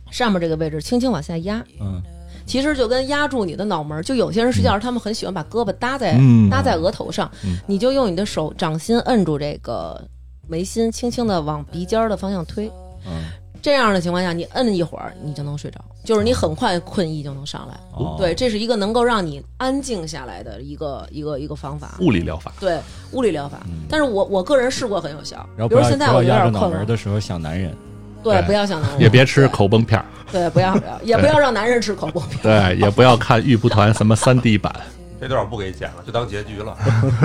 S3: 上面这个位置，轻轻往下压。
S1: 嗯，
S3: 其实就跟压住你的脑门儿，就有些人睡觉时他们很喜欢把胳膊搭在、
S5: 嗯
S3: 搭在额头上，
S1: 嗯
S3: 你就用你的手掌心摁住这个眉心，轻轻的往鼻尖儿的方向推。
S1: 嗯
S3: 这样的情况下，你摁一会儿，你就能睡着，就是你很快困意就能上来。
S1: 哦
S3: 对，这是一个能够让你安静下来的一个一个一个方法。
S5: 物理疗法，
S3: 对物理疗法，但是我我个人试过很有效，
S1: 嗯然后
S3: 比
S1: 不
S3: 如
S1: 要
S3: 现在
S1: 不要
S3: 我有
S1: 压着
S3: 点
S1: 脑
S3: 困
S1: 门
S3: 了
S1: 儿，的时候想男人，
S3: 对，
S5: 对
S3: 不要想那么多
S5: 也别吃口崩片儿， <laughs>
S3: 对，不要不要，也不要让男人吃口崩
S5: 对，也不要看玉蒲团什么三 D 版，
S2: 这段我不给剪了，就当结局
S5: <laughs>
S2: 了。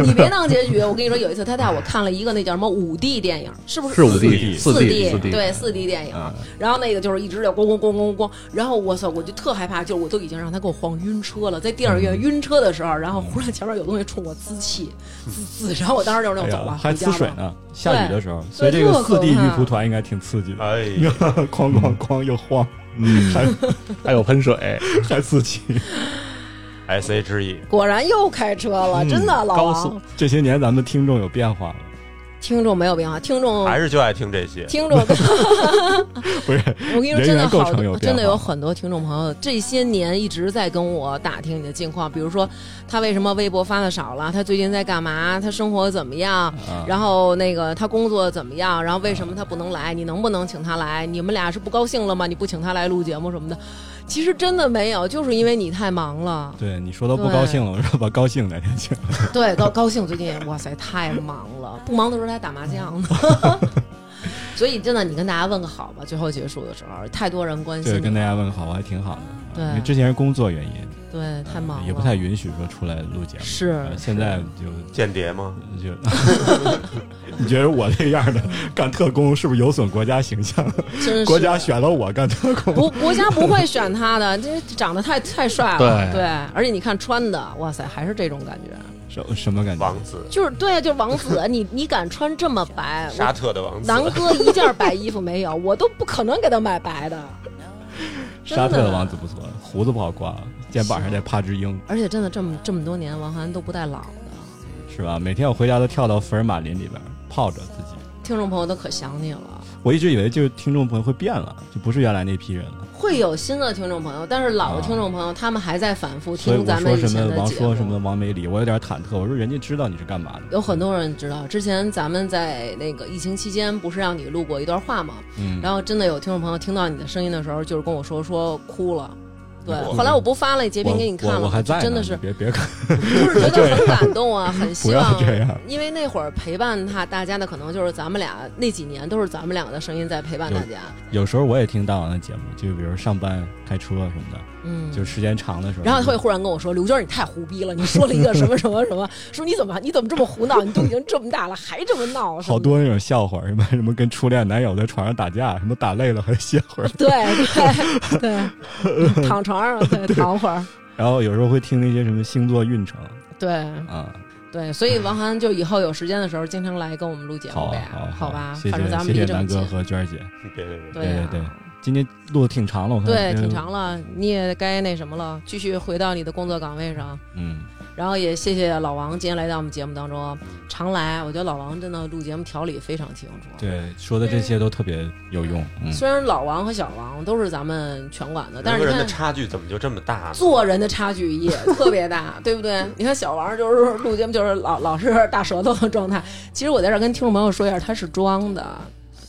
S3: 你别当结局，我跟你说，有一次他带我看了一个那叫什么五 D 电影，是不是？
S5: 是五 D
S3: 四
S5: 四 D 四 D 啊
S3: 对四 D 电影。然后那个就是一直就咣咣咣咣咣，然后我操，我就特害怕，就是我都已经让他给我晃晕车了，在电影院晕车的时候，然后忽然前面有东西冲我滋气，
S5: 嗯
S3: 滋滋，然后我当时就那
S1: 哎
S3: 种走
S1: 呀
S3: 吧，，
S1: 还
S3: 啊回家
S1: 滋
S3: 吧
S1: 水呢，下雨的时候，所
S3: 对
S1: 以这个
S3: 特可
S1: 四 D
S3: 怕
S1: 玉蒲团应该挺刺激的，
S2: 哎呀，
S1: <laughs> 哐哐哐又晃， <laughs>
S5: 还嗯还有喷水，
S1: 还刺激。
S2: S H E，
S3: 果然又开车了，真的，老
S5: 嗯高速
S3: 王，
S1: 这些年咱们听众有变化了，
S3: 听众没有变化，听众
S2: 还是就爱听这些。
S3: 听
S5: <laughs>
S3: 众，我
S1: 不是
S3: <laughs> 跟你说，
S1: 人
S3: 真的
S1: 员构
S3: 好
S1: 成有变化
S3: 多，真的有很多听众朋友这些年一直在跟我打听你的近况，比如说他为什么微博发的少了，他最近在干嘛，他生活怎么样，
S1: 啊
S3: 然后那个他工作怎么样，然后为什么他不能来，你能不能请他来？你们俩是不高兴了吗？你不请他来录节目什么的，其实真的没有，就是因为你太忙了。
S1: 对你说都不高兴了，我说把高兴哪天请？
S3: 对，高高兴最近，哇塞，太忙了，不忙的时候还打麻将呢。 <laughs> 所以真的，你跟大家问个好吧，最后结束的时候，太多人关心
S1: 对，
S3: 你
S1: 跟大家问好，我还挺好的。
S3: 对
S1: 因为之前是工作原因，
S3: 对，太忙了，
S1: 呃也不太允许说出来录节目。
S3: 是
S1: 呃现在就
S2: 间谍吗？
S3: 嗯
S1: 就， <laughs> 你觉得我这样的干特工是不是有损国家形象？
S3: 真是
S1: 国家选了我干特工，
S3: 国国家不会选他的， <laughs> 这长得太太帅了，
S5: 对
S3: 对，而且你看穿的，哇塞，还是这种感觉，
S1: 什什么感觉？
S2: 王子，
S3: 就是对，啊就是王
S1: <laughs>
S3: 子，你你敢穿这么白？我
S2: 沙特的王子。
S3: 南哥一件白衣服没有，我都不可能给他买白的。真
S1: 沙特的王子，不错，胡子不好刮，肩膀上得帕只鹰，
S3: 而且真的这么这么多年，王涵都不带老的，
S1: 是吧？每天我回家都跳到福尔马林里边泡着自己。
S3: 听众朋友都可想你了。
S1: 我一直以为就是听众朋友会变了，就不是原来那批人了。
S3: 会有新的听众朋友，但是老的
S1: 啊
S3: 听众朋友，他们还在反复
S1: 所以我
S3: 听咱们
S1: 说
S3: 以
S1: 什
S3: 前
S1: 么
S3: 的
S1: 王
S3: 节目。
S1: 说什么王美里，我有点忐忑。我说人家知道你是干嘛的，
S3: 有很多人知道，之前咱们在那个疫情期间，不是让你录过一段话吗？
S1: 嗯
S3: 然后真的有听众朋友听到你的声音的时候，就是跟我说说哭了。对，
S2: 我
S3: 后来我不发了截屏给你看
S1: 我
S3: 了
S1: 我
S3: 吗，
S1: 我还在呢，
S3: 真的是
S1: <laughs> 你别别看，
S3: 就是觉得很感动啊，很希望
S1: <laughs> 不要这样，
S3: 因为那会儿陪伴他大家的，可能就是咱们俩那几年都是咱们两个的声音在陪伴大家，
S1: 有时候我也听大王的节目，就比如上班开车什么的，
S3: 嗯。
S1: 就时间长的时候，
S3: 然后他会忽然跟我说：“刘娟，你太胡逼了！你说了一个什么什么什么，说你怎么你怎么这么胡闹？你都已经这么大了，还这么闹？什么
S1: 好
S3: 的
S1: 多那种笑话，什么什么跟初恋男友在床上打架，什么打累了还歇会儿，
S3: <laughs> 对对
S1: <laughs>
S3: 对，躺床上对躺会儿，
S1: 然后有时候会听那些什么星座运程
S3: 对
S1: 啊，
S3: 对，所以王涵就以后有时间的时候经常来跟我们录节
S1: 好啊
S3: 目呗，
S1: 好啊啊
S3: 吧，
S1: 谢
S3: 反正咱
S1: 谢谢
S3: 们
S1: 谢
S3: 离这么
S1: 南哥
S3: 近，
S1: 和娟儿姐，
S2: 别别别，
S3: 对啊
S1: 对对今天录的挺长了，我看
S3: 对，
S1: 这
S3: 挺，长了，你也该那什么了，继续回到你的工作岗位上。
S1: 嗯，
S3: 然后也谢谢老王今天来到我们节目当中，常来，我觉得老王真的录节目条理非常清楚。
S1: 对，说的这些都特别有用，嗯，
S3: 虽然老王和小王都是咱们拳馆的，但
S2: 人
S3: 是
S2: 和
S3: 你
S2: 人的
S3: 看
S2: 差距怎么就这么大呢？
S3: 做人的差距也特别大，对不对？你看小王就是录节目就是老老是大舌头的状态，其实我在这儿跟听众朋友说一下，他是装的。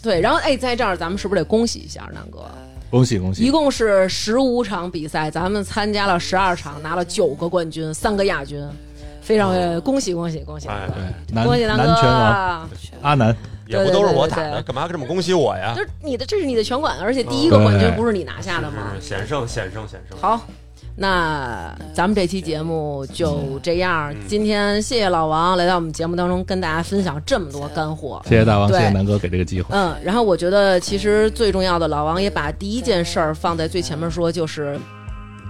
S3: 对，然后哎，在这儿咱们是不是得恭喜一下南哥？
S5: 恭喜恭
S3: 一
S5: 喜！
S3: 共是十五场比赛，咱们参加了十二场，拿了九个冠军，三个亚军，非常、
S5: 哦
S3: 恭喜恭喜恭喜！
S2: 哎，
S5: 对，男
S3: 恭喜南
S5: 男拳王
S3: 哥！
S5: 阿南，
S2: 也不都是我打
S3: 对对对对
S2: 的，干嘛这么恭喜我呀
S3: 就？是你的，这是你的拳馆，而且第一个冠军
S5: 哦对
S3: 不是你拿下的吗
S2: 是？险胜，险胜，险胜。
S3: 好，那咱们这期节目
S5: 嗯
S3: 就这样。今天谢谢老王来到我们节目当中，跟大家分享这么多干货。
S5: 谢谢大王，
S3: 对
S5: 谢谢南哥给这个机会。
S3: 嗯，然后我觉得其实最重要的，老王也把第一件事儿放在最前面说，就是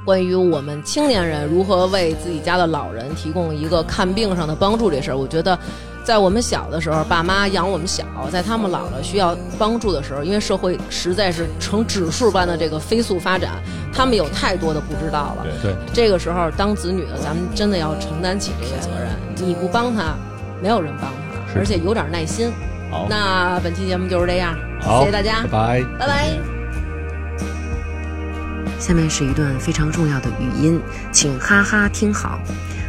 S3: 关于我们青年人如何为自己家的老人提供一个看病上的帮助这事儿。我觉得，在我们小的时候，爸妈养我们小，在他们老了需要帮助的时候，因为社会实在是呈指数般的这个飞速发展，他们有太多的不知道了。
S5: 对，
S3: 这个时候，当子女的，咱们真的要承担起这个责任。你不帮他，没有人帮他，
S5: 是
S3: 而且有点耐心。
S1: 好，
S3: 那本期节目就是这样，
S5: 好，
S3: 谢谢大家，
S5: 拜拜。
S3: 拜拜
S7: 下面是一段非常重要的语音，请哈哈听好。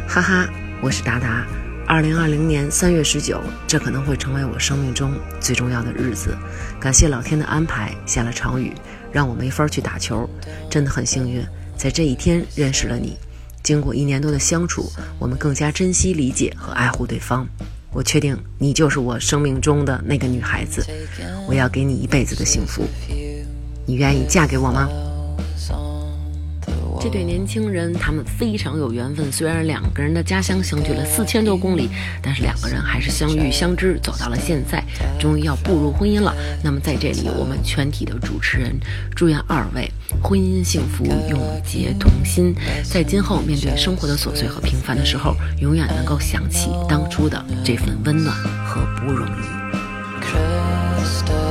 S7: 哈哈，我是达达。二零二零年三月十九，这可能会成为我生命中最重要的日子。感谢老天的安排，下了场雨，让我没法去打球，真的很幸运，在这一天认识了你。经过一年多的相处，我们更加珍惜、理解和爱护对方。我确定你就是我生命中的那个女孩子，我要给你一辈子的幸福。你愿意嫁给我吗？
S6: on the wall.
S3: 这对年轻人，他们非常有缘分。虽然两个人的家乡相距了四千多公里，但是两个人还是相遇相知，走到了现在，终于要步入婚姻了。那么在这里，我们全体的主持人祝愿二位婚姻幸福，永结同心。在今后面对生活的琐碎和平凡的时候，永远能够想起当初的这份温暖和不容易。
S6: crystal Uh,